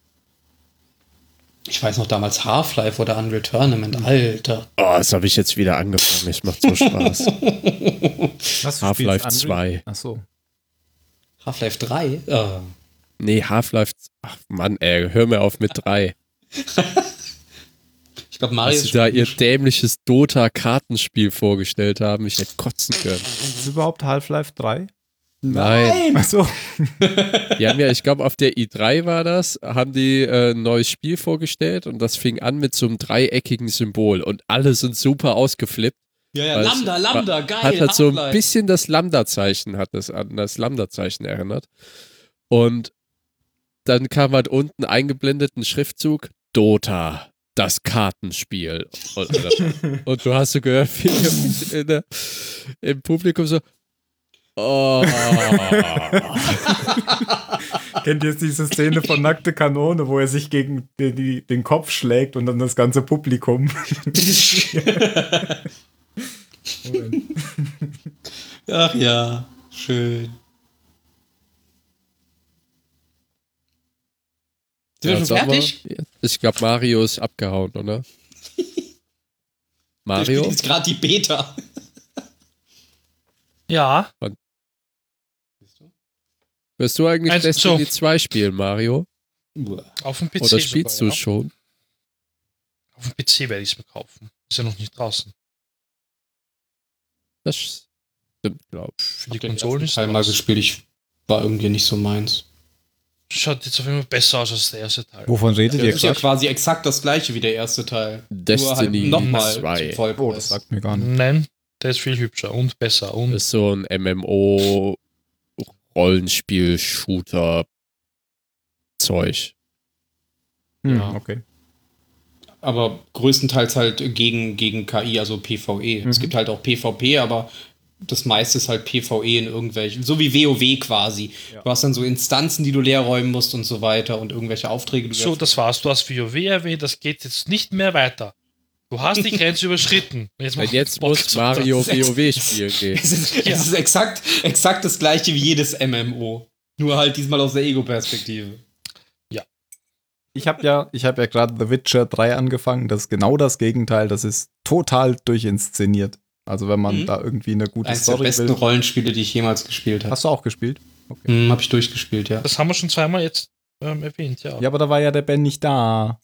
Ich weiß noch damals Half-Life oder Unreal Tournament. Alter.
Oh, das habe ich jetzt wieder angefangen. Es macht so Spaß.
[LAUGHS]
Was, du
Half-Life
spielst
2.
Unreal? Ach so.
Half-Life 3? Äh.
Nee, Half-Life. Ach Mann, ey, hör mir auf mit drei.
Ich glaube, Mario
Als sie da ihr dämliches Dota-Kartenspiel vorgestellt haben, ich hätte kotzen können.
Ist überhaupt Half-Life 3?
Nein.
Ach so.
Die haben ja, ich glaube, auf der i3 war das, haben die äh, ein neues Spiel vorgestellt und das fing an mit so einem dreieckigen Symbol und alle sind super ausgeflippt.
Ja, ja,
weil es
Lambda,
war-
Lambda, geil.
hat halt so ein
Half-Life.
bisschen das Lambda-Zeichen, hat das an das Lambda-Zeichen erinnert. Und dann kam halt unten eingeblendet ein Schriftzug, Dota, das Kartenspiel. Und, und, und du hast so gehört, wie in der, im Publikum so, oh.
Kennt ihr jetzt diese Szene
[LAUGHS]
von Nackte Kanone, wo er sich gegen die, die, den Kopf schlägt und dann das ganze Publikum?
[LAUGHS] Ach ja, schön. Sind wir schon
sag mal,
fertig?
ich glaube, Mario ist abgehauen,
[LAUGHS]
oder?
Der spielt
Mario?
jetzt gerade die Beta.
Ja,
Wirst du eigentlich
Also,
Destiny 2 spielen, Mario?
auf dem PC.
Oder spielst du
sogar, ja.
schon?
Auf dem PC werde ich es mir kaufen. Ist ja noch nicht draußen.
Das stimmt, glaube ich.
Für die Konsolen ist
Teil mal
draußen.
gespielt, ich war irgendwie nicht so meins.
Schaut jetzt auf jeden Fall besser aus als der erste Teil.
Wovon redet
Also, Das
ihr
ist ja
gerade?
quasi exakt das gleiche wie der erste Teil.
Destiny
Nur halt nochmal
2.
zum Vollpreis.
Oh, das sagt mir gar nicht.
Nein, der ist viel hübscher und besser. Und
ist so ein MMO-Rollenspiel-Shooter-Zeug.
Hm,
Ja.
okay.
aber größtenteils halt gegen, gegen KI, also PvE. Es
Mhm.
gibt halt auch PvP, aber das meiste ist halt PvE in irgendwelchen, so wie WoW quasi.
Ja.
Du hast dann so Instanzen, die du leer räumen musst und so weiter und irgendwelche Aufträge. Die du
so,
erfüllen
das war's. Du hast WoW erwähnt, das geht jetzt nicht mehr weiter. Du hast die Grenze überschritten. Jetzt,
Weil
machen wir
jetzt
einen
muss
Podcast
Mario
[LAUGHS] das ist-
WoW spielen
[LAUGHS]
gehen.
Es ist, es ist exakt, exakt das gleiche wie jedes MMO. Nur halt diesmal aus der Ego-Perspektive.
Ich habe ja, ich hab ja gerade The Witcher 3 angefangen. Das ist genau das Gegenteil. Das ist total durchinszeniert. Also, wenn man
Mhm.
da irgendwie eine gute
Eines der
Story
besten
will.
Rollenspiele, die ich jemals gespielt habe.
Hast du auch gespielt?
Hm, hab ich durchgespielt, ja.
Das haben wir schon zweimal jetzt ähm, erwähnt, ja.
Ja, aber da war ja der Ben nicht da.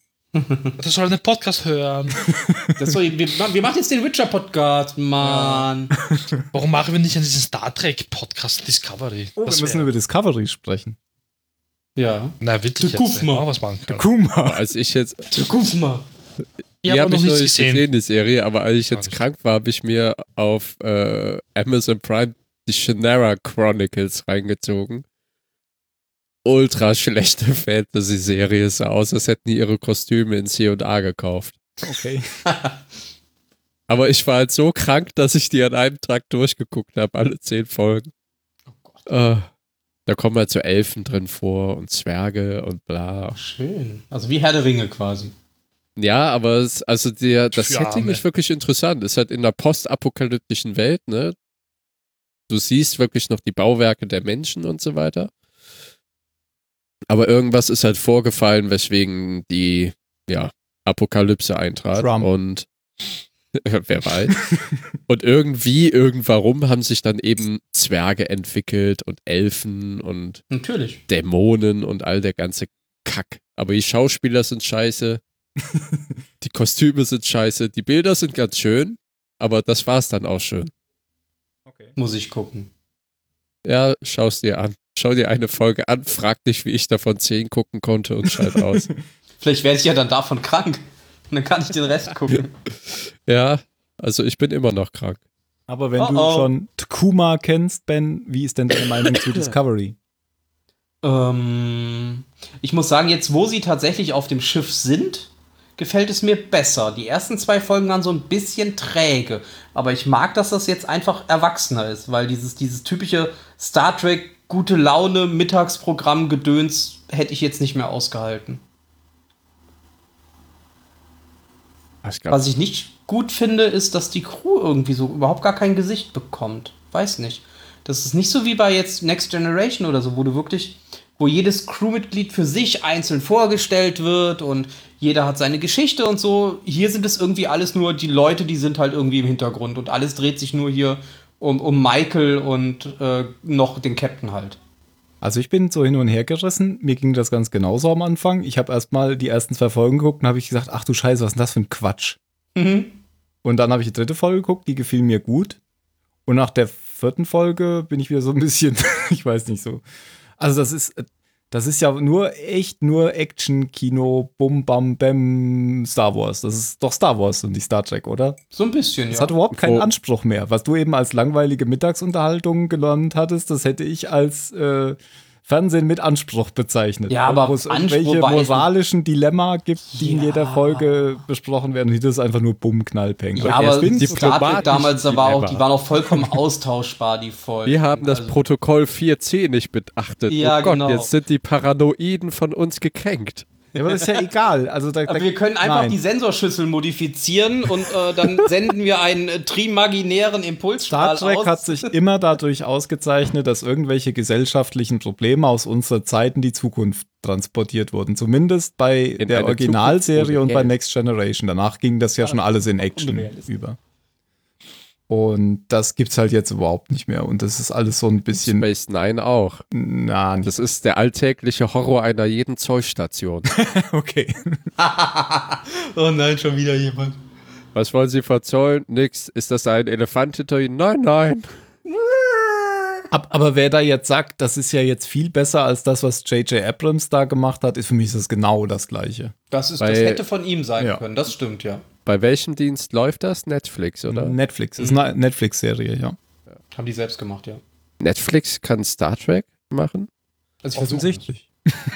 Das soll einen Podcast hören.
[LAUGHS] Das soll, wir, wir machen jetzt den Witcher-Podcast, Mann.
Warum machen wir nicht an diesen Star Trek Podcast Discovery?
Oh, wir müssen über Discovery sprechen.
Ja.
na, wirklich.
Du Kufma.
hätten wir auch was machen können.
Kuma.
Als ich jetzt,
Guck mal.
Ich
die
habe
habe
noch
ich
nichts gesehen.
die Serie, aber als ich
Hab
jetzt
ich.
krank war, habe ich mir auf äh, Amazon Prime die Shannara Chronicles reingezogen. Ultra schlechte [LAUGHS] Fantasy-Serie sah aus, als hätten die ihre Kostüme in C&A gekauft.
Okay.
Aber ich war halt so krank, dass ich die an einem Tag durchgeguckt habe, alle zehn Folgen.
Oh
Äh, da kommen halt so Elfen drin vor und Zwerge und bla.
Schön. Also wie Herr der Ringe quasi.
Ja, aber es, also der, das
Für
Setting
Arme.
ist wirklich interessant. Ist halt in der postapokalyptischen Welt, ne? Du siehst wirklich noch die Bauwerke der Menschen und so weiter. Aber irgendwas ist halt vorgefallen, weswegen die, ja, Apokalypse eintrat.
Trump.
Und [LAUGHS] wer
[LAUGHS]
weiß. und irgendwie, irgendwarum haben sich dann eben Zwerge entwickelt und Elfen und
Natürlich.
Dämonen und all der ganze Kack. Aber die Schauspieler sind [LAUGHS] scheiße, die Kostüme sind scheiße, die Bilder sind ganz schön, aber das war's dann auch schon.
okay.
Muss ich gucken.
Ja, schau's dir an. schau dir eine Folge an, frag dich, wie ich davon zehn gucken konnte und schalt [LAUGHS] aus.
Vielleicht werde ich ja dann davon krank. Und dann kann ich den Rest gucken.
ja, also ich bin immer noch krank.
Aber wenn
Oh,
du
oh.
schon Tkuma kennst, Ben, wie ist denn deine Meinung zu Discovery?
ähm, ich muss sagen, jetzt wo sie tatsächlich auf dem Schiff sind, gefällt es mir besser. Die ersten zwei Folgen waren so ein bisschen träge. Aber ich mag, dass das jetzt einfach erwachsener ist, weil dieses, dieses typische Star Trek gute Laune Mittagsprogramm Gedöns hätte ich jetzt nicht mehr ausgehalten.
Was gab's?
Was ich nicht gut finde, ist, dass die Crew irgendwie so überhaupt gar kein Gesicht bekommt. Weiß nicht. Das ist nicht so wie bei jetzt Next Generation oder so, wo du wirklich, wo jedes Crewmitglied für sich einzeln vorgestellt wird und jeder hat seine Geschichte und so. Hier sind es irgendwie alles nur die Leute, die sind halt irgendwie im Hintergrund und alles dreht sich nur hier um, um Michael und äh, noch den Captain halt.
Also ich bin so hin und her gerissen. Mir ging das ganz genauso am Anfang. Ich habe erstmal die ersten zwei Folgen geguckt und habe ich gesagt, ach du Scheiße, was ist denn das für ein Quatsch? Und dann habe ich die dritte Folge geguckt, die gefiel mir gut. Und nach der vierten Folge bin ich wieder so ein bisschen, [LAUGHS] ich weiß nicht so. Also das ist, das ist ja nur echt nur Action, Kino, Bum, Bam, Bam, Star Wars. Das ist doch Star Wars und nicht Star Trek, oder?
So ein bisschen,
Das
ja.
hat überhaupt keinen
Wo-
Anspruch mehr. Was du eben als langweilige Mittagsunterhaltung gelernt hattest, das hätte ich als äh, Fernsehen mit Anspruch bezeichnet.
Ja, aber
Wo es
Anspruch
irgendwelche
weiß ich-
moralischen Dilemma gibt, die in
Ja.
jeder Folge besprochen werden. Und das ist einfach nur Bumm, Knall, Peng.
Ja, aber
bin
Star
diplomatisch
Trek damals, da war auch, die
clever.
waren auch [LAUGHS] vollkommen austauschbar, die Folgen.
Wir haben das Protokoll 4c nicht beachtet.
Also- Ja,
oh Gott,
genau.
jetzt sind die Paranoiden von uns gekränkt.
Ja, aber das ist ja egal. Also da,
Aber
da,
wir können einfach
nein.
die Sensorschüssel modifizieren und
[LAUGHS]
äh, dann senden wir einen äh, trimaginären
Star
Impulsstrahl
Trek
aus.
hat sich immer dadurch ausgezeichnet, dass irgendwelche gesellschaftlichen Probleme aus unserer Zeit in die Zukunft transportiert wurden. Zumindest bei
In
der
eine
Originalserie
Zukunft
und bei
ohne Geld.
Next Generation. Danach ging das ja schon alles in Action
unrealistisch.
über. Und das gibt's halt jetzt überhaupt nicht mehr. Und das ist alles so ein bisschen.
Space Nine auch. [LAUGHS]
Na, nicht
Das ist der alltägliche Horror einer jeden Zollstation.
okay.
Oh nein, schon wieder jemand.
Was wollen Sie verzollen? Nix. Ist das ein Elefant hinter Ihnen? Nein, nein.
Ab, aber wer da jetzt sagt, das ist ja jetzt viel besser als das, was J.J. Abrams da gemacht hat, ist für mich das genau das Gleiche.
Das, ist,
Bei-
das hätte von ihm sein
Ja.
können, das stimmt ja.
Bei welchem Dienst läuft das? Netflix, oder?
Hm.
Netflix. Ist eine Netflix-Serie, ja.
Haben die selbst gemacht, ja.
Netflix kann Star Trek machen?
Also ich versuche Hm.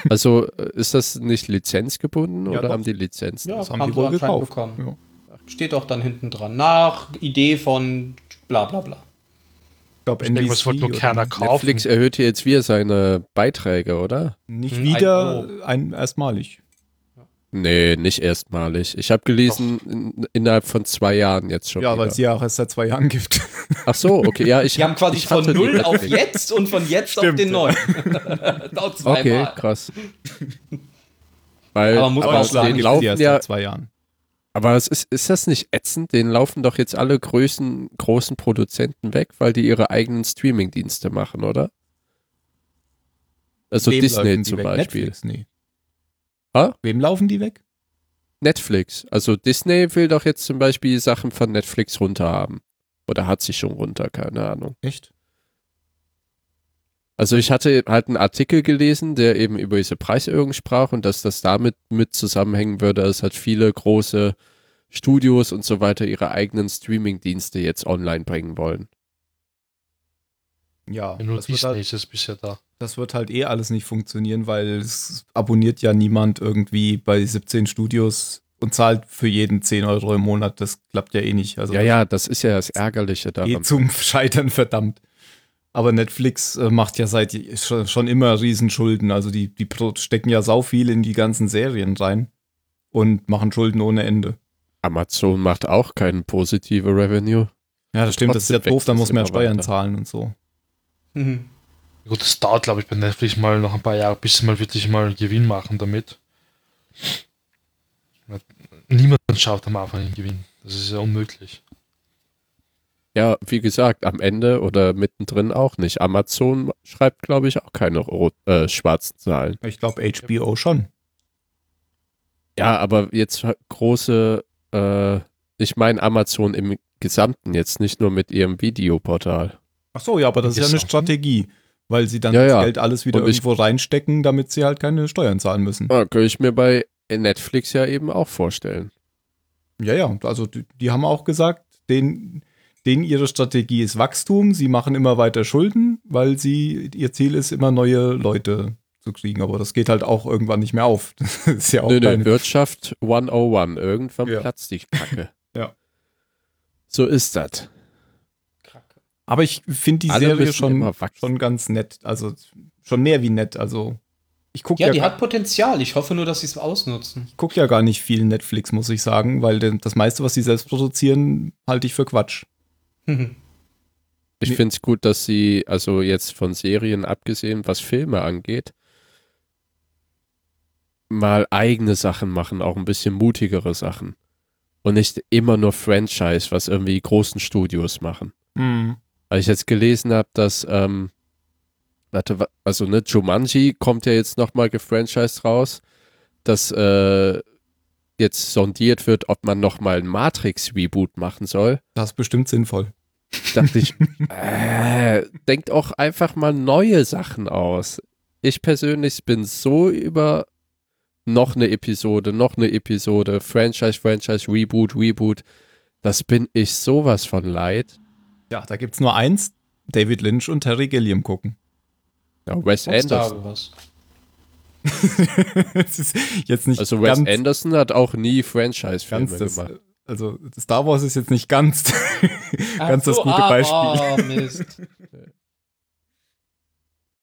Also äh, ist das nicht lizenzgebunden
Ja,
oder
doch.
haben die Lizenzen?
Ja,
Das haben,
haben
die
sie
wohl
anscheinend
gekauft.
bekommen.
Ja.
Steht auch dann hinten dran. Nach Idee von bla bla bla.
Ich glaube,
Ich denke, das wollte nur keiner kaufen.
Netflix erhöht hier jetzt wieder seine Beiträge, oder?
Nicht
Hm,
wieder ein, erstmalig.
Nee, nicht erstmalig. Ich habe gelesen, in, innerhalb von zwei Jahren jetzt schon.
Ja, weil
wieder.
es ja auch erst seit zwei Jahren gibt.
Ach so, okay, ja, ich
Die haben quasi
ich
von
hatte die
null auf
Netflix.
jetzt und von jetzt auf
Stimmt,
den
ja.
neuen.
[LAUGHS]
[LAUGHS] Dauert
Okay,
zweimal.
krass. Weil,
Aber muss
aber,
man auch sagen,
den
gibt's die
laufen
erst
ja,
seit zwei Jahren.
aber es ist, ist das nicht ätzend? Den laufen doch jetzt alle Größen, großen Produzenten weg, weil die ihre eigenen Streaming-Dienste machen, oder? Also
Wem laufen
Disney
die
zum
weg?
Beispiel. Netflix.
Netflix, nee.
Ah?
Wem laufen die weg?
Also Disney will doch jetzt zum Beispiel Sachen von Netflix runter haben. Oder hat sie schon runter, keine Ahnung.
Echt?
Also ich hatte halt einen Artikel gelesen, der eben über diese Preiserhöhung sprach und dass das damit mit zusammenhängen würde, dass halt viele große Studios und so weiter ihre eigenen Streaming-Dienste jetzt online bringen wollen.
Ja,
Ja, Nur
das wird,
Disney
halt,
ist es bisher da.
das wird halt eh alles nicht funktionieren, weil es abonniert ja niemand irgendwie bei 17 Studios und zahlt für jeden 10 Euro im Monat. Das klappt ja eh nicht. Also
ja, ja, das ist ja das Ärgerliche
eh
daran.
zum [LAUGHS] Scheitern verdammt. Aber Netflix äh, macht ja seit ist schon, schon immer Riesenschulden. Also die, die pro- stecken ja sau viel in die ganzen Serien rein und machen Schulden ohne Ende.
Amazon macht auch keinen positive Revenue.
Ja, das stimmt, das ist ja
Trotzdem
doof, da
wächst
muss
es
man ja
immer
Steuern
weiter.
zahlen und so.
Mhm.
Gut, das dauert, glaube ich, bei Netflix mal noch ein paar Jahre, bis sie mal wirklich mal Gewinn machen damit. Niemand schafft am Anfang einen Gewinn. Das ist ja unmöglich.
Ja, wie gesagt, am Ende oder mittendrin auch nicht. Amazon schreibt, glaube ich, auch keine rot, äh, schwarzen Zahlen.
Ich glaube, HBO schon.
Ja, aber jetzt große, äh, ich meine Amazon im Gesamten jetzt, nicht nur mit ihrem Videoportal.
Ach so, ja, aber das ist ja eine
Ist auch-
Strategie. weil sie dann
Ja,
das
ja.
Geld alles wieder
Und ich-
irgendwo reinstecken, damit sie halt keine Steuern zahlen müssen.
Ah, könnte ich mir bei Netflix ja eben auch vorstellen.
Ja, ja, also die, die haben auch gesagt, denen, denen ihre Strategie ist Wachstum, sie machen immer weiter Schulden, weil sie, ihr Ziel ist, immer neue Leute zu kriegen. Aber das geht halt auch irgendwann nicht mehr auf. [LAUGHS] Das ist ja auch
Nö, nö,
keine-
Wirtschaft 101. Irgendwann
Ja.
platzt die Kacke.
Ja.
So ist das.
Kacke.
Aber ich finde die
Alle
Serie
müssen
schon,
immer wachsen.
schon ganz nett. Also schon mehr wie nett. Also ich gucke
Ja,
ja,
die
gar-
hat Potenzial. Ich hoffe nur, dass sie es ausnutzen. [LAUGHS]
ich guck ja gar nicht viel Netflix, muss ich sagen, weil denn das meiste, was sie selbst produzieren, halte ich für Quatsch.
Ich
Nee.
finde es gut, dass sie, also jetzt von Serien abgesehen, was Filme angeht, mal eigene Sachen machen, auch ein bisschen mutigere Sachen. Und nicht immer nur Franchise, was irgendwie die großen Studios machen.
Mhm.
Weil ich jetzt gelesen habe, dass, ähm, warte, wa- also ne, Jumanji kommt ja jetzt nochmal gefranchised raus, dass äh, jetzt sondiert wird, ob man nochmal einen Matrix-Reboot machen soll.
Das ist bestimmt sinnvoll.
Dachte ich, äh, denkt auch einfach mal neue Sachen aus. Ich persönlich bin so über noch eine Episode, noch eine Episode, Franchise, Franchise, Reboot, Reboot. Das bin ich sowas von leid.
Ja, da gibt's nur eins. David Lynch und Terry Gilliam gucken.
Ja, Wes
Und Star
Anderson.
Wars.
[LAUGHS] das ist jetzt nicht
Also Wes
ganz,
Anderson hat auch nie Franchise-Filme
ganz das,
gemacht.
also Star Wars ist jetzt nicht ganz, [LAUGHS] ganz
Ach
das
so,
gute
ah,
Beispiel.
ah, Mist.